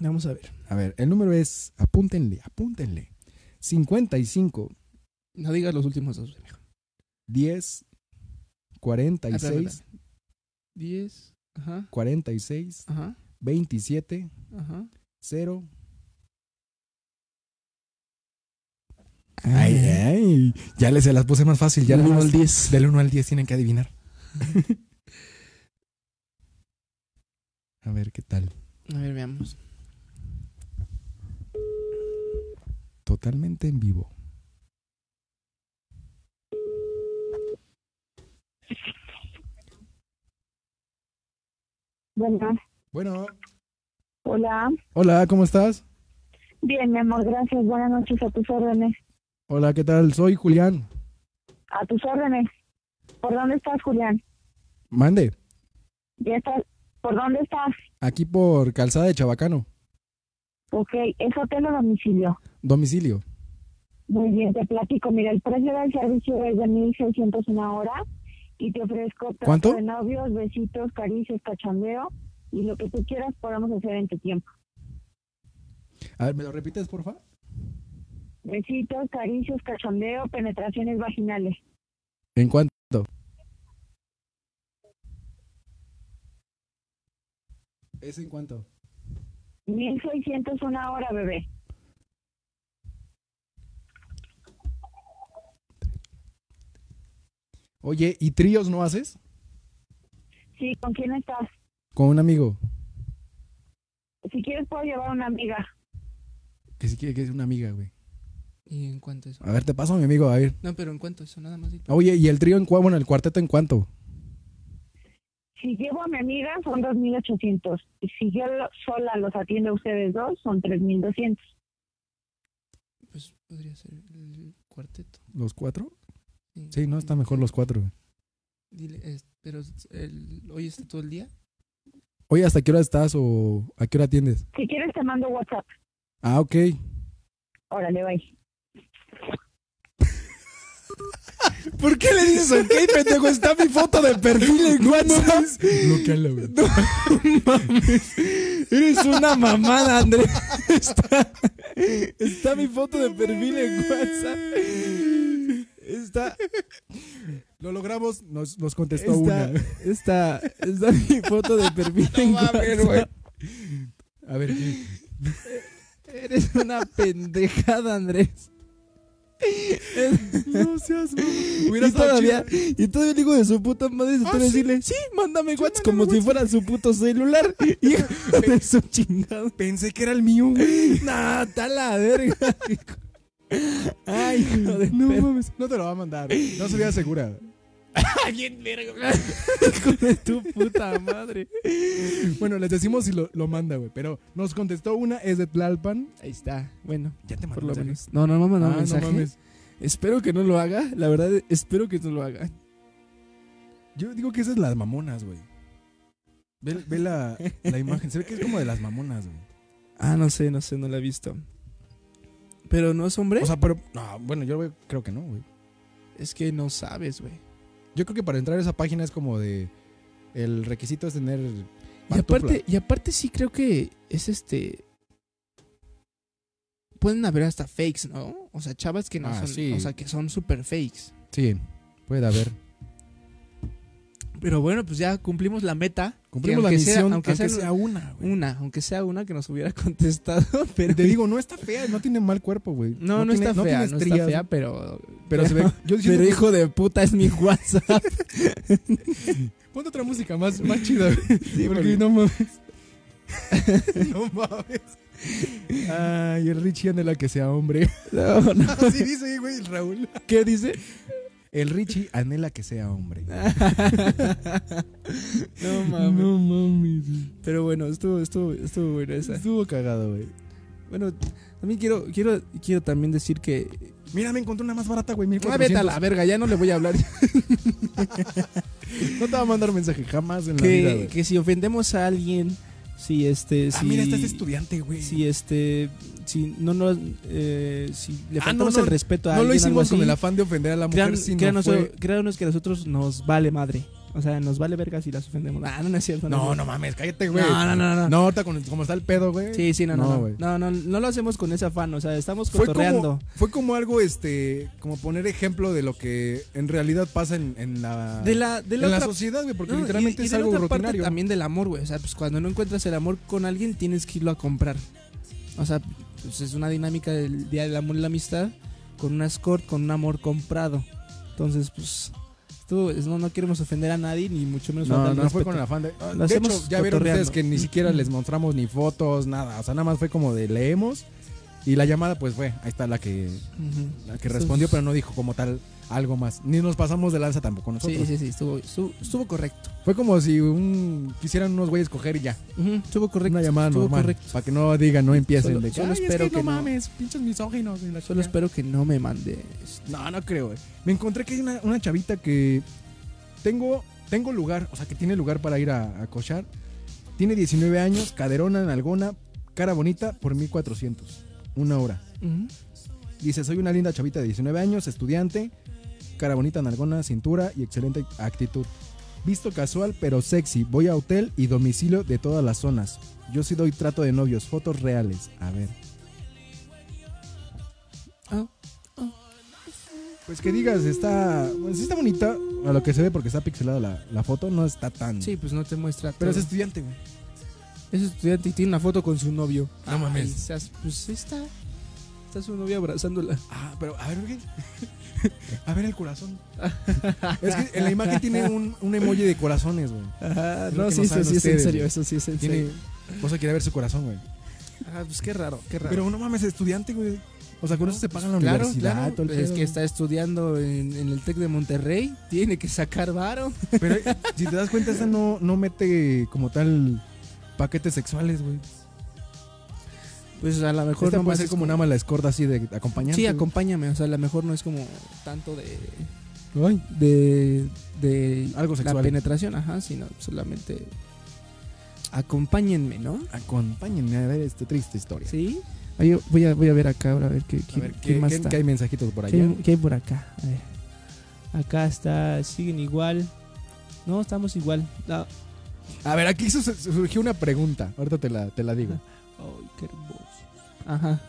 Speaker 2: Vamos a ver.
Speaker 1: A ver, el número es, apúntenle, apúntenle. 55
Speaker 2: No digas los últimos dos, güey, mijo.
Speaker 1: 10
Speaker 2: Ah,
Speaker 1: 46
Speaker 2: 10, ajá,
Speaker 1: 46
Speaker 2: ajá,
Speaker 1: 27
Speaker 2: ajá.
Speaker 1: 0
Speaker 2: Ay,
Speaker 1: ay. Ya les se las puse más fácil, ya
Speaker 2: Del
Speaker 1: nada
Speaker 2: uno
Speaker 1: más
Speaker 2: al 10.
Speaker 1: Del 1 al 10 tienen que adivinar. A ver qué tal.
Speaker 2: A ver, veamos.
Speaker 1: Totalmente en vivo.
Speaker 4: Bueno,
Speaker 1: Bueno,
Speaker 4: hola.
Speaker 1: hola, ¿cómo estás?
Speaker 4: Bien, mi amor, gracias. Buenas noches a tus órdenes.
Speaker 1: Hola, ¿qué tal? Soy Julián.
Speaker 4: A tus órdenes. ¿Por dónde estás, Julián?
Speaker 1: Mande,
Speaker 4: Ya estás. ¿Por dónde estás?
Speaker 1: aquí por Calzada de Chabacano,
Speaker 4: Ok, es hotel o domicilio.
Speaker 1: domicilio.
Speaker 4: Muy bien, te platico. Mira, el precio del servicio es de 1.600 una hora y te ofrezco trato
Speaker 1: ¿Cuánto?
Speaker 4: de novios, besitos, caricias, cachondeo y lo que tú quieras podemos hacer en tu tiempo.
Speaker 1: A ver, ¿me lo repites, porfa?
Speaker 4: Besitos, caricias, cachondeo, penetraciones vaginales.
Speaker 1: ¿En cuánto? ¿Es en cuánto?
Speaker 4: 1.600 una hora, bebé.
Speaker 1: Oye, ¿y tríos no haces?
Speaker 4: Sí, ¿con quién estás?
Speaker 1: Con un amigo.
Speaker 4: Si quieres puedo llevar a una amiga.
Speaker 1: Que si quiere que es una amiga, güey.
Speaker 2: ¿Y en cuánto eso?
Speaker 1: A ver, te paso a mi amigo, a ver.
Speaker 2: No, pero en cuánto eso, nada más. dilo.
Speaker 1: Oye, ¿y el trío en cuánto? Bueno, el cuarteto en cuánto?
Speaker 4: Si llevo a mi amiga son 2.800 y si yo lo- sola los atiendo a ustedes dos son 3.200.
Speaker 2: Pues podría ser el cuarteto.
Speaker 1: ¿Los cuatro? Sí, no, está mejor los cuatro. güey.
Speaker 2: Dile, es- pero el- hoy está todo el día.
Speaker 1: Oye, ¿hasta qué hora estás o a qué hora atiendes?
Speaker 4: Si quieres te mando WhatsApp.
Speaker 1: Ah, ok.
Speaker 4: Órale, bye.
Speaker 1: ¿Por qué le dices ok, pendejo? Está mi foto de perfil en WhatsApp. Bloquealo, güey.
Speaker 2: Eres una mamada, Andrés. Está,
Speaker 1: Está mi foto de perfil en WhatsApp. Está. Lo logramos, nos, nos contestó
Speaker 2: está,
Speaker 1: una.
Speaker 2: está, está mi foto de perfil en WhatsApp.
Speaker 1: A ver, ¿qué?
Speaker 2: Eres una pendejada, Andrés.
Speaker 1: No seas. Hubiera
Speaker 2: Y
Speaker 1: estado
Speaker 2: todavía,
Speaker 1: chido.
Speaker 2: y todavía el hijo de su puta madre se
Speaker 1: Ah,
Speaker 2: pone a
Speaker 1: sí.
Speaker 2: decirle, sí, mándame WhatsApp como
Speaker 1: mándame
Speaker 2: si fuera su puto celular. Hijo de su chingado.
Speaker 1: Pensé que era el Ah, mío, güey.
Speaker 2: Nah, está la verga. Ay, hijo de
Speaker 1: No mames, no te lo va a mandar. güey. No sería segura.
Speaker 2: bien verga. Hijo de tu puta madre.
Speaker 1: Bueno, les decimos si lo, lo manda, güey. Pero nos contestó una, es de Tlalpan.
Speaker 2: Ahí está. Bueno,
Speaker 1: Ya te
Speaker 2: por lo menos. No, no,
Speaker 1: Ah,
Speaker 2: mamá, no, mensaje. Espero que no lo haga. La verdad, espero que no lo haga.
Speaker 1: Yo digo que esas las mamonas, güey. Ve, ve la, la imagen. Se ve que es como de las mamonas, güey.
Speaker 2: Ah, no sé, no sé, no la he visto. Pero no es hombre.
Speaker 1: O sea, pero. No, bueno, yo güey, creo que no, güey.
Speaker 2: es que no sabes, güey.
Speaker 1: Yo creo que para entrar a esa página es como de. El requisito es tener.
Speaker 2: Y
Speaker 1: pantufla.
Speaker 2: aparte, y aparte sí creo que es este. Pueden haber hasta fakes, ¿no? O sea, chavas que no
Speaker 1: Ah,
Speaker 2: son.
Speaker 1: sí.
Speaker 2: O sea, que son super fakes.
Speaker 1: Sí, puede haber.
Speaker 2: Pero bueno, pues ya cumplimos la meta.
Speaker 1: Cumplimos
Speaker 2: Que
Speaker 1: la
Speaker 2: aunque sea-
Speaker 1: misión,
Speaker 2: aunque, sea,
Speaker 1: una, güey.
Speaker 2: una, aunque sea una que nos hubiera contestado. Pero
Speaker 1: Te digo, no está fea, no tiene mal cuerpo, güey.
Speaker 2: no, no,
Speaker 1: tiene-
Speaker 2: está fea,
Speaker 1: tiene
Speaker 2: no está
Speaker 1: estrías,
Speaker 2: fea, pero.
Speaker 1: Pero se ve. Yo
Speaker 2: Pero
Speaker 1: diciendo,
Speaker 2: hijo de puta es mi WhatsApp.
Speaker 1: ponte otra música más, más chida, güey. porque
Speaker 2: porque-
Speaker 1: no mames. no mames. Ay, el Richie anhela que sea hombre.
Speaker 2: No, no.
Speaker 1: Así dice, güey, el Raúl.
Speaker 2: ¿Qué dice?
Speaker 1: El Richie anhela que sea hombre.
Speaker 2: Ah, no mames.
Speaker 1: No mames.
Speaker 2: Pero bueno, estuvo, estuvo, estuvo buena esa.
Speaker 1: Estuvo cagado, güey.
Speaker 2: Bueno, también quiero, quiero, quiero también decir que.
Speaker 1: Mira, me encontré una más barata, güey.
Speaker 2: Ah, vete a
Speaker 1: 1400.
Speaker 2: la verga, ya no le voy a hablar.
Speaker 1: No te va a mandar mensaje jamás en la vida,
Speaker 2: que,
Speaker 1: güey.
Speaker 2: que si ofendemos a alguien, si este.
Speaker 1: Ah,
Speaker 2: si-
Speaker 1: mira, estás estudiante, güey.
Speaker 2: si este si no nos eh, si le
Speaker 1: Ah,
Speaker 2: faltamos
Speaker 1: no, no,
Speaker 2: el respeto a
Speaker 1: No lo
Speaker 2: alguien, algo
Speaker 1: hicimos con
Speaker 2: así,
Speaker 1: el afán de ofender a la mujer,
Speaker 2: crean-
Speaker 1: sino
Speaker 2: créanos,
Speaker 1: fue-
Speaker 2: créanos que a nosotros nos vale madre o sea nos vale verga si las ofendemos ah no no es cierto
Speaker 1: No,
Speaker 2: es
Speaker 1: no mames, cállate,
Speaker 2: cierto.
Speaker 1: güey.
Speaker 2: no no no no,
Speaker 1: No, ahorita con- como está el pedo, güey.
Speaker 2: sí sí no no
Speaker 1: No,
Speaker 2: no
Speaker 1: güey.
Speaker 2: no no, no lo hacemos con ese afán o sea estamos
Speaker 1: Fue
Speaker 2: cotorreando
Speaker 1: como, fue como algo, este, como poner ejemplo de lo que en realidad pasa en, en la,
Speaker 2: de la de la
Speaker 1: Ah. en la
Speaker 2: otra-
Speaker 1: sociedad, güey, porque
Speaker 2: no, y-
Speaker 1: literalmente
Speaker 2: y
Speaker 1: es
Speaker 2: de la
Speaker 1: algo
Speaker 2: otra parte
Speaker 1: rutinario.
Speaker 2: también del amor güey o sea pues cuando no encuentras el amor con alguien tienes que irlo a comprar o sea pues, es una dinámica del día del amor y la amistad con un escort con un amor comprado entonces pues tú es- no, no queremos ofender a nadie ni mucho menos
Speaker 1: No,
Speaker 2: faltar
Speaker 1: no
Speaker 2: al
Speaker 1: fue
Speaker 2: respeto.
Speaker 1: con el afán de. Ah,
Speaker 2: Lo
Speaker 1: de
Speaker 2: hacemos
Speaker 1: hecho, ya vieron
Speaker 2: cotorreando.
Speaker 1: ustedes que ni siquiera les mostramos ni fotos, nada. O sea, nada más fue como de leemos. Y la llamada, pues fue. Ahí está la que,
Speaker 2: Ujú.
Speaker 1: la que respondió, pero no dijo como tal algo más. Ni nos pasamos de lanza tampoco nosotros.
Speaker 2: sí sí sí estuvo estuvo, estuvo correcto
Speaker 1: Fue como si un, quisieran unos güeyes coger y ya.
Speaker 2: Ujú, estuvo correcto
Speaker 1: Una llamada
Speaker 2: estuvo
Speaker 1: normal.
Speaker 2: correcto
Speaker 1: Para que no digan, no empiecen
Speaker 2: Solo-
Speaker 1: de que.
Speaker 2: solo
Speaker 1: "Ay, es
Speaker 2: espero
Speaker 1: no
Speaker 2: que no".
Speaker 1: mames, pinches misóginos. y la
Speaker 2: solo
Speaker 1: chingada".
Speaker 2: espero que no me mande este,
Speaker 1: No, no creo, güey. Me encontré que hay una, una chavita que tengo, tengo lugar, o sea, que tiene lugar para ir a, a cochar. Tiene 19 años, caderona, nalgona, cara bonita, por 1400. Una hora.
Speaker 2: ujú.
Speaker 1: Dice, soy una linda chavita de 19 años, estudiante, cara bonita, nalgona, cintura y excelente actitud. Visto casual, pero sexy. Voy a hotel y domicilio de todas las zonas. Yo sí doy trato de novios, fotos reales. A ver.
Speaker 2: Ah, ah.
Speaker 1: Pues que digas, está. Pues sí está bonita a lo que se ve porque está pixelada la, la foto, no está tan.
Speaker 2: sí pues no te muestra
Speaker 1: pero es
Speaker 2: todo.
Speaker 1: estudiante, güey.
Speaker 2: Es estudiante y tiene una foto con su novio.
Speaker 1: No mames.
Speaker 2: Ay, seas- pues está. Está su novia abrazándola.
Speaker 1: Ah, pero a ver, güey. A ver el corazón. es que en la imagen tiene un, un emoji de corazones, güey.
Speaker 2: Ajá,
Speaker 1: Es lo
Speaker 2: no,
Speaker 1: que
Speaker 2: sí,
Speaker 1: no
Speaker 2: eso
Speaker 1: saben
Speaker 2: sí es en
Speaker 1: ustedes,
Speaker 2: serio,
Speaker 1: güey.
Speaker 2: eso sí es en
Speaker 1: Tiene.
Speaker 2: serio.
Speaker 1: Cosa quiere ver su corazón, güey.
Speaker 2: Ah, pues qué raro, qué raro.
Speaker 1: Pero no mames, estudiante, güey. O sea, con eso se paga la
Speaker 2: Claro,
Speaker 1: universidad.
Speaker 2: claro,
Speaker 1: todo el
Speaker 2: es
Speaker 1: pedo.
Speaker 2: que está estudiando en, en el TEC de Monterrey, tiene que sacar varo.
Speaker 1: Pero eh, si te das cuenta, esa no, no mete como tal paquetes sexuales, güey.
Speaker 2: Pues a lo mejor
Speaker 1: Esta
Speaker 2: no
Speaker 1: puede ser como una mala escorda así de acompañante.
Speaker 2: Sí,
Speaker 1: güey.
Speaker 2: acompáñame, o sea, a lo mejor no es como tanto de
Speaker 1: Ay,
Speaker 2: de, de
Speaker 1: Algo
Speaker 2: la
Speaker 1: sexual.
Speaker 2: penetración, ajá, sino solamente acompáñenme, ¿no?
Speaker 1: Acompáñenme a ver esta triste historia.
Speaker 2: Sí. Ay, yo voy a voy a ver acá, ahora a ver qué,
Speaker 1: A
Speaker 2: quién-
Speaker 1: ver,
Speaker 2: quién
Speaker 1: ¿qué,
Speaker 2: más
Speaker 1: qué-
Speaker 2: está.
Speaker 1: qué hay mensajitos por allá?
Speaker 2: ¿Qué, qué hay por eh? acá? A ver. Acá está, siguen igual. No, estamos igual. Ah, No.
Speaker 1: A ver, aquí su- su- surgió una pregunta. Ahorita te la, te la digo.
Speaker 2: Ay, qué hermoso. Ajá.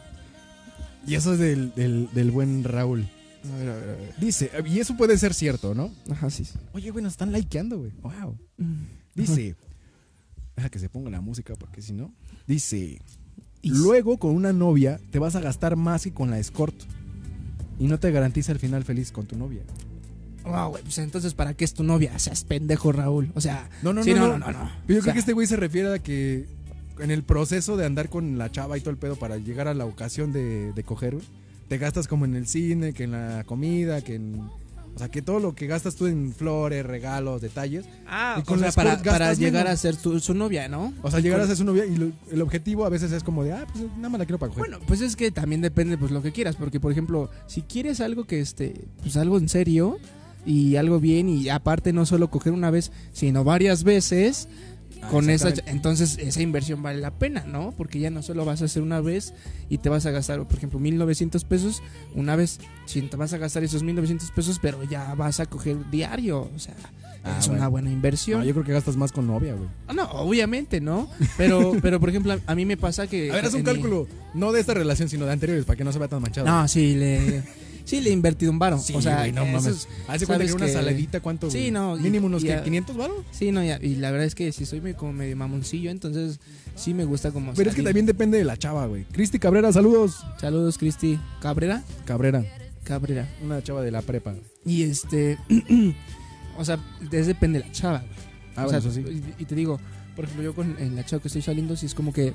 Speaker 1: Y eso es del, del, del buen Raúl.
Speaker 2: A ver, a ver, a ver.
Speaker 1: Dice, y eso puede ser cierto, ¿no?
Speaker 2: Ajá, sí. sí.
Speaker 1: Oye, güey, nos están likeando, güey. Wow.
Speaker 2: Mm.
Speaker 1: Dice, deja que se ponga la música porque si no. Dice, luego con una novia te vas a gastar más que con la escort. Y no te garantiza el final feliz con tu novia.
Speaker 2: Wow, güey, pues entonces, ¿para qué es tu novia? Seas pendejo, Raúl. O sea,
Speaker 1: No, no,
Speaker 2: sí,
Speaker 1: no,
Speaker 2: no,
Speaker 1: no.
Speaker 2: no, no,
Speaker 1: Pero yo
Speaker 2: no. O
Speaker 1: creo
Speaker 2: sea,
Speaker 1: que este güey se refiere a que en el proceso de andar con la chava y todo el pedo para llegar a la ocasión de, de coger, güey, te gastas como en el cine, que en la comida, que en... O sea, que todo lo que gastas tú en flores, regalos, detalles,
Speaker 2: Ah,
Speaker 1: y
Speaker 2: o
Speaker 1: con
Speaker 2: sea,
Speaker 1: las
Speaker 2: para,
Speaker 1: cosas gastas
Speaker 2: para llegar
Speaker 1: menos.
Speaker 2: a ser tu- su novia, ¿no?
Speaker 1: O sea, llegar a ser su novia y lo- el objetivo a veces es como de, ah, pues nada más la quiero para coger.
Speaker 2: Bueno, pues es que también depende pues lo que quieras, porque por ejemplo, si quieres algo que este, pues algo en serio y algo bien y aparte no solo coger una vez, sino varias veces
Speaker 1: Ah,
Speaker 2: con esa
Speaker 1: exactamente.
Speaker 2: entonces esa inversión vale la pena, ¿no? Porque ya no solo vas a hacer una vez y te vas a gastar, por ejemplo, 1900 pesos una vez, si te vas a gastar esos 1900 pesos, pero ya vas a coger diario, o sea,
Speaker 1: Ah,
Speaker 2: es
Speaker 1: bueno.
Speaker 2: una buena inversión.
Speaker 1: No, Ah, yo creo que gastas más con novia, güey.
Speaker 2: Ah, No, obviamente, ¿no? Pero, pero por ejemplo, a, a mí me pasa que.
Speaker 1: A ver, haz un
Speaker 2: en mi-
Speaker 1: cálculo, no de esta relación, sino de anteriores, para que no se vea tan manchado.
Speaker 2: No, sí, le. Sí, le he invertido un varo.
Speaker 1: Sí,
Speaker 2: o sea,
Speaker 1: güey, no
Speaker 2: eso
Speaker 1: mames.
Speaker 2: es-
Speaker 1: Hace cuenta
Speaker 2: sabes
Speaker 1: que una
Speaker 2: que-
Speaker 1: saladita, ¿cuánto?
Speaker 2: Sí,
Speaker 1: güey?
Speaker 2: no, y-
Speaker 1: Mínimo unos
Speaker 2: y
Speaker 1: ¿qué?
Speaker 2: a-
Speaker 1: 500 varos.
Speaker 2: Sí, no, ya, y la verdad es que sí soy medio, como medio mamoncillo, entonces sí me gusta como.
Speaker 1: Pero es que
Speaker 2: salir.
Speaker 1: también depende de la chava, güey. Cristi Cabrera, saludos.
Speaker 2: Saludos, Cristi. Cabrera.
Speaker 1: Cabrera,
Speaker 2: Cabrera.
Speaker 1: una chava de la prepa. güey.
Speaker 2: Y este. o sea, es depende de la chava, güey.
Speaker 1: Ah,
Speaker 2: O
Speaker 1: bueno,
Speaker 2: sea,
Speaker 1: eso sí.
Speaker 2: y- Y te digo, por ejemplo, yo con eh, la chava que estoy saliendo, sí es como que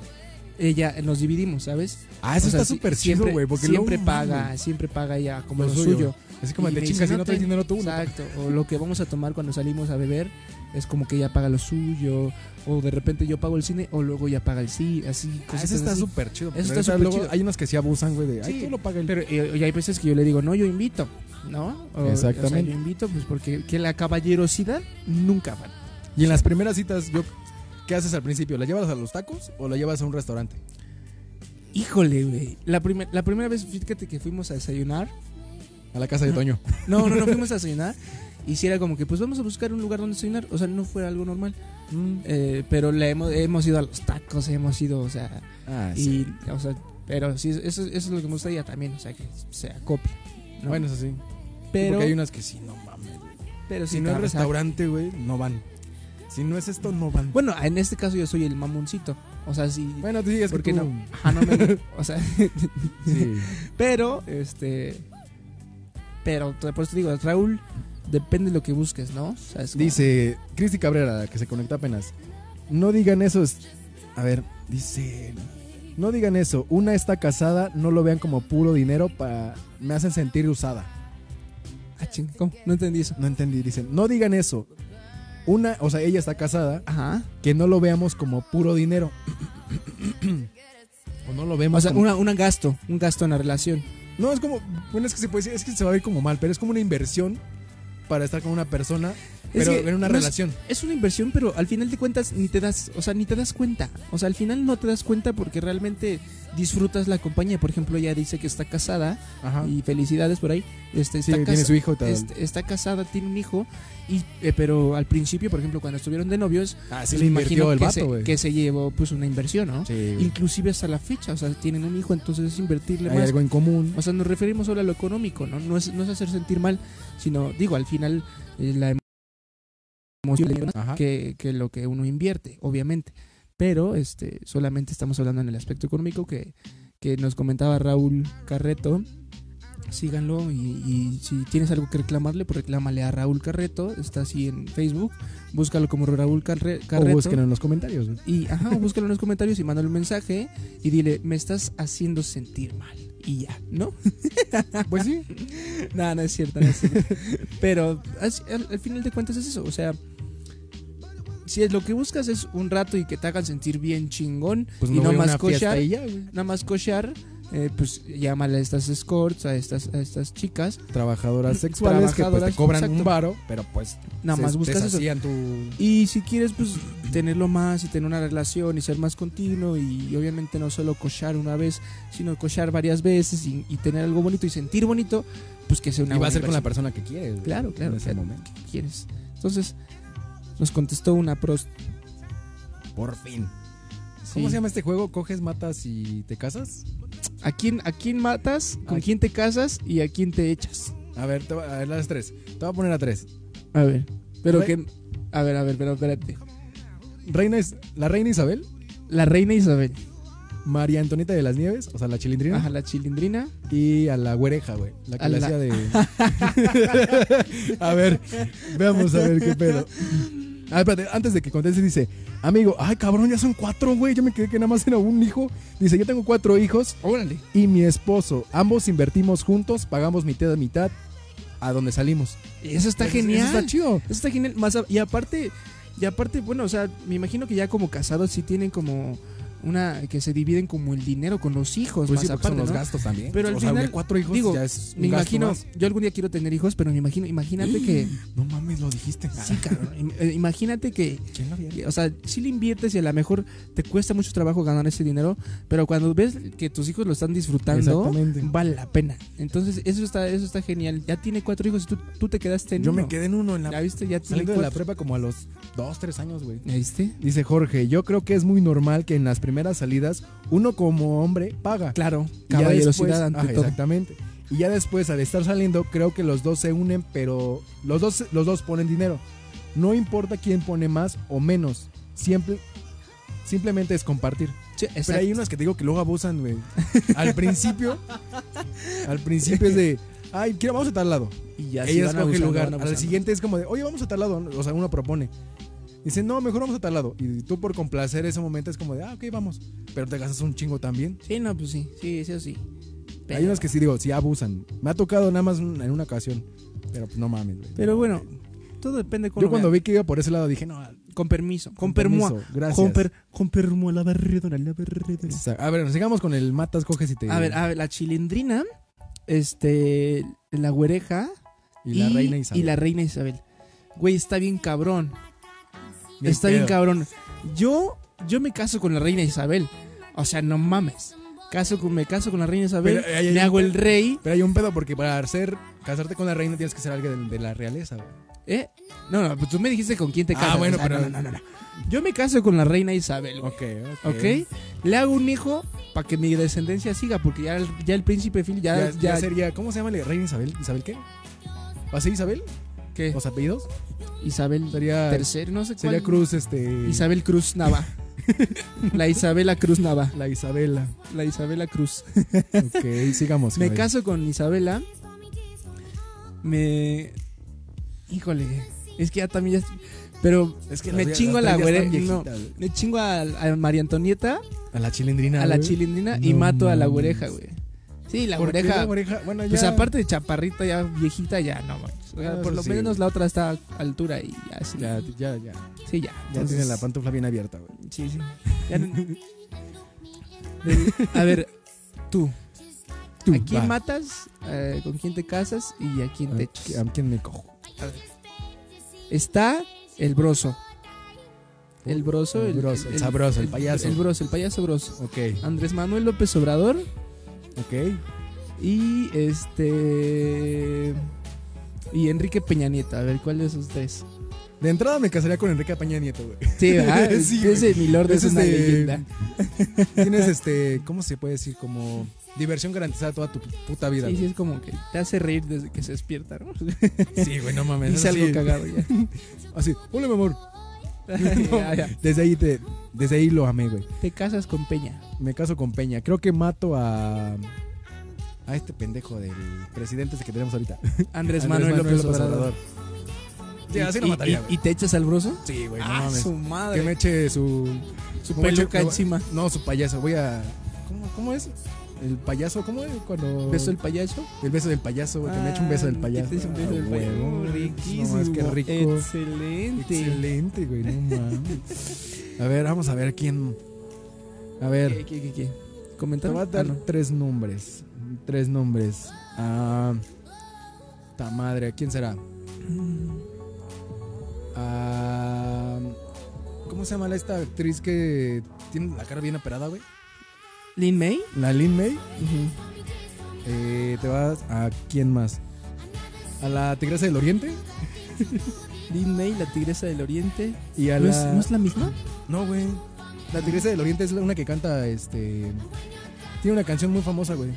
Speaker 2: ella nos dividimos, ¿sabes?
Speaker 1: Ah, eso
Speaker 2: O sea,
Speaker 1: está
Speaker 2: sí-
Speaker 1: súper chido,
Speaker 2: siempre-
Speaker 1: güey. Porque
Speaker 2: Siempre
Speaker 1: luego,
Speaker 2: paga,
Speaker 1: mames,
Speaker 2: siempre paga ella como
Speaker 1: Lo
Speaker 2: lo
Speaker 1: suyo.
Speaker 2: suyo.
Speaker 1: Es como
Speaker 2: Y
Speaker 1: de
Speaker 2: me
Speaker 1: chingas,
Speaker 2: dice,
Speaker 1: si no traes
Speaker 2: te-
Speaker 1: dinero tú, no te-
Speaker 2: Exacto. O lo que vamos a tomar cuando salimos a beber es como que ella paga lo suyo. O de repente yo pago el cine o luego ella paga el cine. Así,
Speaker 1: Ah,
Speaker 2: cositas
Speaker 1: eso está
Speaker 2: así.
Speaker 1: súper chido.
Speaker 2: Eso está
Speaker 1: neta,
Speaker 2: súper
Speaker 1: luego
Speaker 2: chido.
Speaker 1: Hay unos que sí eh, abusan, güey, de, ay,
Speaker 2: Sí,
Speaker 1: tú lo paga el...
Speaker 2: Pero y, y hay veces que yo le digo, no, yo invito. ¿No? O-
Speaker 1: Exactamente.
Speaker 2: o sea, yo invito, pues porque que la caballerosidad nunca va.
Speaker 1: Y en las primeras citas, yo... ¿Qué haces al principio? ¿La llevas a los tacos o la llevas a un restaurante?
Speaker 2: Híjole, güey. La, primer- la primera vez, fíjate que fuimos a desayunar.
Speaker 1: A la casa
Speaker 2: Ah.
Speaker 1: de Toño.
Speaker 2: No, no, no fuimos a desayunar. Y si era como que, pues vamos a buscar un lugar donde desayunar. O sea, no fuera algo normal. Eh, pero le hemos, hemos ido a los tacos, hemos ido, o sea,
Speaker 1: Ah,
Speaker 2: y, o sea, pero sí, eso, eso es lo que me gusta ella también, o sea, que se acople. ¿no?
Speaker 1: Bueno, eso sí.
Speaker 2: pero,
Speaker 1: Porque hay unas que sí, no mames. güey.
Speaker 2: pero
Speaker 1: Si
Speaker 2: sí
Speaker 1: no es
Speaker 2: te vas a-
Speaker 1: restaurante, güey, no van. Si no es esto, no van.
Speaker 2: Bueno, en este caso yo soy el mamoncito, o sea, sí,
Speaker 1: Bueno, tú digas
Speaker 2: porque
Speaker 1: que tú-
Speaker 2: no, Ajá, no me- o sea,
Speaker 1: Sí.
Speaker 2: pero, este, pero, te- por eso te digo, Raúl, depende de lo que busques, ¿no? O sea, es como-
Speaker 1: Dice Cristi Cabrera, que se conectó apenas. No digan eso. es- A ver, dice. No digan eso. Una está casada, no lo vean como puro dinero para. Me hacen sentir usada.
Speaker 2: Ah, ching, ¿cómo? No entendí eso.
Speaker 1: No entendí. Dicen, no digan eso. Una, o sea, ella está casada,
Speaker 2: Ajá.
Speaker 1: que no lo veamos como puro dinero. o no lo
Speaker 2: O
Speaker 1: vemos
Speaker 2: sea,
Speaker 1: como-
Speaker 2: una- un gasto, un gasto en la relación.
Speaker 1: No, es como. Bueno, es que se puede decir, es que se va a ver como mal, pero es como una inversión para estar con una persona, pero
Speaker 2: que
Speaker 1: en una
Speaker 2: no es-
Speaker 1: relación.
Speaker 2: es una inversión, pero al final de cuentas ni te das, o sea, ni te das cuenta. O sea, al final no te das cuenta porque realmente disfrutas la compañía. Por ejemplo, ella dice que está casada
Speaker 1: Ajá.
Speaker 2: y felicidades por ahí. Este,
Speaker 1: Sí,
Speaker 2: está
Speaker 1: tiene
Speaker 2: casa-
Speaker 1: su hijo y tal.
Speaker 2: este, está casada, tiene un hijo, y, eh, pero al principio, por ejemplo, cuando estuvieron de novios,
Speaker 1: Ah,
Speaker 2: pues
Speaker 1: sí, le invirtió el
Speaker 2: que,
Speaker 1: vato,
Speaker 2: se,
Speaker 1: güey.
Speaker 2: que se llevó pues una inversión, ¿no?
Speaker 1: Sí, güey.
Speaker 2: Inclusive hasta la fecha, o sea, tienen un hijo, entonces es invertirle
Speaker 1: Hay
Speaker 2: más.
Speaker 1: algo en común.
Speaker 2: O sea, nos referimos solo a lo económico, ¿no? No es, no es hacer sentir mal, sino, digo, al final eh, la emo- emoción le-
Speaker 1: Ajá.
Speaker 2: que, que lo que uno invierte, obviamente. Pero este, solamente estamos hablando en el aspecto económico que, que nos comentaba Raúl Carreto, síganlo y, y si tienes algo que reclamarle, pues reclámale a Raúl Carreto, está así en Facebook, búscalo como Raúl Carre-
Speaker 1: O
Speaker 2: Carreto.
Speaker 1: búsquenlo en los comentarios. güey.
Speaker 2: Y ajá, o búscalo en los comentarios y mándale un mensaje y dile, me estás haciendo sentir mal. Y ya, ¿no?
Speaker 1: Pues sí.
Speaker 2: no, no es cierto, no es cierto. Pero as- al, al final de cuentas es eso, o sea, si es lo que buscas es un rato y que te hagan sentir bien chingón
Speaker 1: Pues
Speaker 2: y no
Speaker 1: voy a
Speaker 2: más
Speaker 1: una fiesta
Speaker 2: cochar,
Speaker 1: y ya, güey.
Speaker 2: nada más cochar, eh, pues llámale a estas escorts, a estas, a estas chicas,
Speaker 1: Trabajadoras sexuales que pues, te
Speaker 2: Trabajadoras,
Speaker 1: cobran
Speaker 2: exacto.
Speaker 1: un varo, pero pues
Speaker 2: nada
Speaker 1: se
Speaker 2: más buscas eso.
Speaker 1: deshacían tu
Speaker 2: Y si quieres, pues tenerlo más y tener una relación y ser más continuo y obviamente no solo cochar una vez, sino cochar varias veces y, y tener algo bonito y sentir bonito, pues que sea una
Speaker 1: y va a
Speaker 2: buena
Speaker 1: ser con la
Speaker 2: inversión.
Speaker 1: persona que quieres. güey,
Speaker 2: Claro, claro,
Speaker 1: En ese
Speaker 2: claro.
Speaker 1: momento.
Speaker 2: ¿Qué quieres. Entonces, nos contestó una pros.
Speaker 1: Por fin.
Speaker 2: Sí.
Speaker 1: ¿Cómo se llama este juego? ¿Coges, matas y te casas?
Speaker 2: ¿A quién, ¿A quién matas? ¿Con
Speaker 1: Ay.
Speaker 2: quién te casas? ¿Y a quién te echas?
Speaker 1: A ver, te voy a a ver las tres. Te voy a poner a tres.
Speaker 2: A ver, pero
Speaker 1: Re-
Speaker 2: que... A ver, a ver, pero espérate.
Speaker 1: Reina es, la reina Isabel,
Speaker 2: La reina Isabel.
Speaker 1: María Antonieta de las Nieves, o sea, la chilindrina,
Speaker 2: Ajá, la chilindrina.
Speaker 1: y a la güereja, güey. La que
Speaker 2: A
Speaker 1: le
Speaker 2: la-
Speaker 1: hacía de. a ver, veamos a ver qué pedo. Ah, espérate, antes de que conteste, dice: Amigo, ay cabrón, ya son cuatro, güey. Yo me quedé que nada más era un hijo. Dice: Yo tengo cuatro hijos.
Speaker 2: Órale.
Speaker 1: y mi esposo. Ambos invertimos juntos, pagamos mitad a mitad a donde salimos.
Speaker 2: Eso está
Speaker 1: Eso-
Speaker 2: genial.
Speaker 1: Eso está chido.
Speaker 2: Eso está genial. Más, a- y aparte, y aparte, bueno, o sea, me imagino que ya como casados sí tienen como una que se dividen como el dinero con los hijos,
Speaker 1: Pues
Speaker 2: más
Speaker 1: sí, porque
Speaker 2: aparte,
Speaker 1: son los
Speaker 2: ¿no?
Speaker 1: gastos también.
Speaker 2: Pero al
Speaker 1: O sea,
Speaker 2: final,
Speaker 1: güey, cuatro hijos
Speaker 2: digo,
Speaker 1: ya es un
Speaker 2: Me
Speaker 1: gasto
Speaker 2: imagino,
Speaker 1: más. Mm.
Speaker 2: yo algún día quiero tener hijos, pero me imagino, imagínate que,
Speaker 1: No mames, lo dijiste. Ah,
Speaker 2: sí, cabrón, im- eh, imagínate que,
Speaker 1: ¿Quién lo había
Speaker 2: o sea, si le inviertes y a lo mejor te cuesta mucho trabajo ganar ese dinero, pero cuando ves que tus hijos lo están disfrutando,
Speaker 1: Exactamente.
Speaker 2: vale la pena. Entonces, eso está, eso está genial. Ya tiene cuatro hijos y tú, tú te quedaste en
Speaker 1: Yo me
Speaker 2: uno.
Speaker 1: quedé en uno en
Speaker 2: ¿Ya
Speaker 1: la,
Speaker 2: viste? Ya tiene
Speaker 1: saliendo de la
Speaker 2: cuatro.
Speaker 1: prepa como a los dos, tres años, güey.
Speaker 2: ¿Ya viste?
Speaker 1: Dice Jorge, yo creo que es muy normal que en las primeras salidas uno como hombre paga.
Speaker 2: Claro,
Speaker 1: Y ya
Speaker 2: caballerosidad
Speaker 1: después-
Speaker 2: ante
Speaker 1: pues, ajá,
Speaker 2: todo.
Speaker 1: Exactamente. Y ya después, al estar saliendo, creo que los dos se unen, pero los dos, los dos ponen dinero. No importa quién pone más o menos. Siempre, simplemente es compartir.
Speaker 2: Sí,
Speaker 1: Pero
Speaker 2: exacto.
Speaker 1: hay unas que te digo que luego abusan, güey. Al principio, al principio es de, ay, quiero, vamos a tal lado.
Speaker 2: Y ya se
Speaker 1: Ella
Speaker 2: van
Speaker 1: escoge el
Speaker 2: abusando,
Speaker 1: lugar.
Speaker 2: van
Speaker 1: Al
Speaker 2: abusando.
Speaker 1: siguiente es como de, oye, vamos a tal lado. O sea, uno propone. Dice, no, mejor vamos a tal lado. Y tú por complacer ese momento es como de, ah, ok, vamos. Pero te gastas un chingo también.
Speaker 2: Sí, no, pues sí, sí, eso sí. Pero,
Speaker 1: Hay unos que sí digo, sí abusan. Me ha tocado nada más un- en una ocasión. Pero pues no mames, güey.
Speaker 2: pero bueno, todo depende cómo
Speaker 1: Yo
Speaker 2: lo
Speaker 1: cuando
Speaker 2: veas.
Speaker 1: vi que iba por ese lado dije, no,
Speaker 2: Con permiso, con,
Speaker 1: Con
Speaker 2: permua.
Speaker 1: permiso, gracias.
Speaker 2: Con, per, con permua, la barredora, la barredora.
Speaker 1: sa- a ver, sigamos con el matas, coges y te.
Speaker 2: A ver, ah, a ver, la chilindrina, este, la güereja
Speaker 1: y la reina Isabel.
Speaker 2: y la reina Isabel. Güey, está bien cabrón.
Speaker 1: Ni
Speaker 2: está
Speaker 1: pedo.
Speaker 2: bien cabrón. Yo, yo me caso con la reina Isabel. O sea, no mames. Caso con, me caso con la reina Isabel,
Speaker 1: Pero, ay, ay,
Speaker 2: me
Speaker 1: ay,
Speaker 2: hago el
Speaker 1: pero-
Speaker 2: rey.
Speaker 1: Pero hay un pedo porque para ser, casarte con la reina tienes que ser alguien de, de la realeza, güey.
Speaker 2: ¿Eh? No, no, pues tú me dijiste con quién te
Speaker 1: Ah,
Speaker 2: casas.
Speaker 1: bueno,
Speaker 2: o sea,
Speaker 1: pero-
Speaker 2: No, no, no, no. Yo me caso con la reina Isabel, güey,
Speaker 1: Ok,
Speaker 2: ¿ok? Le hago un hijo para que mi descendencia siga, porque ya el, ya el príncipe Phil ya...
Speaker 1: Ya, ya
Speaker 2: ya-
Speaker 1: sería, ¿cómo se llama la reina Isabel? ¿Isabel qué? ¿Va a ser Isabel?
Speaker 2: ¿qué?
Speaker 1: ¿Los apellidos?
Speaker 2: Isabel
Speaker 1: Sería,
Speaker 2: tercero, no sé cuál.
Speaker 1: sería Cruz, este.
Speaker 2: Isabel Cruz Nava. la Isabela Cruz Nava.
Speaker 1: La Isabela.
Speaker 2: La Isabela Cruz.
Speaker 1: Ok, sigamos.
Speaker 2: Me
Speaker 1: Javier.
Speaker 2: caso con Isabela. Me... Híjole. Es que ya también ya... Pero
Speaker 1: Es que las-
Speaker 2: me
Speaker 1: las
Speaker 2: chingo a
Speaker 1: tres
Speaker 2: la
Speaker 1: ya
Speaker 2: güere...
Speaker 1: están
Speaker 2: no,
Speaker 1: viejitas, güey.
Speaker 2: me chingo a, a María Antonieta.
Speaker 1: A la chilindrina.
Speaker 2: a la
Speaker 1: güey.
Speaker 2: chilindrina y
Speaker 1: No
Speaker 2: mato a la
Speaker 1: mames.
Speaker 2: güereja, güey. Sí, la
Speaker 1: ¿Por qué
Speaker 2: güereja.
Speaker 1: la oreja? Bueno, ya.
Speaker 2: Pues aparte de chaparrita, ya viejita, ya no manches. O sea,
Speaker 1: Ah,
Speaker 2: por
Speaker 1: eso
Speaker 2: lo
Speaker 1: sí,
Speaker 2: menos
Speaker 1: güey.
Speaker 2: la otra está a altura y ya sí.
Speaker 1: Ya, ya, ya.
Speaker 2: Sí, ya.
Speaker 1: Ya
Speaker 2: Entonces,
Speaker 1: tiene la pantufla bien abierta, güey.
Speaker 2: Sí, sí. Ya no- Del- a ver, tú.
Speaker 1: Tú,
Speaker 2: ¿A quién
Speaker 1: va. Ah,
Speaker 2: matas? Eh, ¿Con quién te casas? ¿Y a quién te
Speaker 1: ¿A qui-
Speaker 2: echas?
Speaker 1: ¿A quién me cojo?
Speaker 2: Está el broso. El broso,
Speaker 1: El broso, el sabroso, el payaso.
Speaker 2: El broso, el payaso broso.
Speaker 1: Ok,
Speaker 2: Andrés Manuel López Obrador.
Speaker 1: ok.
Speaker 2: Y este. Y Enrique Peña Nieto. A ver, ¿cuál de esos tres?
Speaker 1: De entrada me casaría con Enrique Peña Nieto, güey.
Speaker 2: Sí, ¿verdad?
Speaker 1: Sí, güey.
Speaker 2: Ese Milord es
Speaker 1: Ese es
Speaker 2: una
Speaker 1: de-
Speaker 2: leyenda.
Speaker 1: Tienes este, ¿cómo se puede decir? Como diversión garantizada toda tu puta vida.
Speaker 2: Sí, sí,
Speaker 1: güey.
Speaker 2: es como que te hace reír desde que se despierta, ¿no?
Speaker 1: Sí, güey, no mames.
Speaker 2: Hice algo
Speaker 1: así,
Speaker 2: cagado ya.
Speaker 1: Así, hola, mi amor. Ah,
Speaker 2: Ya, ya.
Speaker 1: Desde ahí te, desde ahí lo amé, güey.
Speaker 2: Te casas con Peña.
Speaker 1: Me caso con Peña. Creo que mato a a este pendejo del presidente ese que tenemos ahorita.
Speaker 2: Andrés, Manuel, López, Obrador.
Speaker 1: Sí, así
Speaker 2: ¿Y-
Speaker 1: lo
Speaker 2: y-
Speaker 1: mataría.
Speaker 2: ¿Y,
Speaker 1: güey.
Speaker 2: y te echas al broso?
Speaker 1: sí, güey, no
Speaker 2: ah,
Speaker 1: mames.
Speaker 2: su
Speaker 1: Que
Speaker 2: madre.
Speaker 1: me eche su.
Speaker 2: Su
Speaker 1: como
Speaker 2: peluca
Speaker 1: yo-
Speaker 2: encima.
Speaker 1: No, su payaso. Voy a. ¿Cómo, cómo es? El payaso, ¿cómo es? Cuando.
Speaker 2: ¿Beso el payaso?
Speaker 1: el beso del payaso, güey. que me eche un beso del
Speaker 2: Ah,
Speaker 1: payaso.
Speaker 2: que te eche un beso
Speaker 1: Ah,
Speaker 2: del
Speaker 1: güey,
Speaker 2: payaso.
Speaker 1: no
Speaker 2: Oh,
Speaker 1: mames,
Speaker 2: riquísimo.
Speaker 1: No, es que rico.
Speaker 2: Excelente.
Speaker 1: Excelente, güey. No mames. A ver, vamos a ver quién. A ver.
Speaker 2: ¿Qué, qué, qué, qué?
Speaker 1: Te
Speaker 2: ¿Comentaron?
Speaker 1: voy a dar
Speaker 2: Ah, no.
Speaker 1: tres nombres. Tres nombres. Ah, ta madre, ¿quién será? Ah, ¿Cómo se llama la- esta actriz que tiene la cara bien operada, güey?
Speaker 2: ¿Lin May?
Speaker 1: La Lin May. Eh, te vas a quién más? A la Tigresa del Oriente
Speaker 2: Lin May, la tigresa del oriente.
Speaker 1: y a
Speaker 2: ¿No,
Speaker 1: la.
Speaker 2: es, no es la misma?
Speaker 1: No, güey. La Tigresa del Oriente es la- una que canta, este. Tiene una canción muy famosa, güey.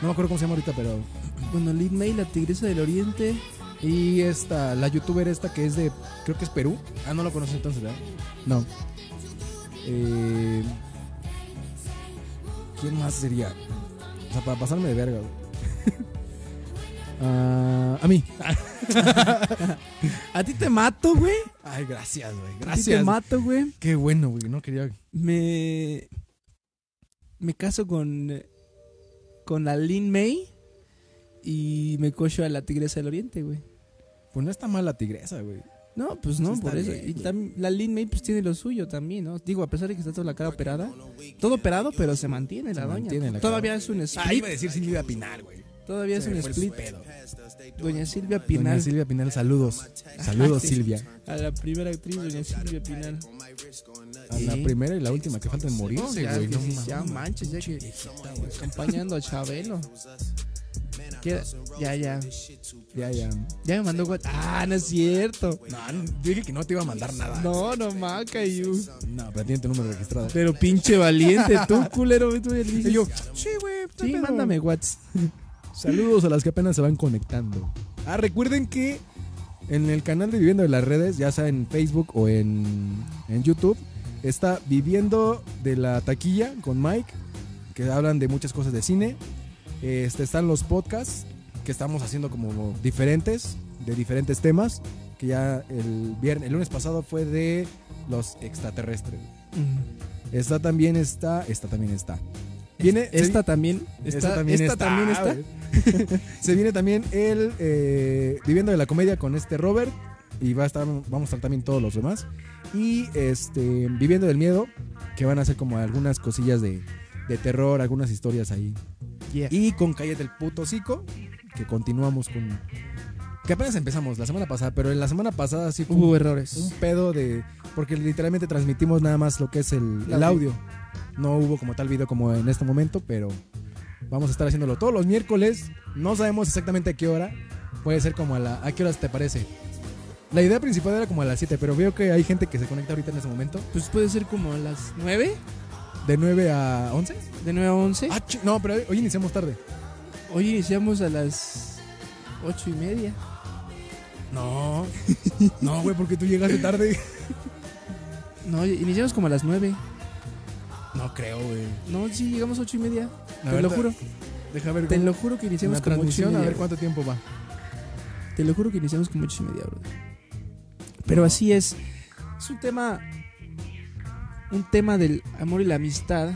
Speaker 1: No me acuerdo cómo se llama ahorita, pero.
Speaker 2: Bueno, Lin May, la tigresa del oriente.
Speaker 1: Y esta, la youtuber esta que es de, creo que es Perú. Ah, no la conoces entonces, ¿verdad? No. Eh, ¿Quién más sería? O sea, para pasarme de verga, güey. Ah, a mí.
Speaker 2: A ti te mato, güey.
Speaker 1: Ay, gracias, güey.
Speaker 2: A ti te
Speaker 1: Gracias.
Speaker 2: mato, güey.
Speaker 1: Qué bueno, güey. No quería.
Speaker 2: Me. Me caso con. Con la Lin May. Y me cocho a la tigresa del oriente, güey.
Speaker 1: Pues no está mal la tigresa, güey.
Speaker 2: No, pues no,
Speaker 1: Sí, está
Speaker 2: por eso.
Speaker 1: bien,
Speaker 2: y
Speaker 1: güey.
Speaker 2: tam- la Lin May pues tiene lo suyo también, ¿no? Digo, a pesar de que está toda la cara operada. Todo operado, pero se mantiene la doña.
Speaker 1: mantiene la cara. Ah,
Speaker 2: Todavía es un split.
Speaker 1: decir Silvia Pinal, güey.
Speaker 2: Todavía es
Speaker 1: Se
Speaker 2: un
Speaker 1: me Eh, fue el
Speaker 2: split.
Speaker 1: pedo.
Speaker 2: Doña Silvia
Speaker 1: Doña
Speaker 2: Pinal.
Speaker 1: Silvia Pinal, saludos. Saludos, Silvia.
Speaker 2: A la primera actriz, doña Silvia Pinal.
Speaker 1: A la
Speaker 2: Sí.
Speaker 1: primera y la última que falta en
Speaker 2: No,
Speaker 1: morirse,
Speaker 2: ya,
Speaker 1: güey.
Speaker 2: que
Speaker 1: No
Speaker 2: sí,
Speaker 1: mames.
Speaker 2: ya manches, ya que acompañando a Chabelo. Que- Ya, ya.
Speaker 1: Ya, ya.
Speaker 2: Ya me mandó WhatsApp. Ah, no es cierto.
Speaker 1: No, dije que no te iba a mandar nada.
Speaker 2: No, no maca, you.
Speaker 1: No, pero tiene tu número registrado.
Speaker 2: Pero pinche valiente, tú, culero. Tú le dices,
Speaker 1: Y yo, sí, güey. no hay
Speaker 2: sí,
Speaker 1: pedo".
Speaker 2: mándame WhatsApp.
Speaker 1: Saludos a las que apenas se van conectando. Ah, recuerden que en el canal de Viviendo de las Redes, ya sea en Facebook o en, en YouTube, está Viviendo de la Taquilla con Mike, que hablan de muchas cosas de cine. Este, están los podcasts que estamos haciendo como diferentes, de diferentes temas. Que ya el, viernes, el lunes pasado fue de los extraterrestres. Está también está, esta también está. Viene, se
Speaker 2: Esta también. Esta,
Speaker 1: esta también
Speaker 2: también, esta
Speaker 1: está.
Speaker 2: también está. Ah,
Speaker 1: güey. Se viene también el eh, Viviendo de la Comedia con este Robert. Y va a estar, vamos a estar también todos los demás. Y este Viviendo del Miedo, que van a hacer como algunas cosillas de, de terror, algunas historias ahí.
Speaker 2: Yeah.
Speaker 1: Y con Cállate el puto hocico, que continuamos con... Que apenas empezamos la semana pasada, pero en la semana pasada sí fue un-
Speaker 2: Hubo errores.
Speaker 1: un pedo de... Porque literalmente transmitimos nada más lo que es el, el
Speaker 2: El audio.
Speaker 1: audio. No hubo como tal video como en este momento, pero vamos a estar haciéndolo todos los miércoles. No sabemos exactamente a qué hora. Puede ser como a la... ¿A qué horas te parece? La idea principal era como a las 7, pero veo que hay gente que se conecta ahorita en este momento.
Speaker 2: Pues puede ser como a las 9,
Speaker 1: ¿De 9 a 11?
Speaker 2: de 9 a 11.
Speaker 1: Ah, chi- no, pero hoy iniciamos tarde.
Speaker 2: Hoy iniciamos a las 8 y media.
Speaker 1: No. No, güey, porque tú llegaste tarde.
Speaker 2: No, iniciamos como a las 9.
Speaker 1: No creo, güey.
Speaker 2: No, sí, llegamos a 8 y media.
Speaker 1: La
Speaker 2: Te lo
Speaker 1: verdad,
Speaker 2: juro.
Speaker 1: Deja ver
Speaker 2: Te
Speaker 1: cómo-
Speaker 2: lo juro que
Speaker 1: en
Speaker 2: iniciamos
Speaker 1: la
Speaker 2: como 8 y
Speaker 1: transmisión,
Speaker 2: media.
Speaker 1: a ver
Speaker 2: bro.
Speaker 1: cuánto tiempo va.
Speaker 2: Te lo juro que iniciamos como 8 y media, bro. Pero así es. Es un tema. Un tema del amor y la amistad.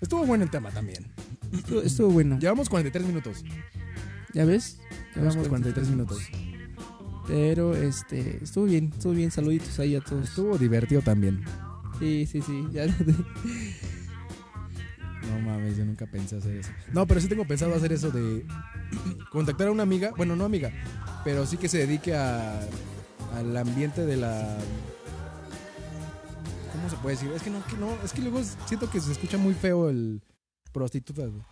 Speaker 1: Estuvo bueno el tema también.
Speaker 2: Estuvo, estuvo bueno.
Speaker 1: Llevamos 43 minutos.
Speaker 2: ¿Ya ves?
Speaker 1: Llevamos 43 minutos.
Speaker 2: Pero este. Estuvo bien, estuvo bien. Saluditos ahí a todos.
Speaker 1: Estuvo divertido también.
Speaker 2: Sí, sí, sí. Ya.
Speaker 1: No mames, yo nunca pensé hacer eso. No, pero sí tengo pensado hacer eso de contactar a una amiga, bueno, no amiga, pero sí que se dedique a, al ambiente de la ¿Cómo se puede decir? Es que no, que no, es que luego siento que se escucha muy feo el prostituta. güey.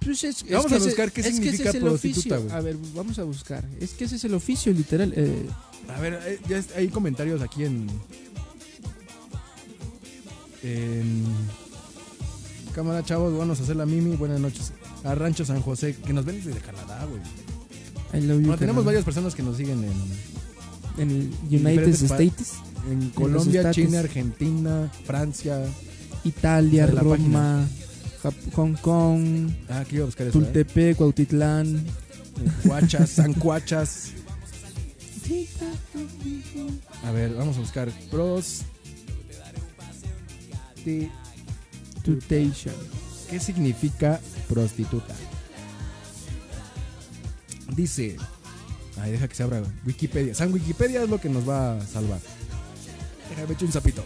Speaker 2: Pues es- es
Speaker 1: Vamos
Speaker 2: que
Speaker 1: a
Speaker 2: ese-
Speaker 1: buscar qué
Speaker 2: es que ese
Speaker 1: significa
Speaker 2: es el
Speaker 1: prostituta,
Speaker 2: oficio.
Speaker 1: güey.
Speaker 2: A ver, vamos a buscar. Es que ese es el oficio, literal. eh,
Speaker 1: A ver, eh, ya es- hay comentarios aquí en en Cámara, chavos, vamos a hacer la mimi. Buenas noches. A Rancho San José, que nos ven desde Canadá, güey.
Speaker 2: I love you,
Speaker 1: Bueno, tenemos
Speaker 2: Canadá.
Speaker 1: varias personas que nos siguen en,
Speaker 2: En el United
Speaker 1: diferentes pa-
Speaker 2: States,
Speaker 1: en
Speaker 2: los
Speaker 1: Colombia,
Speaker 2: estates.
Speaker 1: China, Argentina, Francia.
Speaker 2: Italia,
Speaker 1: De la
Speaker 2: Roma, Jap- Hong Kong,
Speaker 1: Ah, aquí iba a buscar eso. ¿eh?
Speaker 2: Tultepec, Cuautitlán.
Speaker 1: Cuachas, sancuachas. A ver, vamos a buscar pros. ti-
Speaker 2: Tutation.
Speaker 1: ¿Qué significa prostituta? Dice. Ay, deja que se abra Wikipedia. San Wikipedia es lo que nos va a salvar. Déjame echar un sapito.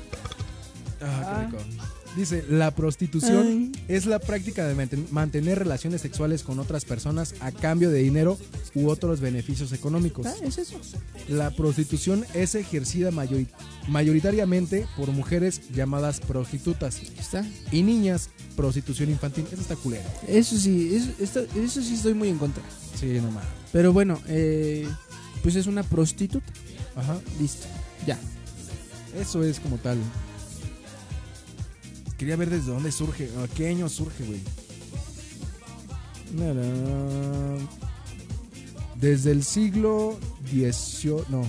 Speaker 1: Ah, qué rico. Dice, la prostitución
Speaker 2: Ay.
Speaker 1: es la práctica de manten- mantener relaciones sexuales con otras personas a cambio de dinero u otros beneficios económicos.
Speaker 2: ¿Es eso?
Speaker 1: La prostitución es ejercida mayori- mayoritariamente por mujeres llamadas prostitutas
Speaker 2: Está.
Speaker 1: y niñas prostitución infantil. Eso está culero.
Speaker 2: Eso sí, eso, esto- eso sí estoy muy en contra.
Speaker 1: Sí, no mames.
Speaker 2: Pero bueno, eh, pues es una prostituta.
Speaker 1: Ajá.
Speaker 2: Listo, ya.
Speaker 1: Eso es como tal. Quería ver desde dónde surge, a qué año surge, güey. Narán. Desde el siglo XVIII, no.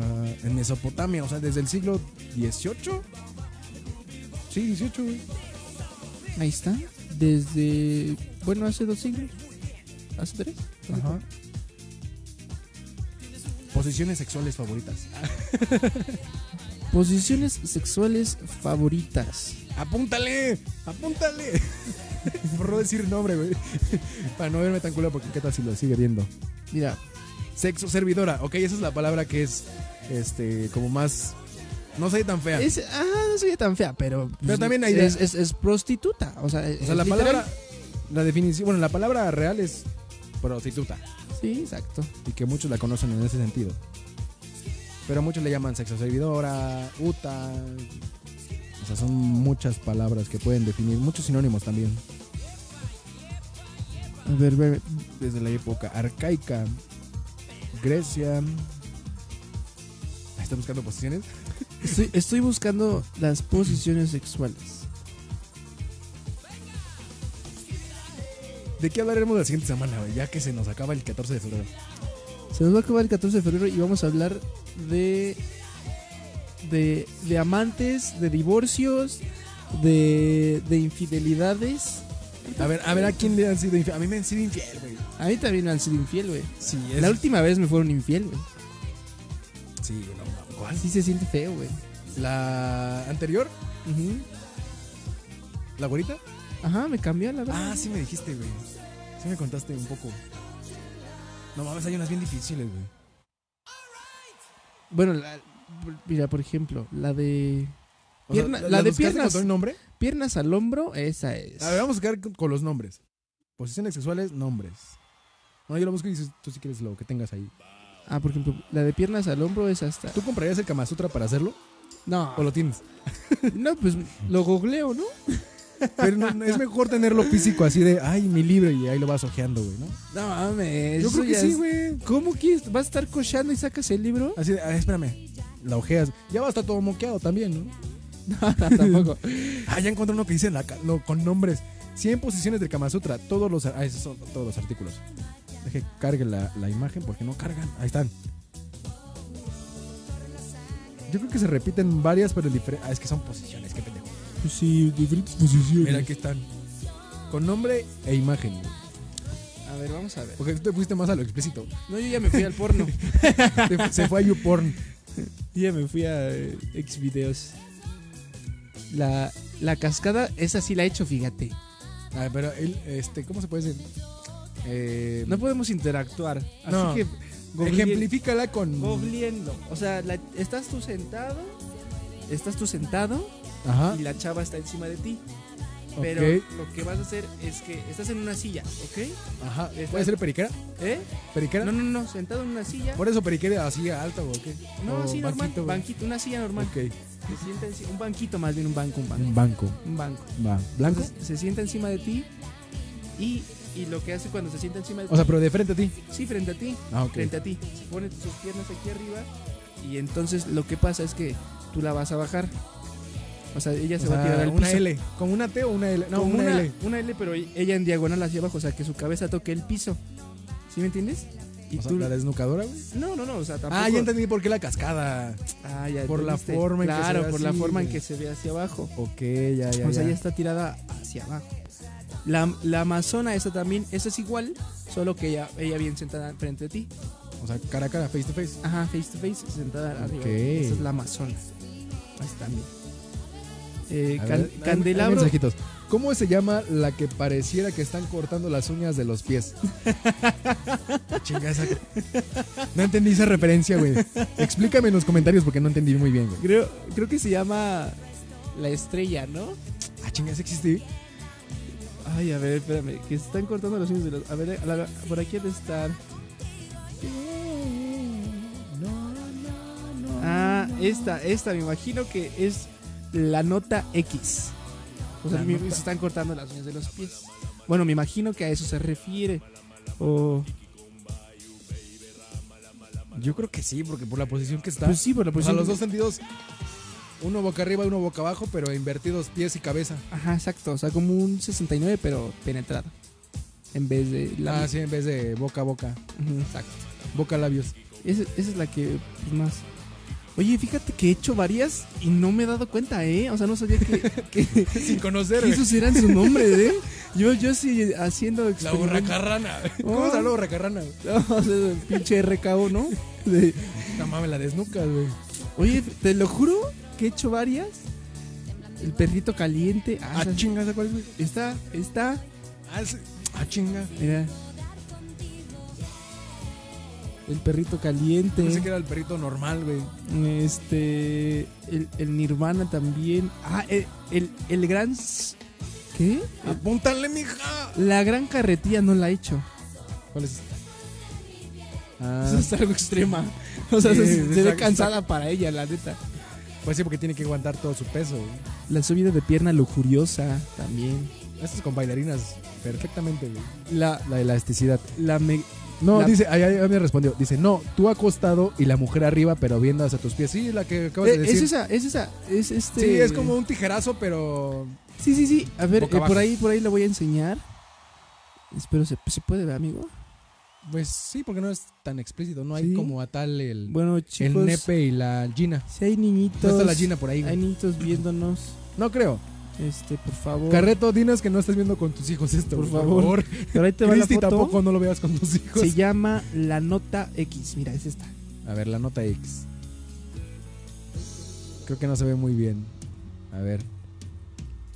Speaker 1: Ah, en Mesopotamia, o sea, desde el siglo XVIII. Sí, XVIII, güey.
Speaker 2: Ahí está. Desde, bueno, hace dos siglos. ¿Hace tres?
Speaker 1: Ajá. Posiciones sexuales favoritas.
Speaker 2: Posiciones sexuales favoritas.
Speaker 1: ¡Apúntale! ¡Apúntale! Por no decir nombre, güey. Para no verme tan culo, porque qué tal si lo sigue viendo.
Speaker 2: Mira,
Speaker 1: Sexo servidora. Ok, esa es la palabra que es este como más. No soy tan fea.
Speaker 2: es, ah, no soy tan fea, pero. pues,
Speaker 1: Pero también hay de-
Speaker 2: es, es, es prostituta. O sea,
Speaker 1: o sea, la palabra. La definición. Bueno, la palabra real es prostituta.
Speaker 2: Sí, exacto.
Speaker 1: Y que muchos la conocen en ese sentido. Pero muchos le llaman sexo servidora, UTA. O sea, son muchas palabras que pueden definir, muchos sinónimos también.
Speaker 2: A ver, ver.
Speaker 1: desde la época arcaica. Grecia. ¿Están buscando posiciones?
Speaker 2: Estoy, estoy buscando las posiciones sexuales.
Speaker 1: ¿De qué hablaremos la siguiente semana, güey? Ya que se nos acaba el 14 de febrero.
Speaker 2: Se nos va a acabar el 14 de febrero y vamos a hablar de. de, de amantes, de divorcios, de, de infidelidades.
Speaker 1: A ver, a ver, ¿a quién le han sido infiel? A mí me han sido infiel, güey.
Speaker 2: A mí también me han sido infiel, güey.
Speaker 1: Sí,
Speaker 2: La última vez me fueron infiel, güey.
Speaker 1: Sí, no, ¿cuál?
Speaker 2: Así se siente feo, güey.
Speaker 1: ¿La anterior?
Speaker 2: Ujú.
Speaker 1: ¿La güerita?
Speaker 2: Ajá, me cambió la verdad.
Speaker 1: Ah, sí me dijiste, güey. Sí me contaste un poco. No mames, hay unas bien difíciles, güey.
Speaker 2: Bueno, la- mira, por ejemplo, la de
Speaker 1: O sea,
Speaker 2: Pierna- la
Speaker 1: ¿las
Speaker 2: de
Speaker 1: buscaste
Speaker 2: piernas.
Speaker 1: con todo el nombre?
Speaker 2: piernas al hombro, esa es.
Speaker 1: A ver, vamos a quedar con- con los nombres. Posiciones sexuales, nombres. Bueno, yo lo busco y dices, tú si quieres lo que tengas ahí.
Speaker 2: Ah, por ejemplo, la de piernas al hombro es hasta.
Speaker 1: ¿Tú comprarías el Kama Sutra para hacerlo?
Speaker 2: No,
Speaker 1: ¿O lo tienes?
Speaker 2: no, pues lo googleo, ¿no?
Speaker 1: Pero no, no, es mejor tenerlo físico, así de, ay, mi libro, y ahí lo vas ojeando, güey, ¿no?
Speaker 2: No mames.
Speaker 1: Yo
Speaker 2: eso
Speaker 1: creo que
Speaker 2: ya
Speaker 1: sí,
Speaker 2: es-
Speaker 1: güey.
Speaker 2: ¿Cómo que vas a estar cochando y sacas el libro?
Speaker 1: Así de, "Ay, espérame, la ojeas. Ya va a estar todo moqueado también, ¿no?
Speaker 2: No, no, tampoco.
Speaker 1: Ah, ya encontré uno que dice la ca- no, con nombres. 100 posiciones del Kama Sutra. Todos los, ah, esos son todos los artículos. Deje que cargue la, la imagen porque no cargan. Ahí están. Yo creo que se repiten varias, pero diferentes. Ah, es que son posiciones, qué pendejo.
Speaker 2: Pues sí, diferentes posiciones.
Speaker 1: Mira, aquí están. Con nombre e imagen.
Speaker 2: A ver, vamos a ver.
Speaker 1: Porque tú te fuiste más a lo explícito.
Speaker 2: No, yo ya me fui al porno.
Speaker 1: Te fu- se fue a YouPorn.
Speaker 2: Yo ya me fui a eh, Xvideos. La, la cascada, esa sí la he hecho, fíjate.
Speaker 1: Ah, pero él, este, ¿cómo se puede decir? Eh,
Speaker 2: No podemos interactuar. Así
Speaker 1: No.
Speaker 2: que google-
Speaker 1: ejemplifícala con.
Speaker 2: googleando. O sea, la- estás tú sentado. Estás tú sentado
Speaker 1: Ajá.
Speaker 2: y la chava está encima de ti. Pero
Speaker 1: ok,
Speaker 2: lo que vas a hacer es que estás en una silla, ¿ok?
Speaker 1: Ajá. ¿Puede ser periquera?
Speaker 2: ¿Eh?
Speaker 1: ¿Periquera?
Speaker 2: No, no, no, sentado en una silla.
Speaker 1: Por eso periquera así alto o qué?
Speaker 2: No,
Speaker 1: O
Speaker 2: así normal,
Speaker 1: banquito,
Speaker 2: banquito,
Speaker 1: güey.
Speaker 2: una silla normal.
Speaker 1: Ok.
Speaker 2: Se sienta enci- un banquito más bien, un banco, un banco.
Speaker 1: Un banco.
Speaker 2: Un banco.
Speaker 1: Va. ¿Blanco?
Speaker 2: Entonces, se sienta encima de ti y, y lo que hace cuando se sienta encima de ti,
Speaker 1: O sea, pero de frente a ti.
Speaker 2: sí, frente a ti,
Speaker 1: Ah, ok.
Speaker 2: frente a ti, se pone sus piernas aquí arriba y entonces lo que pasa es que tú la vas a bajar. O sea, ella se
Speaker 1: O
Speaker 2: va a
Speaker 1: sea,
Speaker 2: tirar al
Speaker 1: una
Speaker 2: piso.
Speaker 1: L. ¿Con una T o una L? No,
Speaker 2: Como
Speaker 1: una, L.
Speaker 2: una L, pero ella en diagonal hacia abajo, o sea, que su cabeza toque el piso. ¿Sí me entiendes? Y
Speaker 1: O sea,
Speaker 2: tú-
Speaker 1: ¿La desnucadora, güey?
Speaker 2: No, no, no, o sea, tampoco.
Speaker 1: Ah, ya entendí por qué la cascada.
Speaker 2: Ah, ya
Speaker 1: Por la
Speaker 2: entendiste.
Speaker 1: forma en que se
Speaker 2: Claro,
Speaker 1: ve
Speaker 2: por la
Speaker 1: así,
Speaker 2: forma en
Speaker 1: güey.
Speaker 2: que se ve hacia abajo.
Speaker 1: Ok, ya, ya.
Speaker 2: o sea, ya. está tirada hacia abajo. La, la amazona, esa también, esa es igual, solo que ella, ella bien sentada frente a ti.
Speaker 1: O sea, cara a cara, face to face.
Speaker 2: Ajá, face to face, sentada arriba.
Speaker 1: Ok.
Speaker 2: Esa es la amazona. Así también. Eh,
Speaker 1: A
Speaker 2: can-
Speaker 1: ver, dame- dame
Speaker 2: candelabro.
Speaker 1: mensajitos. ¿Cómo se llama la que pareciera que están cortando las uñas de los pies? Chinga esa. No entendí esa referencia, güey. Explícame en los comentarios porque no entendí muy bien, güey.
Speaker 2: Creo, creo que se llama la estrella, ¿no?
Speaker 1: Ah, chinga, ¿esa existe?
Speaker 2: Ay, a ver, espérame, que se están cortando los uños de los. A ver, a la- por aquí ha de estar. Ah, esta, esta, me imagino que es la nota X. O sea,
Speaker 1: La
Speaker 2: mi-
Speaker 1: nota.
Speaker 2: se están cortando las uñas de los pies. Bueno, me imagino que a eso se refiere. O,
Speaker 1: Yo creo que sí, porque por la posición que está.
Speaker 2: pues sí, por la
Speaker 1: o sea,
Speaker 2: posición.
Speaker 1: los dos sentidos. Uno boca arriba, uno boca abajo, pero invertidos pies y cabeza.
Speaker 2: Ajá, exacto. O sea, como un 69, pero penetrado. En vez de la.
Speaker 1: Ah, sí, en vez de boca a boca.
Speaker 2: Ujú, exacto.
Speaker 1: Boca a labios.
Speaker 2: Esa, esa es la que pues, más. Oye, fíjate que he hecho varias y no me he dado cuenta, ¿eh? O sea, no sabía que, que- que
Speaker 1: Sin conocer, güey.
Speaker 2: esos eran sus nombres, ¿eh? Yo, yo sí eh, haciendo.
Speaker 1: La
Speaker 2: experimentos.
Speaker 1: borracarrana. ¿Cómo se la borracarrana? güey?
Speaker 2: No, o sea, el pinche RKO, ¿no? De-
Speaker 1: No mames, la desnucas, güey.
Speaker 2: oye, te lo juro que he hecho varias. El perrito caliente. Ah,
Speaker 1: Ah,
Speaker 2: esa-
Speaker 1: chinga, ¿esa cuál es, güey?
Speaker 2: está, está.
Speaker 1: Ah, sí. Ah, chinga.
Speaker 2: Mira. El perrito caliente.
Speaker 1: Pensé que era el perrito normal, güey.
Speaker 2: Este. El, el Nirvana también. Ah, el, el, el gran. s- ¿Qué?
Speaker 1: ¡Apúntale, mija!
Speaker 2: La gran carretilla no la he hecho.
Speaker 1: ¿Cuál es?
Speaker 2: Eso
Speaker 1: Ah,
Speaker 2: es algo extrema. O sea,
Speaker 1: Sí,
Speaker 2: se, se ve
Speaker 1: está-
Speaker 2: cansada para ella, la neta.
Speaker 1: pues sí, porque tiene que aguantar todo su peso, güey.
Speaker 2: La subida de pierna lujuriosa también.
Speaker 1: Estas con bailarinas, perfectamente, güey.
Speaker 2: La,
Speaker 1: La elasticidad.
Speaker 2: la me-
Speaker 1: No,
Speaker 2: La-
Speaker 1: dice, ahí, ahí me respondió. Dice, no, tú acostado y la mujer arriba, pero viendo hacia tus pies. Sí, la que acabas
Speaker 2: Eh,
Speaker 1: de decir.
Speaker 2: es esa, es esa, es este.
Speaker 1: Sí, es como un tijerazo, pero.
Speaker 2: Sí, sí, sí. A ver,
Speaker 1: Boca
Speaker 2: eh, por
Speaker 1: abajo.
Speaker 2: ahí, por ahí la voy a enseñar. Espero se, se puede ver, amigo.
Speaker 1: Pues sí, porque no es tan explícito. No hay
Speaker 2: Sí.
Speaker 1: como a tal el,
Speaker 2: Bueno,
Speaker 1: el
Speaker 2: chicos.
Speaker 1: nepe y la Gina.
Speaker 2: Si hay
Speaker 1: No
Speaker 2: niñitos.
Speaker 1: está la Gina por ahí,
Speaker 2: Hay
Speaker 1: güey.
Speaker 2: niñitos viéndonos.
Speaker 1: No creo.
Speaker 2: Este, por favor.
Speaker 1: Carreto, dinos que no estás viendo con tus hijos esto,
Speaker 2: Por
Speaker 1: güey,
Speaker 2: favor. Pero ahí te va la
Speaker 1: Cristi,
Speaker 2: foto.
Speaker 1: tampoco no lo veas con tus hijos.
Speaker 2: Se llama La Nota X. Mira, es esta.
Speaker 1: A ver, la nota X. Creo que no se ve muy bien. A ver.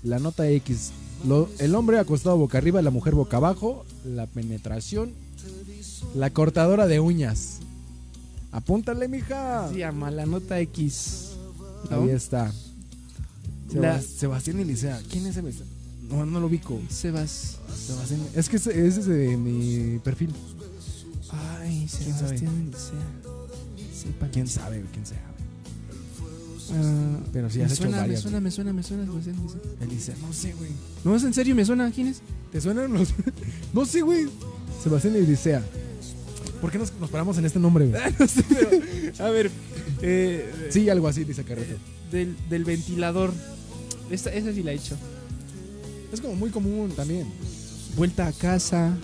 Speaker 1: La nota X. Lo- el hombre acostado boca arriba, la mujer boca abajo, la penetración, la cortadora de uñas. Apúntale, mija.
Speaker 2: Se llama La Nota X. ¿no?
Speaker 1: Ahí está.
Speaker 2: La-
Speaker 1: Sebas- Sebastián Elisea. ¿Quién es Sebastián? No, no lo ubico.
Speaker 2: Sebas.
Speaker 1: Sebastián- Es que ese ese es de mi perfil.
Speaker 2: Ay, Sebastián. sea- sepa-
Speaker 1: ¿Quién sabe? ¿Quién sabe?
Speaker 2: Ah,
Speaker 1: Pero sí,
Speaker 2: me
Speaker 1: has hecho
Speaker 2: suena, me
Speaker 1: varias.
Speaker 2: suena, me suena, me suena, Sebastián, me suena.
Speaker 1: Elisea, no sé, Oh, güey.
Speaker 2: No, es en serio, me suena. ¿Quién es?
Speaker 1: ¿Te suenan los.? no sé, güey. Sebastián Elisea. ¿Por qué nos, nos paramos en este nombre, güey?
Speaker 2: A ver, eh,
Speaker 1: Sí, algo así, dice Carreto.
Speaker 2: del, del ventilador. Esta, esa sí la he hecho.
Speaker 1: Es como muy común también.
Speaker 2: Vuelta a casa.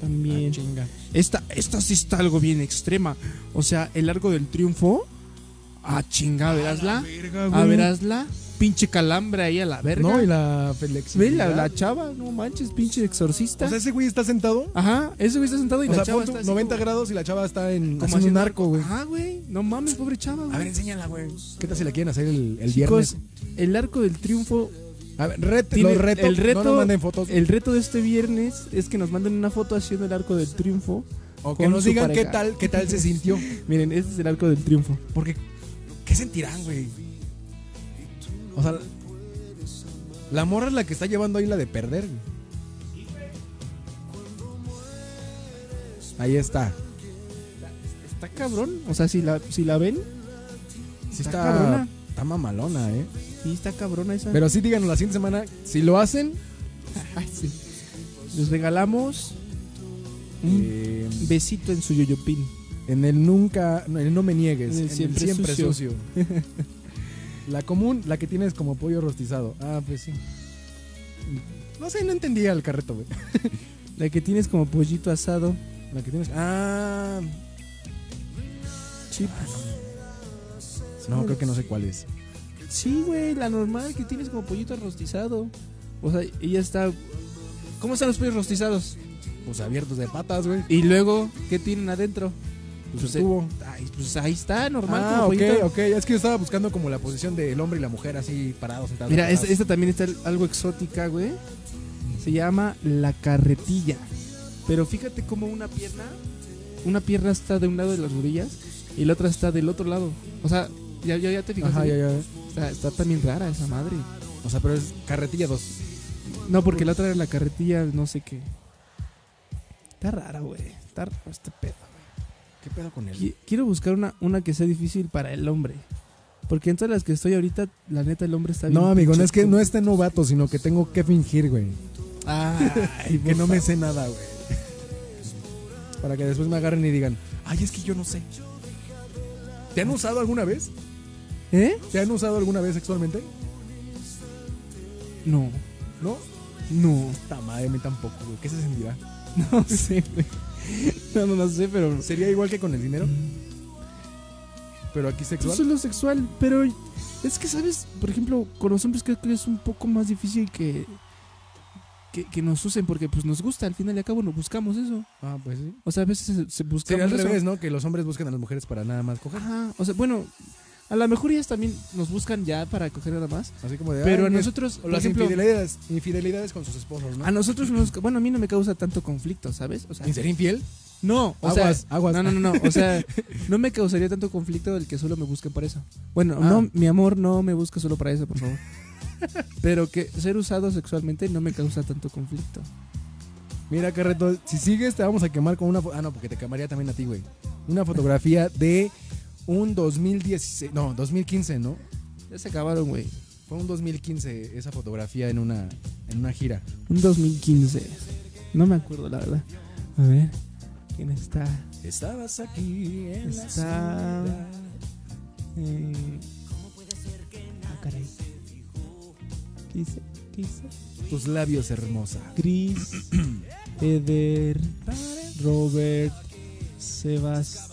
Speaker 2: También.
Speaker 1: Ah, chinga.
Speaker 2: Esta, esta sí está algo bien extrema. O sea, el arco del triunfo. Ah, chinga, verásla. A verásla. Pinche calambre ahí a la verga.
Speaker 1: No, y la flexibilidad.
Speaker 2: Ve la, la chava, no manches, pinche exorcista.
Speaker 1: O sea, ese güey está sentado.
Speaker 2: Ajá, ese güey está sentado y
Speaker 1: o
Speaker 2: la
Speaker 1: sea,
Speaker 2: chava
Speaker 1: pon tú
Speaker 2: está así
Speaker 1: 90
Speaker 2: como-
Speaker 1: grados y la chava está en haciendo
Speaker 2: como
Speaker 1: un
Speaker 2: haciendo
Speaker 1: arco, güey.
Speaker 2: Ah, güey, no mames, pobre chava. güey.
Speaker 1: A ver, enséñala, güey. ¿Qué tal si la quieren hacer el, el
Speaker 2: Chicos,
Speaker 1: viernes?
Speaker 2: el arco del triunfo,
Speaker 1: A ver, ret,
Speaker 2: tiene-
Speaker 1: los retos.
Speaker 2: el reto-
Speaker 1: No nos manden fotos.
Speaker 2: el reto de este viernes es que nos manden una foto haciendo el arco del triunfo.
Speaker 1: o que
Speaker 2: con
Speaker 1: nos
Speaker 2: su
Speaker 1: digan qué
Speaker 2: pareja.
Speaker 1: tal, qué tal se sintió.
Speaker 2: Miren, este es el arco del triunfo.
Speaker 1: Porque, ¿qué sentirán, güey? O sea, la morra es la que está llevando ahí la de perder. güey. Ahí está.
Speaker 2: Está cabrón, o sea, si la, si la ven,
Speaker 1: Sí
Speaker 2: Está
Speaker 1: está,
Speaker 2: cabrona.
Speaker 1: está mamalona, ¿eh?
Speaker 2: sí está cabrona esa.
Speaker 1: Pero sí, díganos la siguiente semana. Si lo hacen,
Speaker 2: Ay, sí. Les regalamos un
Speaker 1: eh,
Speaker 2: besito en su yoyopín.
Speaker 1: en el nunca, no, en el no me niegues,
Speaker 2: En el
Speaker 1: en el siempre,
Speaker 2: siempre sucio.
Speaker 1: sucio. la común, la que tienes como pollo rostizado. Ah, pues sí. No sé, no entendía el carreto, güey.
Speaker 2: La que tienes como pollito asado. La que tienes. Ah. Sí, pues,
Speaker 1: No, creo que no sé cuál es.
Speaker 2: sí, güey, la normal que tienes como pollito rostizado. O sea, ella está. ¿Cómo están los pollos rostizados?
Speaker 1: Pues abiertos de patas, güey.
Speaker 2: Y luego, ¿qué tienen adentro?
Speaker 1: Pues
Speaker 2: eh,
Speaker 1: estuvo.
Speaker 2: ay, pues ahí está, normal.
Speaker 1: Ah,
Speaker 2: como
Speaker 1: ok,
Speaker 2: pollito.
Speaker 1: ok. Es que yo estaba buscando como la posición del hombre y la mujer así parados. sentados.
Speaker 2: Mira, este,
Speaker 1: atrás.
Speaker 2: esta, esta también está algo exótica, güey. Se llama la carretilla. Pero fíjate cómo una pierna, una pierna está de un lado de las orillas y la otra está del otro lado. O sea, ya, ya, ya te fijas.
Speaker 1: Ajá, ya, ya.
Speaker 2: Está, está también rara esa madre.
Speaker 1: O sea, pero es carretilla 2.
Speaker 2: No, porque la otra era la carretilla, no sé qué. Está rara, güey. Está raro este pedo.
Speaker 1: ¿Qué pedo con él?
Speaker 2: Qui- Quiero buscar una, una que sea difícil para el hombre. Porque entre las que estoy ahorita, la neta, el hombre está bien.
Speaker 1: No, amigo, no
Speaker 2: pinche
Speaker 1: es que
Speaker 2: estúpido.
Speaker 1: no esté novato, sino que tengo que fingir, güey.
Speaker 2: Ay,
Speaker 1: que no me sé nada, güey. Para que después me agarren y digan, ay, es que yo no sé. ¿Te han usado alguna vez?
Speaker 2: ¿Eh?
Speaker 1: ¿Te han usado alguna vez sexualmente?
Speaker 2: No.
Speaker 1: ¿No?
Speaker 2: No.
Speaker 1: Ta madre, a mí tampoco, güey. ¿Qué se sentirá?
Speaker 2: No sé, güey. No, no, no sé, pero.
Speaker 1: ¿Sería igual que con el dinero? Pero aquí
Speaker 2: Eso
Speaker 1: sexual.
Speaker 2: es lo sexual, pero. Es que, ¿sabes? Por ejemplo, con los hombres creo que es un poco más difícil que. Que, que nos usen, porque pues nos gusta, al final y al cabo nos buscamos eso.
Speaker 1: Ah, pues sí.
Speaker 2: O sea, a veces se, se
Speaker 1: Sería al
Speaker 2: buscamos eso.
Speaker 1: revés, ¿no? Que los hombres buscan a las mujeres para nada más coger.
Speaker 2: Ajá, o sea, bueno, a lo mejor ellas también nos buscan ya para coger nada más.
Speaker 1: Así como de.
Speaker 2: Pero
Speaker 1: "Ay,
Speaker 2: a
Speaker 1: mi-
Speaker 2: nosotros,
Speaker 1: o
Speaker 2: por
Speaker 1: las
Speaker 2: ejemplo, Ah,
Speaker 1: infidelidades, infidelidades con sus esposos, ¿no?
Speaker 2: a nosotros nos, bueno, a mí no me causa tanto conflicto, ¿sabes? O sea,
Speaker 1: ¿En ser infiel?
Speaker 2: No, o
Speaker 1: Aguas,
Speaker 2: sea,
Speaker 1: aguas.
Speaker 2: no, no, no, no, o sea, no me causaría tanto conflicto el que solo me busquen para eso. Bueno,
Speaker 1: Ah.
Speaker 2: no, mi amor, no me busques solo para eso, por favor. Pero que ser usado sexualmente no me causa tanto conflicto.
Speaker 1: Mira, Carreto, si sigues te vamos a quemar con una... fo- Ah, no, porque te quemaría también a ti, güey. Una fotografía de un 2016... No, 2015, ¿no?
Speaker 2: Ya se acabaron, güey.
Speaker 1: Fue un 2015 esa fotografía en una, en una gira.
Speaker 2: Un 2015. No me acuerdo, la verdad. A ver, ¿quién está?
Speaker 1: Estabas aquí en
Speaker 2: la ciudad. Eh, ah, caray. ¿Qué hice? ¿Qué hice?
Speaker 1: Tus labios, hermosa.
Speaker 2: Chris, Eder, Robert, Sebas,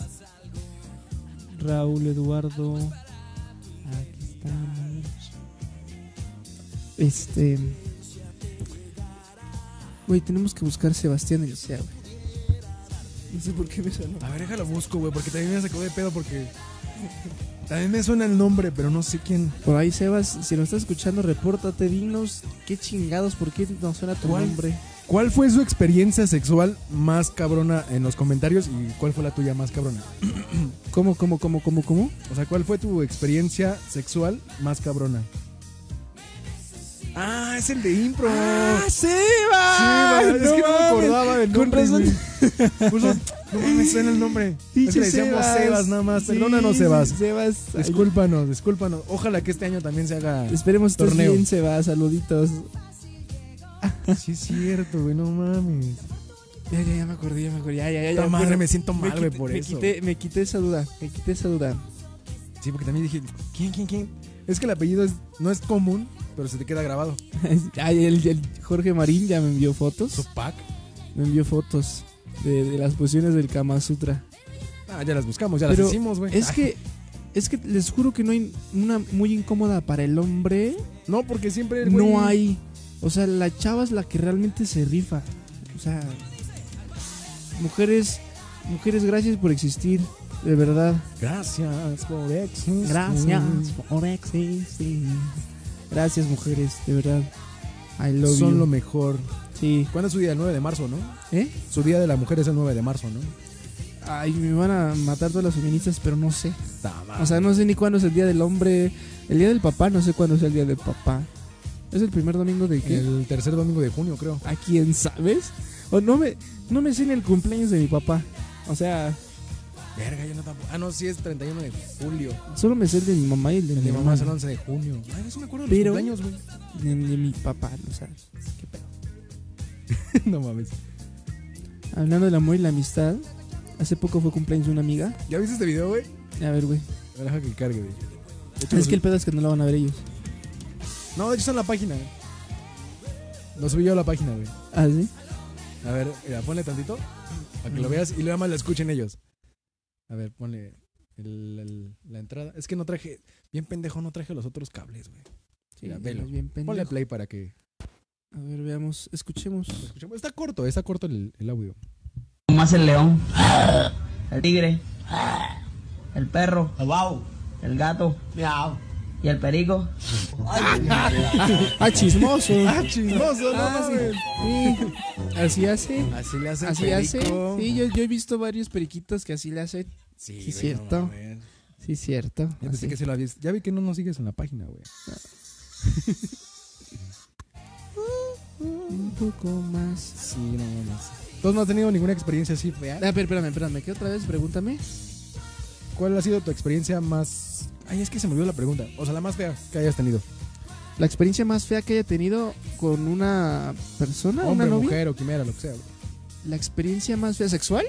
Speaker 2: Raúl, Eduardo. Aquí estamos. Este. Güey, tenemos que buscar Sebastián el Sea, güey. No sé por qué me sonó.
Speaker 1: A ver, déjalo busco, güey, porque también me sacó de pedo porque... También me suena el nombre, pero no sé quién.
Speaker 2: Por ahí, Sebas, si nos estás escuchando, repórtate, dinos qué chingados, por qué nos suena tu
Speaker 1: ¿Cuál?
Speaker 2: nombre.
Speaker 1: ¿Cuál fue su experiencia sexual más cabrona en los comentarios y cuál fue la tuya más cabrona?
Speaker 2: ¿Cómo, cómo, cómo, cómo, cómo?
Speaker 1: O sea, ¿cuál fue tu experiencia sexual más cabrona? Ah, es el de impro.
Speaker 2: Ah, Sebas!
Speaker 1: Sí, va, es que Ah, no me acordaba del
Speaker 2: Con
Speaker 1: nombre.
Speaker 2: razón.
Speaker 1: güey. Puso- no mames, suena el nombre. Es que le decíamos Sebas, nada más. Perdónanos, Sebas.
Speaker 2: Sebas. ay,
Speaker 1: Discúlpanos, discúlpanos. Ojalá que este año también se haga.
Speaker 2: Esperemos estés
Speaker 1: Torneo.
Speaker 2: bien, Sebas. Saluditos.
Speaker 1: Sí, es cierto, güey, no mames.
Speaker 2: Ya, ya, ya me acordé, ya me acordé. Ya, ya, ya.
Speaker 1: Puta
Speaker 2: ya,
Speaker 1: madre,
Speaker 2: bueno,
Speaker 1: me siento mal, güey,
Speaker 2: quité-
Speaker 1: por
Speaker 2: me
Speaker 1: eso.
Speaker 2: Quité, me quité esa duda. Me quité esa duda.
Speaker 1: Sí, porque también dije, ¿quién, quién, quién? Es que el apellido es- no es común, pero se te queda grabado.
Speaker 2: Ay, el, el Jorge Marín ya me envió fotos.
Speaker 1: Tupac.
Speaker 2: Me envió fotos de, de las posiciones del Kama Sutra.
Speaker 1: Ah, ya las buscamos, ya
Speaker 2: Pero
Speaker 1: las hicimos, güey.
Speaker 2: Es
Speaker 1: Ay,
Speaker 2: que. Es que les juro que no hay una muy incómoda para el hombre.
Speaker 1: Ah, No, porque siempre. el güey-
Speaker 2: no hay. O sea, la chava es la que realmente se rifa. O sea, mujeres, mujeres, gracias por existir, de verdad.
Speaker 1: Gracias por existir.
Speaker 2: Gracias por existir. Gracias, mujeres, de verdad. I love
Speaker 1: Son
Speaker 2: you.
Speaker 1: lo mejor.
Speaker 2: Sí.
Speaker 1: ¿Cuándo es su día? El 9 de marzo, ¿no?
Speaker 2: ¿Eh?
Speaker 1: Su día de la mujer es el 9 de marzo, ¿no?
Speaker 2: Ay, me van a matar todas las feministas, pero no sé. O sea, no sé ni cuándo es el día del hombre. El día del papá, no sé cuándo es el día del papá. Es el primer domingo de que.
Speaker 1: el tercer domingo de junio, creo.
Speaker 2: ¿A quién sabes? O no me, no me sé en el cumpleaños de mi papá. O sea,
Speaker 1: Verga, yo no tampoco. Ah, no, sí es 31 de julio.
Speaker 2: solo me sé el de mi mamá y el de,
Speaker 1: El
Speaker 2: mi
Speaker 1: de mamá es el
Speaker 2: hermano.
Speaker 1: 11 de junio. Ay, no se me acuerdo de
Speaker 2: Pero-
Speaker 1: los cumpleaños, güey.
Speaker 2: Y el de mi papá, o sea, qué pedo.
Speaker 1: no mames.
Speaker 2: Hablando del amor y la amistad, hace poco fue cumpleaños de una amiga.
Speaker 1: ¿Ya viste este video, güey?
Speaker 2: A ver, güey.
Speaker 1: A ver, Deja que cargue, güey. Échalo,
Speaker 2: Es que el pedo es que no lo van a ver ellos.
Speaker 1: güey. No, de hecho está en la página. güey. Lo subí yo a la página, güey.
Speaker 2: Ah, sí.
Speaker 1: A ver, mira, ponle tantito. Para que lo veas y luego más la escuchen ellos. A ver, ponle el- el- la entrada. Es que no traje. Bien pendejo, no traje los otros cables, güey.
Speaker 2: Sí,
Speaker 1: Mira, velo.
Speaker 2: es bien
Speaker 1: Ponle
Speaker 2: pendejo.
Speaker 1: play para que
Speaker 2: A ver, veamos, escuchemos.
Speaker 1: lo escuchemos. Está corto, eh, está corto el, el audio.
Speaker 8: Más el león, el tigre, el perro, el gato y el perico.
Speaker 2: ¡Ah, chismoso!
Speaker 1: ¡Ah, chismoso! No,
Speaker 2: Ah, sí.
Speaker 1: mames.
Speaker 2: Sí. Así hace.
Speaker 1: Así le hace el
Speaker 2: Así hace.
Speaker 1: perico.
Speaker 2: Sí, yo, yo he visto varios periquitos que así le hacen.
Speaker 1: Sí,
Speaker 2: Sí,
Speaker 1: güey,
Speaker 2: cierto.
Speaker 1: no mames.
Speaker 2: Sí, cierto.
Speaker 1: Ya pensé que se lo habías- Ya vi que no nos sigues en la página, güey.
Speaker 2: Un poco más.
Speaker 1: Sí, no mames. Entonces no has tenido ninguna experiencia así fea.
Speaker 2: A ver, Ah, espérame, espérame. ¿Qué otra vez? Pregúntame.
Speaker 1: ¿Cuál ha sido tu experiencia más. Ay, es que se me olvidó la pregunta. O sea, la más fea que hayas tenido.
Speaker 2: La experiencia más fea que haya tenido con una persona,
Speaker 1: Hombre,
Speaker 2: Ah, una novia.
Speaker 1: mujer o quimera, lo que sea. güey.
Speaker 2: La experiencia más fea sexual.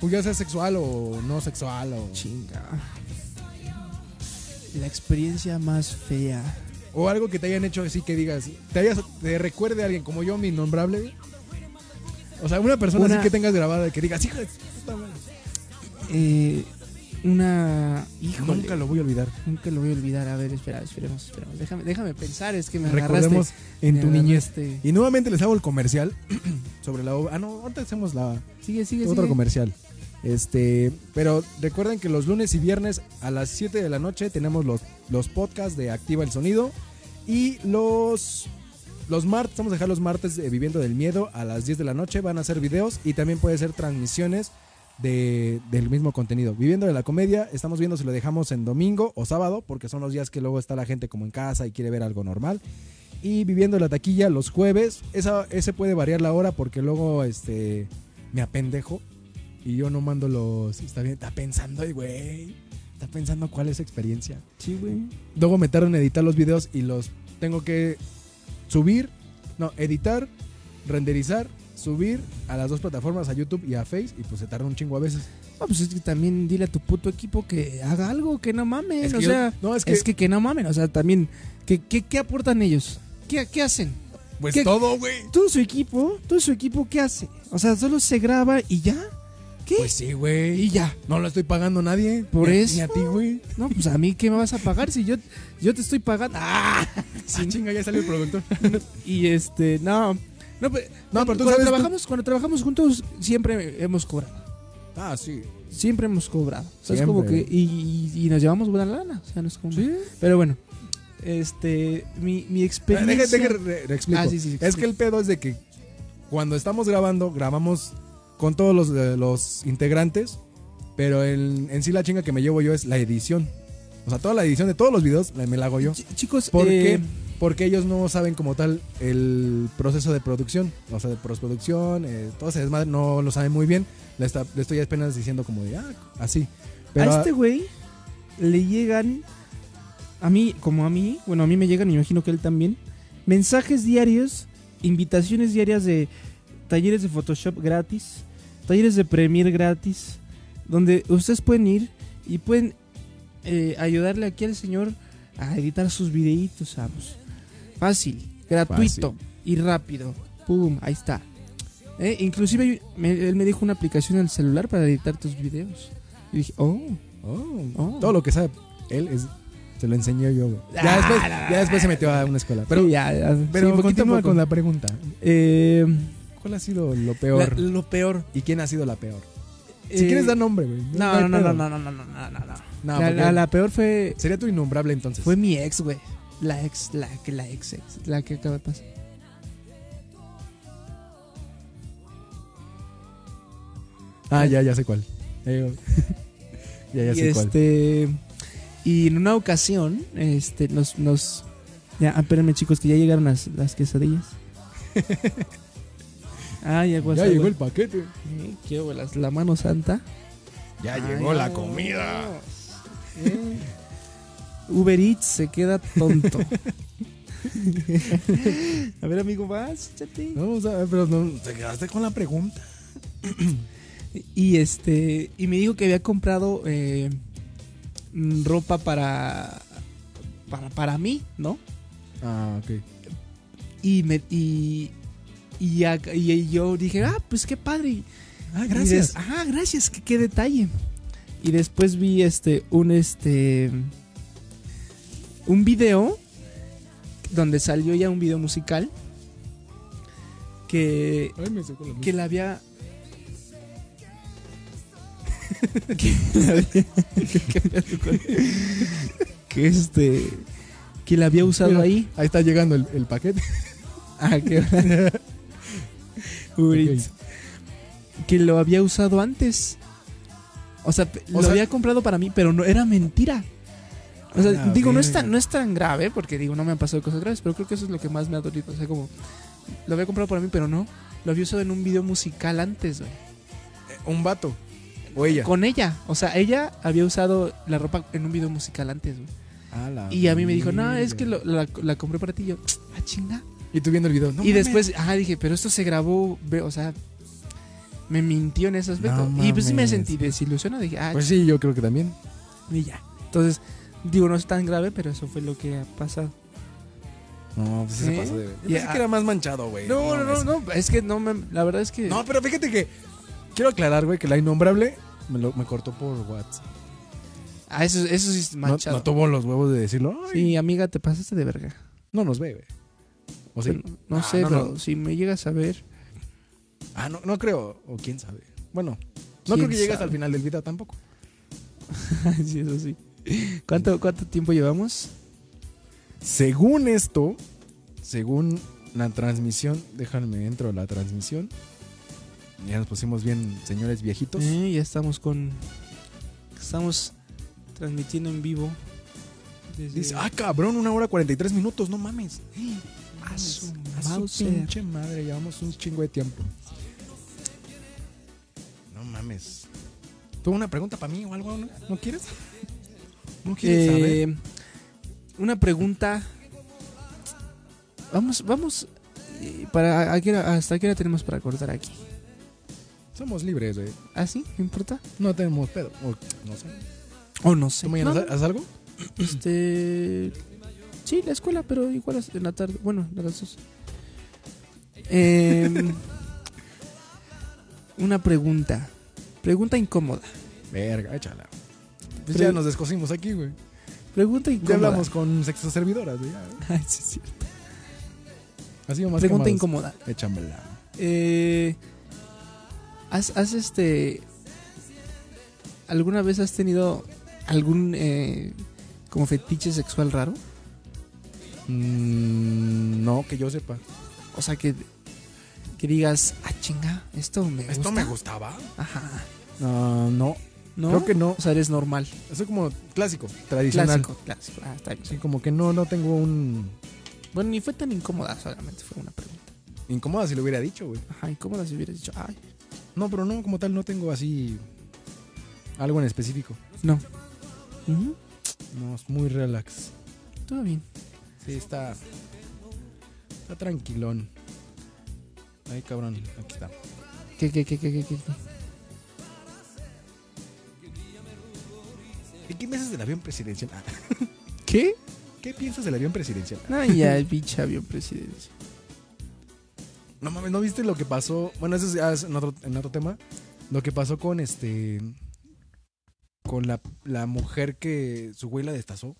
Speaker 1: Pues ya sea sexual o no sexual o.
Speaker 2: Chinga. La experiencia más fea.
Speaker 1: O algo que te hayan hecho así que digas, te, hayas, te recuerde a alguien como yo, mi innombrable. O sea, una persona
Speaker 2: Una-
Speaker 1: así que tengas grabada que digas, hija, de su puta madre".
Speaker 2: Eh, una. Híjole.
Speaker 1: nunca lo voy a olvidar.
Speaker 2: Nunca lo voy a olvidar. A ver, espera, esperemos, esperemos. Déjame, déjame pensar, es que me
Speaker 1: Recordemos
Speaker 2: agarraste.
Speaker 1: en
Speaker 2: me
Speaker 1: tu niñez.
Speaker 2: agarraste.
Speaker 1: Y nuevamente les hago el comercial sobre la obra. Ah, no, ahorita hacemos la,
Speaker 2: Sigue, sigue,
Speaker 1: otro
Speaker 2: sigue.
Speaker 1: comercial. Este, pero recuerden que los lunes y viernes a las 7 de la noche tenemos los, los podcasts de Activa el Sonido y los los martes, vamos a dejar los martes de Viviendo del Miedo a las 10 de la noche, van a hacer videos y también puede ser transmisiones de, del mismo contenido. Viviendo de la comedia, estamos viendo si lo dejamos en domingo o sábado, porque son los días que luego está la gente como en casa y quiere ver algo normal. Y Viviendo la taquilla los jueves, esa, ese puede variar la hora porque luego este me apendejo y yo no mando los. Está bien, está pensando, ay, güey. Está pensando cuál es su experiencia.
Speaker 2: Sí, güey.
Speaker 1: Luego me tardo en editar los videos y los tengo que subir, no, editar, renderizar, subir a las dos plataformas, a YouTube y a Face, y pues se tarda un chingo a veces.
Speaker 2: No, pues es que también dile a tu puto equipo que haga algo, que no mamen.
Speaker 1: Es
Speaker 2: o
Speaker 1: que yo-
Speaker 2: sea,
Speaker 1: no, es
Speaker 2: es,
Speaker 1: que-
Speaker 2: que... que no mamen. O sea, también, ¿qué, qué, qué aportan ellos? ¿Qué, ¿Qué hacen?
Speaker 1: Pues
Speaker 2: ¿Qué?
Speaker 1: todo, güey.
Speaker 2: Todo su equipo, todo su equipo, ¿qué hace? O sea, solo se graba y ya. ¿Qué?
Speaker 1: Pues sí, güey.
Speaker 2: y ya.
Speaker 1: No lo estoy pagando a nadie.
Speaker 2: Por
Speaker 1: Ni a-
Speaker 2: eso.
Speaker 1: Ni a ti, güey.
Speaker 2: No, pues a mí, ¿qué me vas a pagar si yo, yo te estoy pagando? ¡Ah!
Speaker 1: Sí, chinga, ya salió el productor.
Speaker 2: Y este, no. No, pues,
Speaker 1: No, pero tú
Speaker 2: cuando,
Speaker 1: sabes-
Speaker 2: trabajamos, cuando trabajamos juntos siempre hemos cobrado.
Speaker 1: ah, sí.
Speaker 2: Siempre hemos cobrado. O sea, es como que.
Speaker 1: Siempre.
Speaker 2: Y, y- y nos llevamos buena lana. O sea, no es como- Pero bueno. Este. Mi, mi
Speaker 1: Deja,
Speaker 2: experiencia.
Speaker 1: deja, re- re- explico.
Speaker 2: Ah, sí, sí, sí,
Speaker 1: es que el pedo es de que cuando estamos grabando, grabamos con todos los, eh, los integrantes, pero el- en sí la chinga que me llevo yo es la edición. O sea, toda la edición de todos los videos la- me la hago yo.
Speaker 2: Ch- Chicos,
Speaker 1: ¿Por
Speaker 2: eh,
Speaker 1: qué? Porque ellos no saben como tal el proceso de producción, o sea, de postproducción, eh, todo ese desmadre, no lo saben muy bien. Le, está- le estoy apenas diciendo como de, ah, así. Pero,
Speaker 2: a este güey le llegan. A mí, como a mí. Bueno, a mí me llegan, y me imagino que a él también. Mensajes diarios. Invitaciones diarias de talleres de Photoshop gratis. Talleres de Premiere gratis. Donde ustedes pueden ir y pueden eh, ayudarle aquí al señor a editar sus videitos, vamos. Fácil, gratuito y rápido. Pum, ahí está. Eh, inclusive hay- me- él me dijo una aplicación en el celular para editar tus videos. Y dije, oh,
Speaker 1: oh,
Speaker 2: Oh.
Speaker 1: todo lo que sabe él es, se lo enseñé yo. güey. Ya,
Speaker 2: Ah.
Speaker 1: después, ya después se metió a una escuela. Pero
Speaker 2: pero ya, ya,
Speaker 1: Pero
Speaker 2: sí, poquito a
Speaker 1: continúa
Speaker 2: poco.
Speaker 1: con la pregunta.
Speaker 2: Eh,
Speaker 1: ¿Cuál ha sido lo
Speaker 2: la-
Speaker 1: peor?
Speaker 2: lo peor.
Speaker 1: ¿Y quién ha sido la peor?
Speaker 2: eh,
Speaker 1: si quieres dar nombre, güey.
Speaker 2: no,
Speaker 1: hay
Speaker 2: no, no,
Speaker 1: pedo.
Speaker 2: no, no, no, no, no, no, no, no.
Speaker 1: No,
Speaker 2: la,
Speaker 1: porque
Speaker 2: la- la peor fue,
Speaker 1: Sería tu innombrable entonces.
Speaker 2: fue mi ex, güey. La ex, la que, la ex, ex, la que acaba de pasar.
Speaker 1: Ah, ya, ya sé cuál. Eh, ya, ya
Speaker 2: y
Speaker 1: sé cuál.
Speaker 2: este y en una ocasión este nos nos ya ah, espérenme chicos que ya llegaron las, las quesadillas ah ya,
Speaker 1: Ya llegó el paquete.
Speaker 2: qué abuelas, la mano santa
Speaker 1: Ya
Speaker 2: Ay, no. Eh, Uber Eats se queda tonto a ver amigo vas échate.
Speaker 1: No, o sea, pero no, te quedaste con la pregunta.
Speaker 2: y este y me dijo que había comprado eh, mm, ropa para para para mí no
Speaker 1: Ah, ok.
Speaker 2: Y me y, y, ac- y- y yo dije, ah, pues qué padre.
Speaker 1: Ah,
Speaker 2: Y dices,
Speaker 1: gracias.
Speaker 2: ah, gracias, qué, qué detalle. Y después vi este un este un video donde salió ya un video musical que
Speaker 1: Ay, me sacó la
Speaker 2: que la había que la había- que este que la había usado
Speaker 1: Mira.
Speaker 2: ahí.
Speaker 1: Ahí está llegando el, el paquete.
Speaker 2: Ah, qué Uber Eats. Que lo había usado antes. O sea, pe-
Speaker 1: O
Speaker 2: lo
Speaker 1: sea-
Speaker 2: había comprado para mí, pero no era mentira. O sea,
Speaker 1: A Ah, la
Speaker 2: digo, no es,
Speaker 1: verga.
Speaker 2: tan, no es tan grave, porque digo, no me han pasado cosas graves, pero creo que eso es lo que más me ha dolido. O sea, como, lo había comprado para mí, pero no. Lo había usado en un video musical antes, güey.
Speaker 1: Un vato. O ella.
Speaker 2: Con ella. O sea, ella había usado la ropa en un video musical antes, güey.
Speaker 1: Ah, la
Speaker 2: Y a mí me dijo, no,
Speaker 1: verga.
Speaker 2: es que lo- la, la compré para ti. Y yo, ah, chinga.
Speaker 1: Y tú viendo el video. no
Speaker 2: y
Speaker 1: mames.
Speaker 2: después, ah, dije, pero esto se grabó, ve- o sea, me mintió en ese aspecto.
Speaker 1: No
Speaker 2: y pues sí me
Speaker 1: mames.
Speaker 2: sentí desilusionado, dije, ah,
Speaker 1: Pues sí, yo creo que también.
Speaker 2: y ya. Entonces, digo, no es tan grave, pero eso fue lo que ha pasado.
Speaker 1: No, pues sí
Speaker 2: ¿Eh?
Speaker 1: se pasó de. Yo
Speaker 2: Ya.
Speaker 1: pensé que era más manchado, güey.
Speaker 2: No, no, no,
Speaker 1: Eh, mames.
Speaker 2: no, es que no, me- la verdad es que...
Speaker 1: No, pero fíjate que. Quiero aclarar, güey, que la innombrable me, lo- me cortó por WhatsApp.
Speaker 2: Ah, eso, eso sí es
Speaker 1: No-
Speaker 2: manchado.
Speaker 1: No, tuvo los huevos de decirlo. Ay,
Speaker 2: sí, amiga, te pasaste de verga.
Speaker 1: No nos ve, güey. ¿O sí?
Speaker 2: Pero no
Speaker 1: Ah,
Speaker 2: sé,
Speaker 1: no,
Speaker 2: pero
Speaker 1: no.
Speaker 2: si me llegas a ver...
Speaker 1: Ah, no, no creo. O quién sabe. Bueno, no
Speaker 2: ¿Quién
Speaker 1: creo que llegues
Speaker 2: sabe?
Speaker 1: al final del video tampoco.
Speaker 2: sí, eso sí. ¿Cuánto, ¿Cuánto tiempo llevamos?
Speaker 1: Según esto, según la transmisión, déjame dentro de la transmisión. Ya nos pusimos bien, señores viejitos.
Speaker 2: Eh, ya estamos con... Estamos transmitiendo en vivo. desde-
Speaker 1: Dice, ah, cabrón, una hora 43 minutos, no mames.
Speaker 2: A su
Speaker 1: A su
Speaker 2: Mauser.
Speaker 1: pinche madre, llevamos un chingo de tiempo. No mames. ¿Tuvo una pregunta para mí o algo? ¿No, ¿No quieres? ¿No quieres saber?
Speaker 2: Eh, una pregunta. Vamos, vamos. eh, Para, ¿a qué hora- ¿Hasta qué hora tenemos para cortar aquí?
Speaker 1: Somos libres, güey.
Speaker 2: ¿Ah, sí? ¿No importa?
Speaker 1: No tenemos pedo. O, no sé.
Speaker 2: ¿O no sé?
Speaker 1: ¿Tú mañana
Speaker 2: No,
Speaker 1: haces haces algo?
Speaker 2: este, sí, la escuela, pero igual es en la tarde. Bueno, a las dos. Em, una pregunta. Pregunta incómoda.
Speaker 1: Verga, échala. Pues
Speaker 2: Pero-
Speaker 1: ya nos descosimos aquí, güey.
Speaker 2: Pregunta
Speaker 1: Ya
Speaker 2: incómoda.
Speaker 1: hablamos con sexo servidoras, güey. ya, güey.
Speaker 2: Ay, sí, sí.
Speaker 1: Así nomás.
Speaker 2: Pregunta
Speaker 1: quemados.
Speaker 2: incómoda.
Speaker 1: Échamela.
Speaker 2: Eh, ¿has, has, este. ¿Alguna vez has tenido algún eh, como fetiche sexual raro?
Speaker 1: Mm, no, que yo sepa.
Speaker 2: O sea que, que digas, ah, chinga, esto me gusta.
Speaker 1: ¿Esto me gustaba?
Speaker 2: Ajá.
Speaker 1: Ah, no.
Speaker 2: ¿No?
Speaker 1: Creo que no.
Speaker 2: O sea, eres normal.
Speaker 1: Eso es como clásico, tradicional.
Speaker 2: Clásico, clásico. Ah, está bien.
Speaker 1: Sí, como que no, no tengo un.
Speaker 2: Bueno, ni fue tan incómoda, solamente fue una pregunta.
Speaker 1: Incomoda si lo hubiera dicho, güey.
Speaker 2: Ajá, incómoda si hubieras dicho, ay.
Speaker 1: No, pero no, como tal, no tengo así. Algo en específico.
Speaker 2: No. Ujú,
Speaker 1: No, es muy relax.
Speaker 2: Todo bien.
Speaker 1: Sí, está. Está tranquilón. Ay, cabrón, aquí está.
Speaker 2: ¿Qué, qué, qué, qué, qué, qué? qué?
Speaker 1: ¿Y ¿Qué piensas del avión presidencial? Ah,
Speaker 2: ¿Qué?
Speaker 1: ¿Qué piensas del avión presidencial?
Speaker 2: Ay, ya, el pinche avión presidencia.
Speaker 1: No mames, ¿no viste lo que pasó? Bueno, eso es ya es en otro, en otro tema. Lo que pasó con este. Con la, la mujer que su güey la destazó.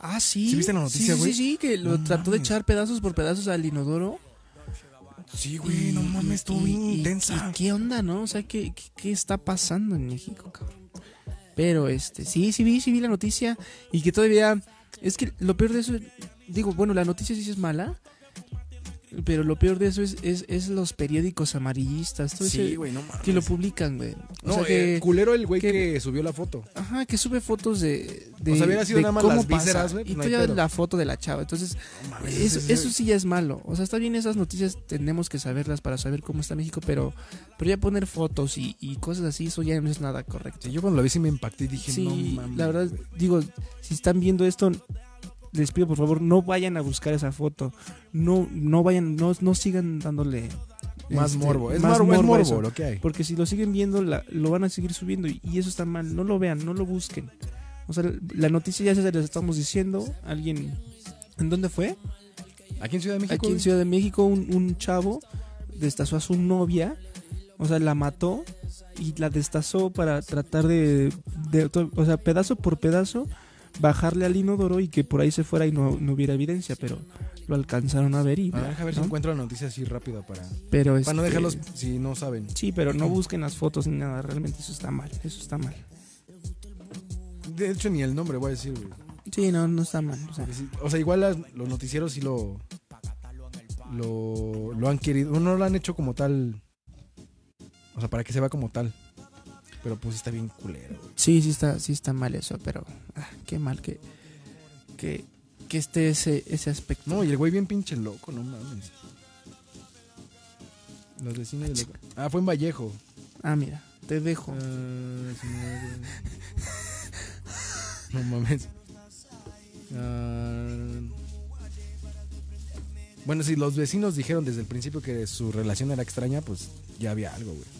Speaker 2: Ah, sí.
Speaker 1: ¿Sí viste la noticia,
Speaker 2: Sí, sí,
Speaker 1: güey?
Speaker 2: Sí, sí, que lo
Speaker 1: No
Speaker 2: trató de
Speaker 1: mames.
Speaker 2: echar pedazos por pedazos al inodoro.
Speaker 1: Sí,
Speaker 2: Y-
Speaker 1: güey, no
Speaker 2: y-
Speaker 1: mames, estuvo
Speaker 2: y-
Speaker 1: bien
Speaker 2: y-
Speaker 1: intensa.
Speaker 2: y ¿Qué onda, no? O sea, ¿qué, qué, qué está pasando en México, cabrón? Pero, este, sí, sí vi, sí vi la noticia. Y que todavía. Es que lo peor de eso. Digo, bueno, la noticia sí es mala. Pero lo peor de eso es, es, es los periódicos amarillistas. Todo ese-
Speaker 1: Sí, güey, no mames.
Speaker 2: Que lo publican, güey. O
Speaker 1: No,
Speaker 2: sea,
Speaker 1: eh,
Speaker 2: que,
Speaker 1: culero el güey
Speaker 2: que-
Speaker 1: que, subió la foto.
Speaker 2: Ajá, que sube fotos de. de
Speaker 1: O sea, hubiera sido
Speaker 2: de
Speaker 1: nada más
Speaker 2: cómo
Speaker 1: las
Speaker 2: pasa.
Speaker 1: vísceras, güey, pues
Speaker 2: Y
Speaker 1: no hay
Speaker 2: todavía
Speaker 1: pedo.
Speaker 2: la foto de la chava. Entonces,
Speaker 1: mames,
Speaker 2: eso,
Speaker 1: ese-
Speaker 2: eso sí ya es malo. O sea, está bien esas noticias, tenemos que saberlas para saber cómo está México, pero, pero ya poner fotos y, y cosas así, eso ya no es nada correcto.
Speaker 1: Sí, yo cuando lo vi sí me impacté y dije,
Speaker 2: Sí,
Speaker 1: no mames.
Speaker 2: la verdad,
Speaker 1: güey.
Speaker 2: digo, si están viendo esto, les pido por favor, no vayan a buscar esa foto. No, no vayan, no, no sigan dándole
Speaker 1: Más
Speaker 2: este,
Speaker 1: morbo. Es,
Speaker 2: más
Speaker 1: morbo, es morbo
Speaker 2: eso.
Speaker 1: lo que hay.
Speaker 2: Porque si lo siguen viendo, la- lo van a seguir subiendo y, y eso está mal. No lo vean, no lo busquen. O sea, la noticia ya se las estamos diciendo. Alguien. ¿En dónde fue?
Speaker 1: Aquí en Ciudad de México.
Speaker 2: Aquí en
Speaker 1: güey.
Speaker 2: Ciudad de México, un, un chavo destazó a su novia O sea, la mató y la destazó para tratar de, de to- o sea, pedazo por pedazo, bajarle al inodoro y que por ahí se fuera y no, no hubiera evidencia, pero lo alcanzaron a ver y...
Speaker 1: A ver, deja ver si
Speaker 2: ¿no?
Speaker 1: encuentro la noticia así rápida para,
Speaker 2: Pero
Speaker 1: para no
Speaker 2: este,
Speaker 1: dejarlos si no saben.
Speaker 2: Sí, pero no busquen las fotos ni nada, realmente eso está mal, eso está mal.
Speaker 1: De hecho, ni el nombre voy a decir, güey.
Speaker 2: Sí, no, no está mal. o sea,
Speaker 1: Porque sí- O sea, igual las- los noticieros sí lo, lo. Lo han querido. No lo han hecho como tal. O sea, para que se vea como tal. Pero pues sí está bien culero, güey.
Speaker 2: sí, sí está, sí está mal eso, pero ah, qué mal que, que, que esté ese, ese aspecto.
Speaker 1: No, y el güey bien pinche loco, no mames. Los de cine de loco. Ah, fue en Vallejo.
Speaker 2: Ah, mira, te dejo.
Speaker 1: Ah, su madre. No mames. Ah. Bueno, si los vecinos dijeron desde el principio que su relación era extraña, pues ya había algo, güey.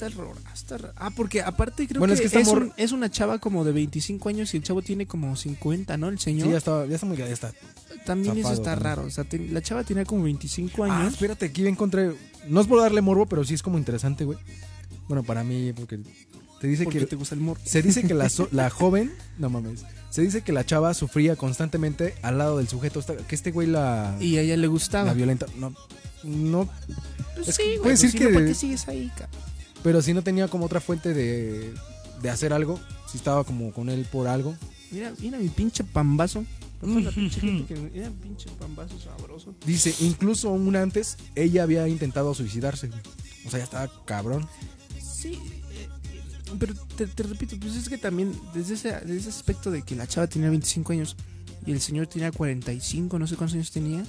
Speaker 2: Está raro, está raro. Ah, porque aparte creo
Speaker 1: Bueno,
Speaker 2: que,
Speaker 1: es
Speaker 2: es,
Speaker 1: que esta mor-
Speaker 2: un- es una chava como de 25 años y el chavo tiene como 50, ¿no? El
Speaker 1: Sí,
Speaker 2: señor.
Speaker 1: ya está, ya está muy grande. Está.
Speaker 2: también eso
Speaker 1: zafado,
Speaker 2: está
Speaker 1: ¿no?
Speaker 2: raro. O sea, ten- la chava tenía como 25
Speaker 1: Ah,
Speaker 2: años.
Speaker 1: espérate, aquí ya encontré. No es por darle morbo, pero sí es como interesante, güey. Bueno, para mí, porque te dice
Speaker 2: porque
Speaker 1: que.
Speaker 2: te gusta el mor.
Speaker 1: Se dice que la, so- la joven. No mames. Se dice que la chava sufría constantemente al lado del sujeto. esta- Que este güey la.
Speaker 2: Y a ella le gustaba.
Speaker 1: la violenta. No. No.
Speaker 2: Pues
Speaker 1: es
Speaker 2: sí,
Speaker 1: que
Speaker 2: güey.
Speaker 1: puede
Speaker 2: pues
Speaker 1: decir
Speaker 2: si
Speaker 1: que-
Speaker 2: no, ¿Por qué sigues ahí, cabrón?
Speaker 1: Pero sí no tenía como otra fuente de. de hacer algo. Si estaba como con él por algo.
Speaker 2: Mira, mira mi pinche pambazo. Mira la pinche gente que- mira el pinche pambazo sabroso.
Speaker 1: Dice, incluso aún antes, ella había intentado suicidarse. güey. O sea, ya estaba cabrón.
Speaker 2: Sí, eh, eh, pero te, te repito, pues es que también desde ese, desde ese aspecto de que la chava tenía 25 años y el señor tenía 45, no sé cuántos años tenía.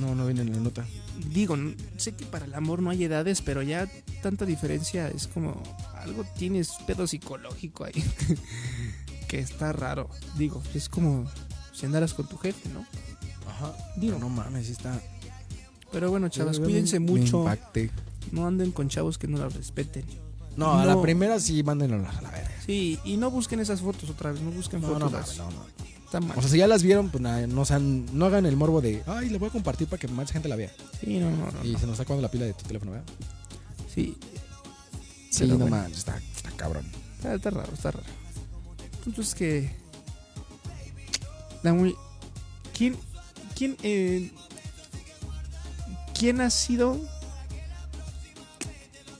Speaker 1: No, no viene en la nota.
Speaker 2: Digo, n- sé que para el amor no hay edades, pero ya tanta diferencia es como algo tienes pedo psicológico ahí que está raro. Digo, es como si andaras con tu jefe, ¿no?
Speaker 1: Ajá.
Speaker 2: Digo.
Speaker 1: Pero no mames, sí está.
Speaker 2: Pero bueno, chavas,
Speaker 1: Me-
Speaker 2: cuídense
Speaker 1: me
Speaker 2: mucho.
Speaker 1: impacté.
Speaker 2: No anden con chavos que no la respeten.
Speaker 1: No, a la
Speaker 2: No.
Speaker 1: primera sí, mándenlo a la verga.
Speaker 2: Sí, y no busquen esas fotos otra vez, no busquen
Speaker 1: No, no,
Speaker 2: fotos.
Speaker 1: mames,
Speaker 2: así.
Speaker 1: no, no.
Speaker 2: Está mal.
Speaker 1: O sea, si ya las vieron, pues nada, no, sean, no hagan el morbo de, ay, le voy a compartir para que más gente la vea.
Speaker 2: Sí, no, no, no.
Speaker 1: Y se nos está acabando la pila de tu teléfono, ¿verdad?
Speaker 2: Sí,
Speaker 1: Sí,
Speaker 2: Pero
Speaker 1: no
Speaker 2: bueno.
Speaker 1: mames, está, está cabrón.
Speaker 2: está, está raro, está raro. Entonces que... La muy... ¿Quién... ¿Quién... eh, ¿Quién ha sido...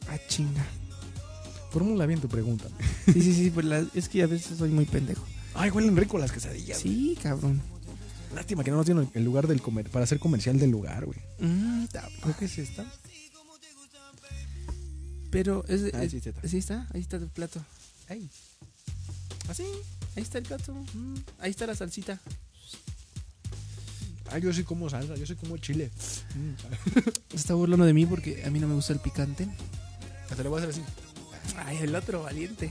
Speaker 2: Ah, A China.
Speaker 1: Formula bien tu pregunta.
Speaker 2: Sí, sí, sí, pues la- es que a veces soy muy pendejo.
Speaker 1: Ay, huelen rico las quesadillas. güey.
Speaker 2: Sí, cabrón.
Speaker 1: Lástima que no nos dieron el lugar del comer para hacer comercial del lugar, güey.
Speaker 2: Mm, ta-
Speaker 1: ¿Por qué es esta?
Speaker 2: Pero es...
Speaker 1: Ah,
Speaker 2: es-
Speaker 1: sí, sí está.
Speaker 2: sí está, ahí está el plato.
Speaker 1: Ay. ¿Así?
Speaker 2: Ahí está el plato. mm, ahí está la salsita.
Speaker 1: Ah, yo sí como salsa, yo sí como chile. Mm.
Speaker 2: Se está burlando de mí porque a mí no me gusta el picante.
Speaker 1: Hasta le voy a hacer así.
Speaker 2: Ay, el otro valiente.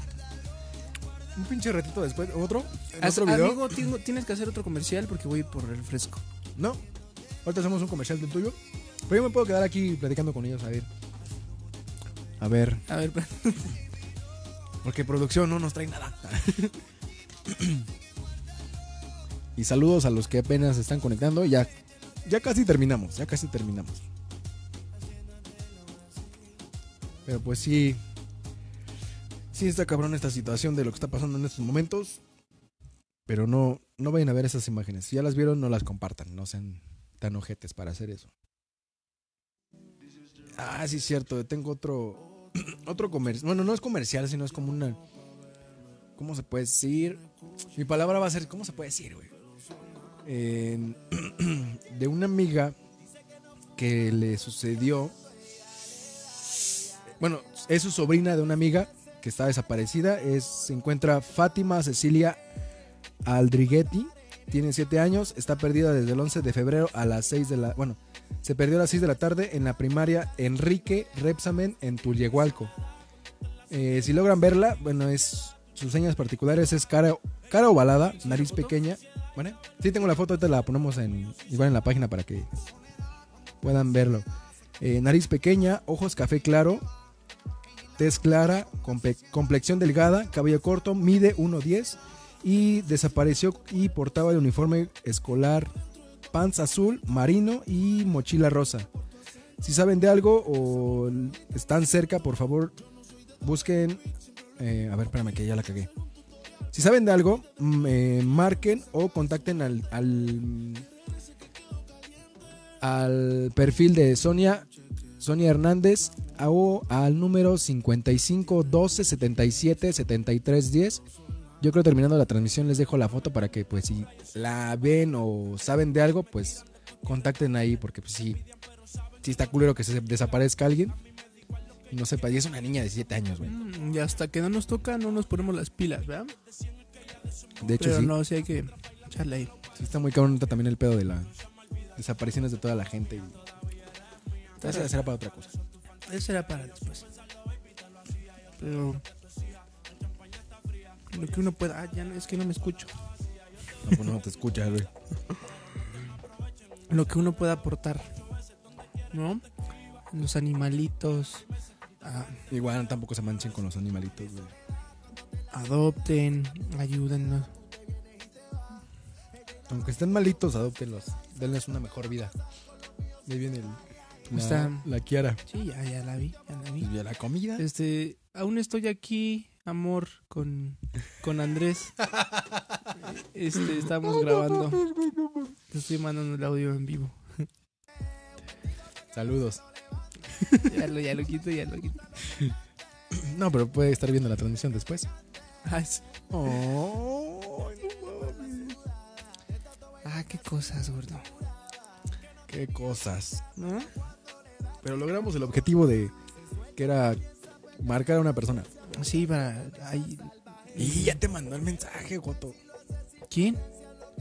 Speaker 1: Un pinche ratito después, otro, en
Speaker 2: Haz-
Speaker 1: otro video.
Speaker 2: Amigo, tengo- tienes que hacer otro comercial porque voy por el fresco.
Speaker 1: No. Ahorita hacemos un comercial del tuyo. Pero yo me puedo quedar aquí platicando con ellos, a ver. A ver.
Speaker 2: A ver, pero-
Speaker 1: Porque producción no nos trae nada. y saludos a los que apenas se están conectando. Ya, ya casi terminamos, ya casi terminamos. Pero pues sí. Sí está cabrón esta situación de lo que está pasando en estos momentos. Pero no, no vayan a ver esas imágenes. Si ya las vieron, no las compartan. No sean tan ojetes para hacer eso. Ah, sí, cierto. Tengo otro, otro comercial. Bueno, no es comercial, sino es como una. ¿Cómo se puede decir? Mi palabra va a ser. ¿Cómo se puede decir, güey? En- de una amiga que le sucedió. Bueno, es su sobrina de una amiga que está desaparecida. Es, se encuentra Fátima Cecilia Aldriguetti. Tiene 7 años. Está perdida desde el 11 de febrero a las 6 de la. Bueno, se perdió a las 6 de la tarde en la primaria Enrique Repsamen en Tullehualco. Eh, si logran verla, bueno, es sus señas particulares es cara, cara ovalada, nariz pequeña. ¿Vale? Sí, tengo la foto, ahorita la ponemos en, igual en la página para que puedan verlo. Eh, nariz pequeña, ojos café claro, tez clara, compe- complexión delgada, cabello corto, mide 1.10 y desapareció y portaba el uniforme escolar panza azul, marino y mochila rosa. Si saben de algo o están cerca, por favor, busquen. eh, a ver, espérame, que ya la cagué. Si saben de algo, mm, eh, marquen o contacten al, al, al perfil de Sonia, Sonia Hernández a- o al número 55 12 77 73 10. Yo creo terminando la transmisión les dejo la foto para que pues si la ven o saben de algo, pues contacten ahí porque pues sí, sí está culero que se desaparezca alguien y no sepa, y es una niña de 7 años, güey.
Speaker 2: mm, Y hasta que no nos toca, no nos ponemos las pilas, ¿verdad?
Speaker 1: De hecho
Speaker 2: Pero
Speaker 1: sí.
Speaker 2: no, sí hay que echarle ahí.
Speaker 1: Sí está muy cabrón ahorita también el pedo de las desapariciones de toda la gente. y- Eso será para otra cosa.
Speaker 2: Eso era para después. Pero. Lo que uno pueda. Ah, ya no, es que no me escucho.
Speaker 1: No, pues no te escuchas, güey.
Speaker 2: Lo que uno pueda aportar. ¿No? Los animalitos. ah,
Speaker 1: Igual tampoco se manchen con los animalitos, güey.
Speaker 2: adopten. Ayúdennos.
Speaker 1: Aunque estén malitos, adóptenlos. Denles una mejor vida. Ahí viene el, la,
Speaker 2: Está-
Speaker 1: la Kiara.
Speaker 2: Sí, ya, ya la vi. Ya la vi.
Speaker 1: Y Pues la comida.
Speaker 2: Este, aún estoy aquí, amor, con, con Andrés. Este, estamos grabando. Te estoy mandando el audio en vivo.
Speaker 1: Saludos.
Speaker 2: Ya lo, ya lo quito, ya lo quito.
Speaker 1: No, pero puede estar viendo la transmisión después.
Speaker 2: Ay, sí.
Speaker 1: Oh, no mames.
Speaker 2: Ah, qué cosas, gordo.
Speaker 1: Qué cosas.
Speaker 2: ¿No?
Speaker 1: Pero logramos el objetivo de que era marcar a una persona.
Speaker 2: Sí, para. ay,
Speaker 1: Y ya te mandó el mensaje, Joto.
Speaker 2: ¿Quién?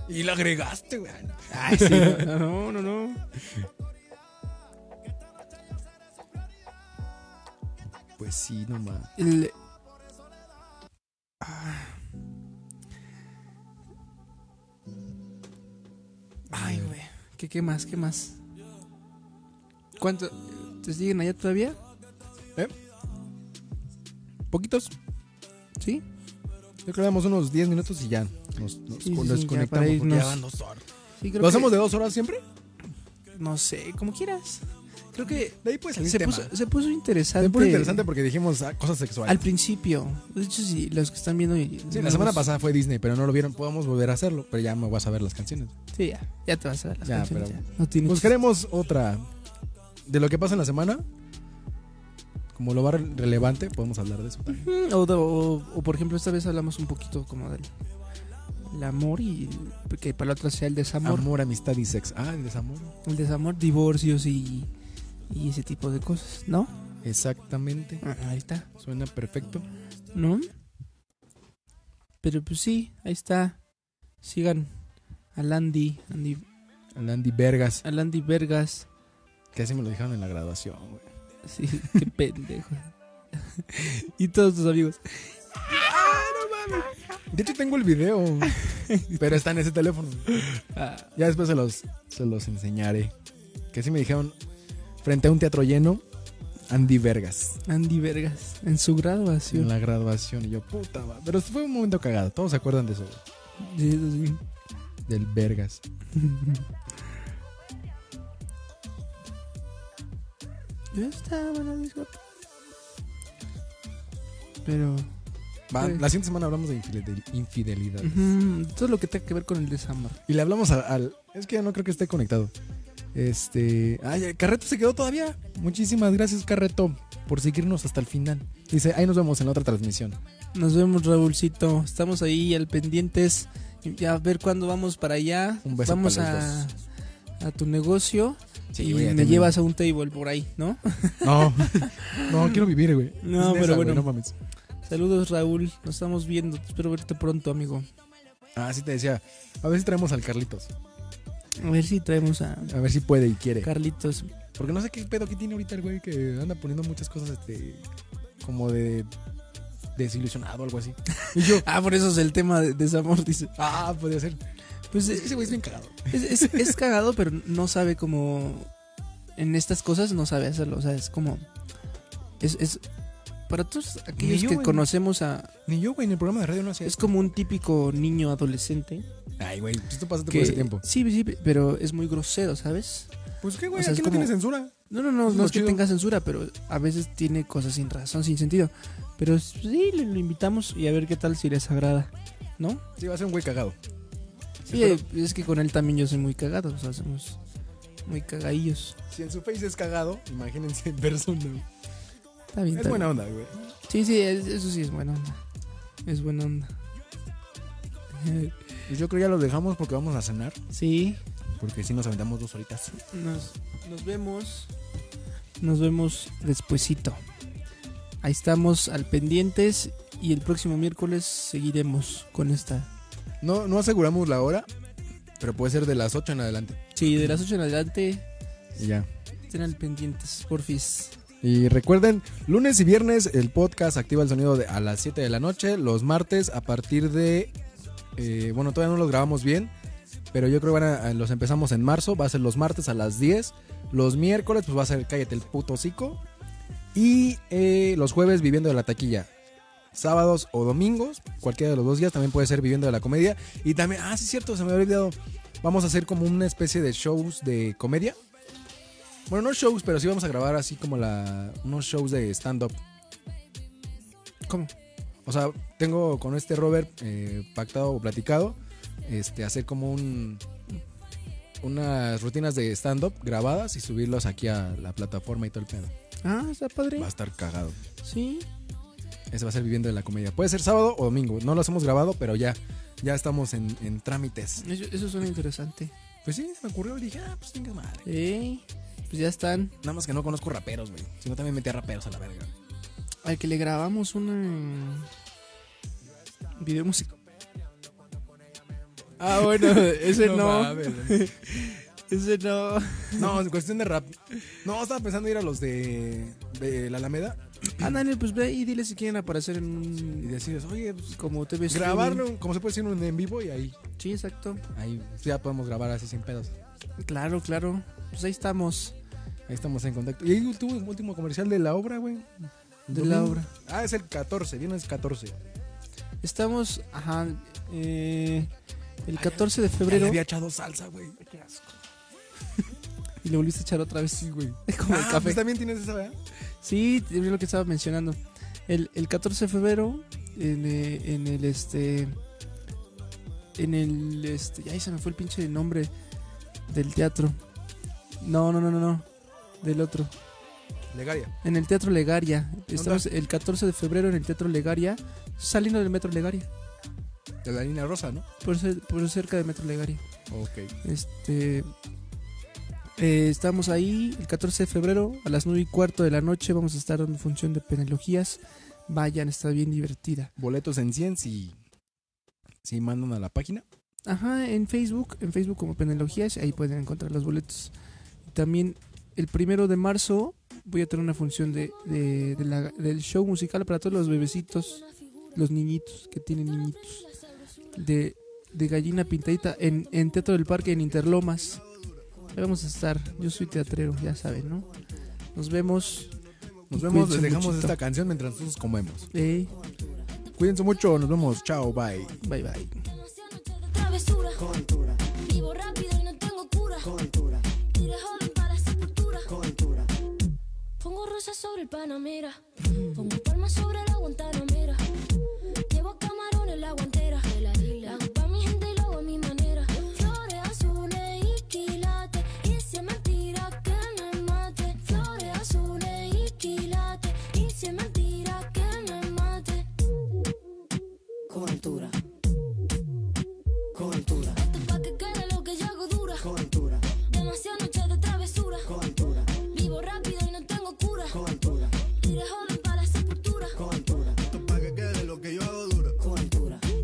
Speaker 1: Y lo agregaste, güey.
Speaker 2: Ay, sí, no, no, no, no.
Speaker 1: Pues sí, no mames.
Speaker 2: El- Ah. Ay, güey. ¿Qué, ¿Qué más? ¿Qué más? ¿Cuánto? ¿Te siguen allá todavía?
Speaker 1: Poquitos.
Speaker 2: ¿Sí?
Speaker 1: Yo creo que damos unos 10 minutos y ya nos, nos,
Speaker 2: Sí, sí,
Speaker 1: nos
Speaker 2: sí, ya
Speaker 1: conectamos.
Speaker 2: para
Speaker 1: porque
Speaker 2: irnos.
Speaker 1: ya van dos horas.
Speaker 2: Sí, creo
Speaker 1: ¿Lo
Speaker 2: que-
Speaker 1: hacemos de dos horas siempre?
Speaker 2: No sé, como quieras. Creo que
Speaker 1: De ahí puede salir
Speaker 2: se
Speaker 1: tema.
Speaker 2: puso, se puso
Speaker 1: Se
Speaker 2: interesante.
Speaker 1: puso interesante porque dijimos ah, cosas
Speaker 2: Al
Speaker 1: sexuales.
Speaker 2: principio. De hecho, sí, los que están viendo. y-
Speaker 1: Sí, la
Speaker 2: nos-
Speaker 1: semana pasada fue Disney, pero no lo vieron. Podemos volver a hacerlo, pero ya me voy a saber las canciones.
Speaker 2: Sí, ya. Ya te vas a ver las
Speaker 1: Ya,
Speaker 2: canciones,
Speaker 1: pero-
Speaker 2: ya. No tienes-
Speaker 1: Buscaremos otra de lo que pasa en la semana. Como lo va re- relevante, podemos hablar de eso también.
Speaker 2: Mm, O, de- o- o, por ejemplo, esta vez hablamos un poquito como del el amor y que para la otra sea el desamor.
Speaker 1: Amor, amistad y sexo. Ah, el desamor.
Speaker 2: El desamor, divorcios y, y ese tipo de cosas, ¿no?
Speaker 1: Exactamente.
Speaker 2: Ah, Ahí está,
Speaker 1: Suena perfecto.
Speaker 2: ¿no? Pero pues sí, ahí está. Sigan al Andy, Andy,
Speaker 1: Al Andy Vergas,
Speaker 2: al Andy Vergas.
Speaker 1: que así me lo dijeron en la graduación, güey.
Speaker 2: Sí, qué pendejo. y todos tus amigos.
Speaker 1: De hecho, tengo el video, pero está en ese teléfono.
Speaker 2: Ah,
Speaker 1: Ya después se los, se los enseñaré. Que sí me dijeron, frente a un teatro lleno, Andy Vergas.
Speaker 2: Andy Vergas, en su
Speaker 1: En
Speaker 2: graduación.
Speaker 1: la graduación. Y yo, puta, va. Pero fue un momento cagado. Todos se acuerdan de eso, güey,
Speaker 2: Sí, eso sí.
Speaker 1: del Vergas.
Speaker 2: Yo estaba en la discoteca. Pero
Speaker 1: Va,
Speaker 2: Sí.
Speaker 1: la siguiente semana hablamos de infidel- infidelidad.
Speaker 2: ujú, todo lo que tenga que ver con el desamor.
Speaker 1: Y le hablamos al, al- Es que ya no creo que esté conectado. Este. Ay, el Carreto se quedó todavía. Muchísimas gracias, Carreto, por seguirnos hasta el final. Dice, ahí nos vemos en la otra transmisión.
Speaker 2: Nos vemos, Raúlcito. Estamos ahí al pendientes. Ya a ver cuándo vamos para allá.
Speaker 1: Un beso
Speaker 2: vamos
Speaker 1: para los
Speaker 2: a, a tu negocio y
Speaker 1: güey, ya
Speaker 2: me
Speaker 1: tiene-
Speaker 2: llevas a un table por ahí, ¿no?
Speaker 1: No, no, quiero vivir, güey.
Speaker 2: No,
Speaker 1: Es de
Speaker 2: pero
Speaker 1: güey,
Speaker 2: bueno.
Speaker 1: no mames.
Speaker 2: Saludos, Raúl. Nos estamos viendo. Espero verte pronto, amigo.
Speaker 1: Ah, sí te decía. A ver si traemos al Carlitos.
Speaker 2: A ver si traemos a
Speaker 1: A ver si puede y quiere.
Speaker 2: Carlitos.
Speaker 1: Porque no sé qué pedo que tiene ahorita el güey que anda poniendo muchas cosas, este. Como de. Desilusionado, algo así. Y yo,
Speaker 2: Ah, por eso es el tema de desamor, dice.
Speaker 1: ah, podría ser.
Speaker 2: Pues
Speaker 1: Es que ese güey es bien cagado.
Speaker 2: Es, es- es cagado, pero no sabe cómo. En estas cosas no sabe hacerlo. O sea, es como. Es. es- para todos aquellos
Speaker 1: yo,
Speaker 2: que
Speaker 1: güey.
Speaker 2: conocemos a.
Speaker 1: Ni yo, güey, en el programa de radio no hacía
Speaker 2: Es como un típico niño adolescente.
Speaker 1: Ay, güey, pues tú pasaste
Speaker 2: Que,
Speaker 1: por ese tiempo.
Speaker 2: Sí, sí, pero es muy grosero, ¿sabes?
Speaker 1: Pues qué, güey,
Speaker 2: O sea, es
Speaker 1: aquí no
Speaker 2: como-
Speaker 1: tiene censura.
Speaker 2: No, no, no,
Speaker 1: Es
Speaker 2: no
Speaker 1: lo
Speaker 2: es que
Speaker 1: chido.
Speaker 2: tenga censura, pero a veces tiene cosas sin razón, sin sentido. Pero sí, le- lo invitamos y a ver qué tal si les agrada, ¿no?
Speaker 1: Sí, va a ser un güey cagado.
Speaker 2: Sí,
Speaker 1: Espero-
Speaker 2: eh, es que con él también yo soy muy cagado, o sea, somos muy cagadillos.
Speaker 1: Si en su face es cagado, imagínense en persona. güey.
Speaker 2: Está bien,
Speaker 1: Es
Speaker 2: está
Speaker 1: buena onda, güey.
Speaker 2: bien. Sí, sí, es- eso sí es buena onda. Es buena onda.
Speaker 1: Pues yo creo que ya lo dejamos porque vamos a cenar.
Speaker 2: Sí,
Speaker 1: Porque si nos aventamos dos horitas.
Speaker 2: nos, nos vemos. Nos vemos despuesito. Ahí estamos al pendientes y el próximo miércoles seguiremos con esta
Speaker 1: No, no aseguramos la hora, pero puede ser de las 8 en adelante.
Speaker 2: Sí, de las 8 en adelante
Speaker 1: Y ya.
Speaker 2: estén al pendientes, porfis.
Speaker 1: Y recuerden, lunes y viernes el podcast activa el sonido de- a las 7 de la noche. Los martes a partir de... eh, bueno, todavía no los grabamos bien, pero yo creo que van a- a- los empezamos en marzo. Va a ser los martes a las 10. Los miércoles pues va a ser Cállate el puto hocico. Y eh, los jueves viviendo de la taquilla. Sábados o domingos, cualquiera de los dos días también puede ser viviendo de la comedia. Y también, ah, sí, es cierto, se me había olvidado. Vamos a hacer como una especie de shows de comedia. Bueno, no shows, pero sí vamos a grabar así como la unos shows de stand-up.
Speaker 2: ¿Cómo?
Speaker 1: O sea, tengo con este Robert eh, pactado o platicado este, hacer como un unas rutinas de stand-up grabadas y subirlos aquí a la plataforma y todo el pedo.
Speaker 2: Ah, está padre.
Speaker 1: Va a estar cagado.
Speaker 2: Sí.
Speaker 1: Ese va a ser Viviendo de la Comedia. Puede ser sábado o domingo. No los hemos grabado, pero ya, ya estamos en, en trámites.
Speaker 2: Eso, eso suena interesante.
Speaker 1: Pues sí, se me ocurrió. Dije, ah, pues tenga madre.
Speaker 2: Eh, pues ya están.
Speaker 1: Nada más que no conozco raperos, güey. Si no, también metí a raperos a la verga.
Speaker 2: Al que le grabamos una eh, video musical. Ah, bueno, ese no.
Speaker 1: mames.
Speaker 2: ese no.
Speaker 1: No, en cuestión de rap. No, estaba pensando ir a los de, de la Alameda
Speaker 2: Ándale, pues ve y dile si quieren aparecer en
Speaker 1: y
Speaker 2: un
Speaker 1: decirles, oye, pues,
Speaker 2: como TV streaming.
Speaker 1: grabarlo, como se puede decir, un en vivo y ahí,
Speaker 2: Sí, exacto.
Speaker 1: ahí ya podemos grabar así sin pedos.
Speaker 2: Claro, claro. Pues ahí estamos.
Speaker 1: Ahí estamos en contacto. Y ahí tuvo un último comercial de la obra, güey.
Speaker 2: De la obra.
Speaker 1: Ah, es el 14, viernes 14.
Speaker 2: Estamos, ajá, eh, el 14 de febrero.
Speaker 1: Ya le había echado salsa, güey. Qué asco.
Speaker 2: Y le volviste a echar otra vez.
Speaker 1: Sí, güey.
Speaker 2: Es como el
Speaker 1: Ah,
Speaker 2: café.
Speaker 1: pues también tienes esa, ¿verdad?
Speaker 2: Sí, es lo que estaba mencionando. El, el 14 de febrero, en, eh, en el este. En el este. Ay, se me fue el pinche nombre del teatro. No, no, no, no, no. Del otro.
Speaker 1: Legaria.
Speaker 2: En el Teatro Legaria. Estamos el 14 de febrero en el Teatro Legaria. Saliendo del Metro Legaria.
Speaker 1: De la línea rosa, ¿no?
Speaker 2: Por, cer- por cerca del Metro Legaria.
Speaker 1: Ok.
Speaker 2: Este. eh, estamos ahí el 14 de febrero a las 9 y cuarto de la noche. Vamos a estar en función de penalogías. Vayan, está bien divertida.
Speaker 1: Boletos en 100 si, si mandan a la página.
Speaker 2: Ajá, en Facebook, en Facebook como penalogías, ahí pueden encontrar los boletos. También el primero de marzo voy a tener una función de, de- de la- del show musical para todos los bebecitos, los niñitos que tienen niñitos, de, de gallina pintadita en, en Teatro del Parque, en Interlomas. Ahí vamos a estar, yo soy teatrero, ya saben, ¿no? Nos vemos.
Speaker 1: Nos
Speaker 2: Y
Speaker 1: vemos,
Speaker 2: cuídense
Speaker 1: les dejamos
Speaker 2: muchito.
Speaker 1: esta canción mientras nosotros comemos.
Speaker 2: Eh,
Speaker 1: Cuídense mucho, nos vemos, chao, bye.
Speaker 2: bye bye.
Speaker 9: travesura. Vivo rápido y no tengo cura. Tire joven para la sepultura. Pongo rosas sobre el Panamera. Pongo palmas sobre la Guantanamera. Llevo camarones en la guantera. La hago pa' mi gente y lo hago a mi manera. Flores azules y quilates. Y si es mentira que me mate. Flores azules y quilates. Y si es mentira que me mate.
Speaker 6: Cultura. Cultura.
Speaker 9: Pa' que quede lo que yo hago dura. Demasiadas noches de travesura. Vivo rápido y no tengo cura. Tire joven para la sepultura.
Speaker 10: Esto pa' que quede lo que yo hago dura.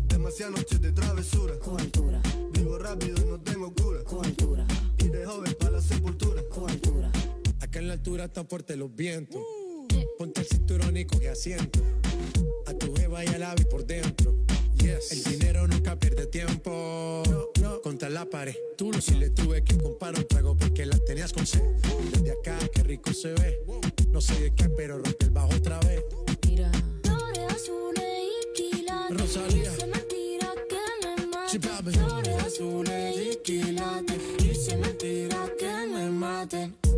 Speaker 10: Demasiadas noches de travesura. Vivo rápido y no tengo cura. Y de joven para la sepultura.
Speaker 11: Acá en la altura están fuertes los vientos. Ponte el cinturón y coge asiento. A tu beba y al ave por dentro. El dinero nunca pierde tiempo. Contra la pared. Tú lo si le tuve que comprar un trago porque la tenías con sed. Desde acá, qué rico se ve. No sé de qué, pero rompe el bajo otra vez.
Speaker 9: Flores azules y quilates.
Speaker 11: Rosalía.
Speaker 9: Dice mentira que me mate.
Speaker 11: Sí, papi.
Speaker 9: Flores azules y quilates. Dice mentira que me mate. maten.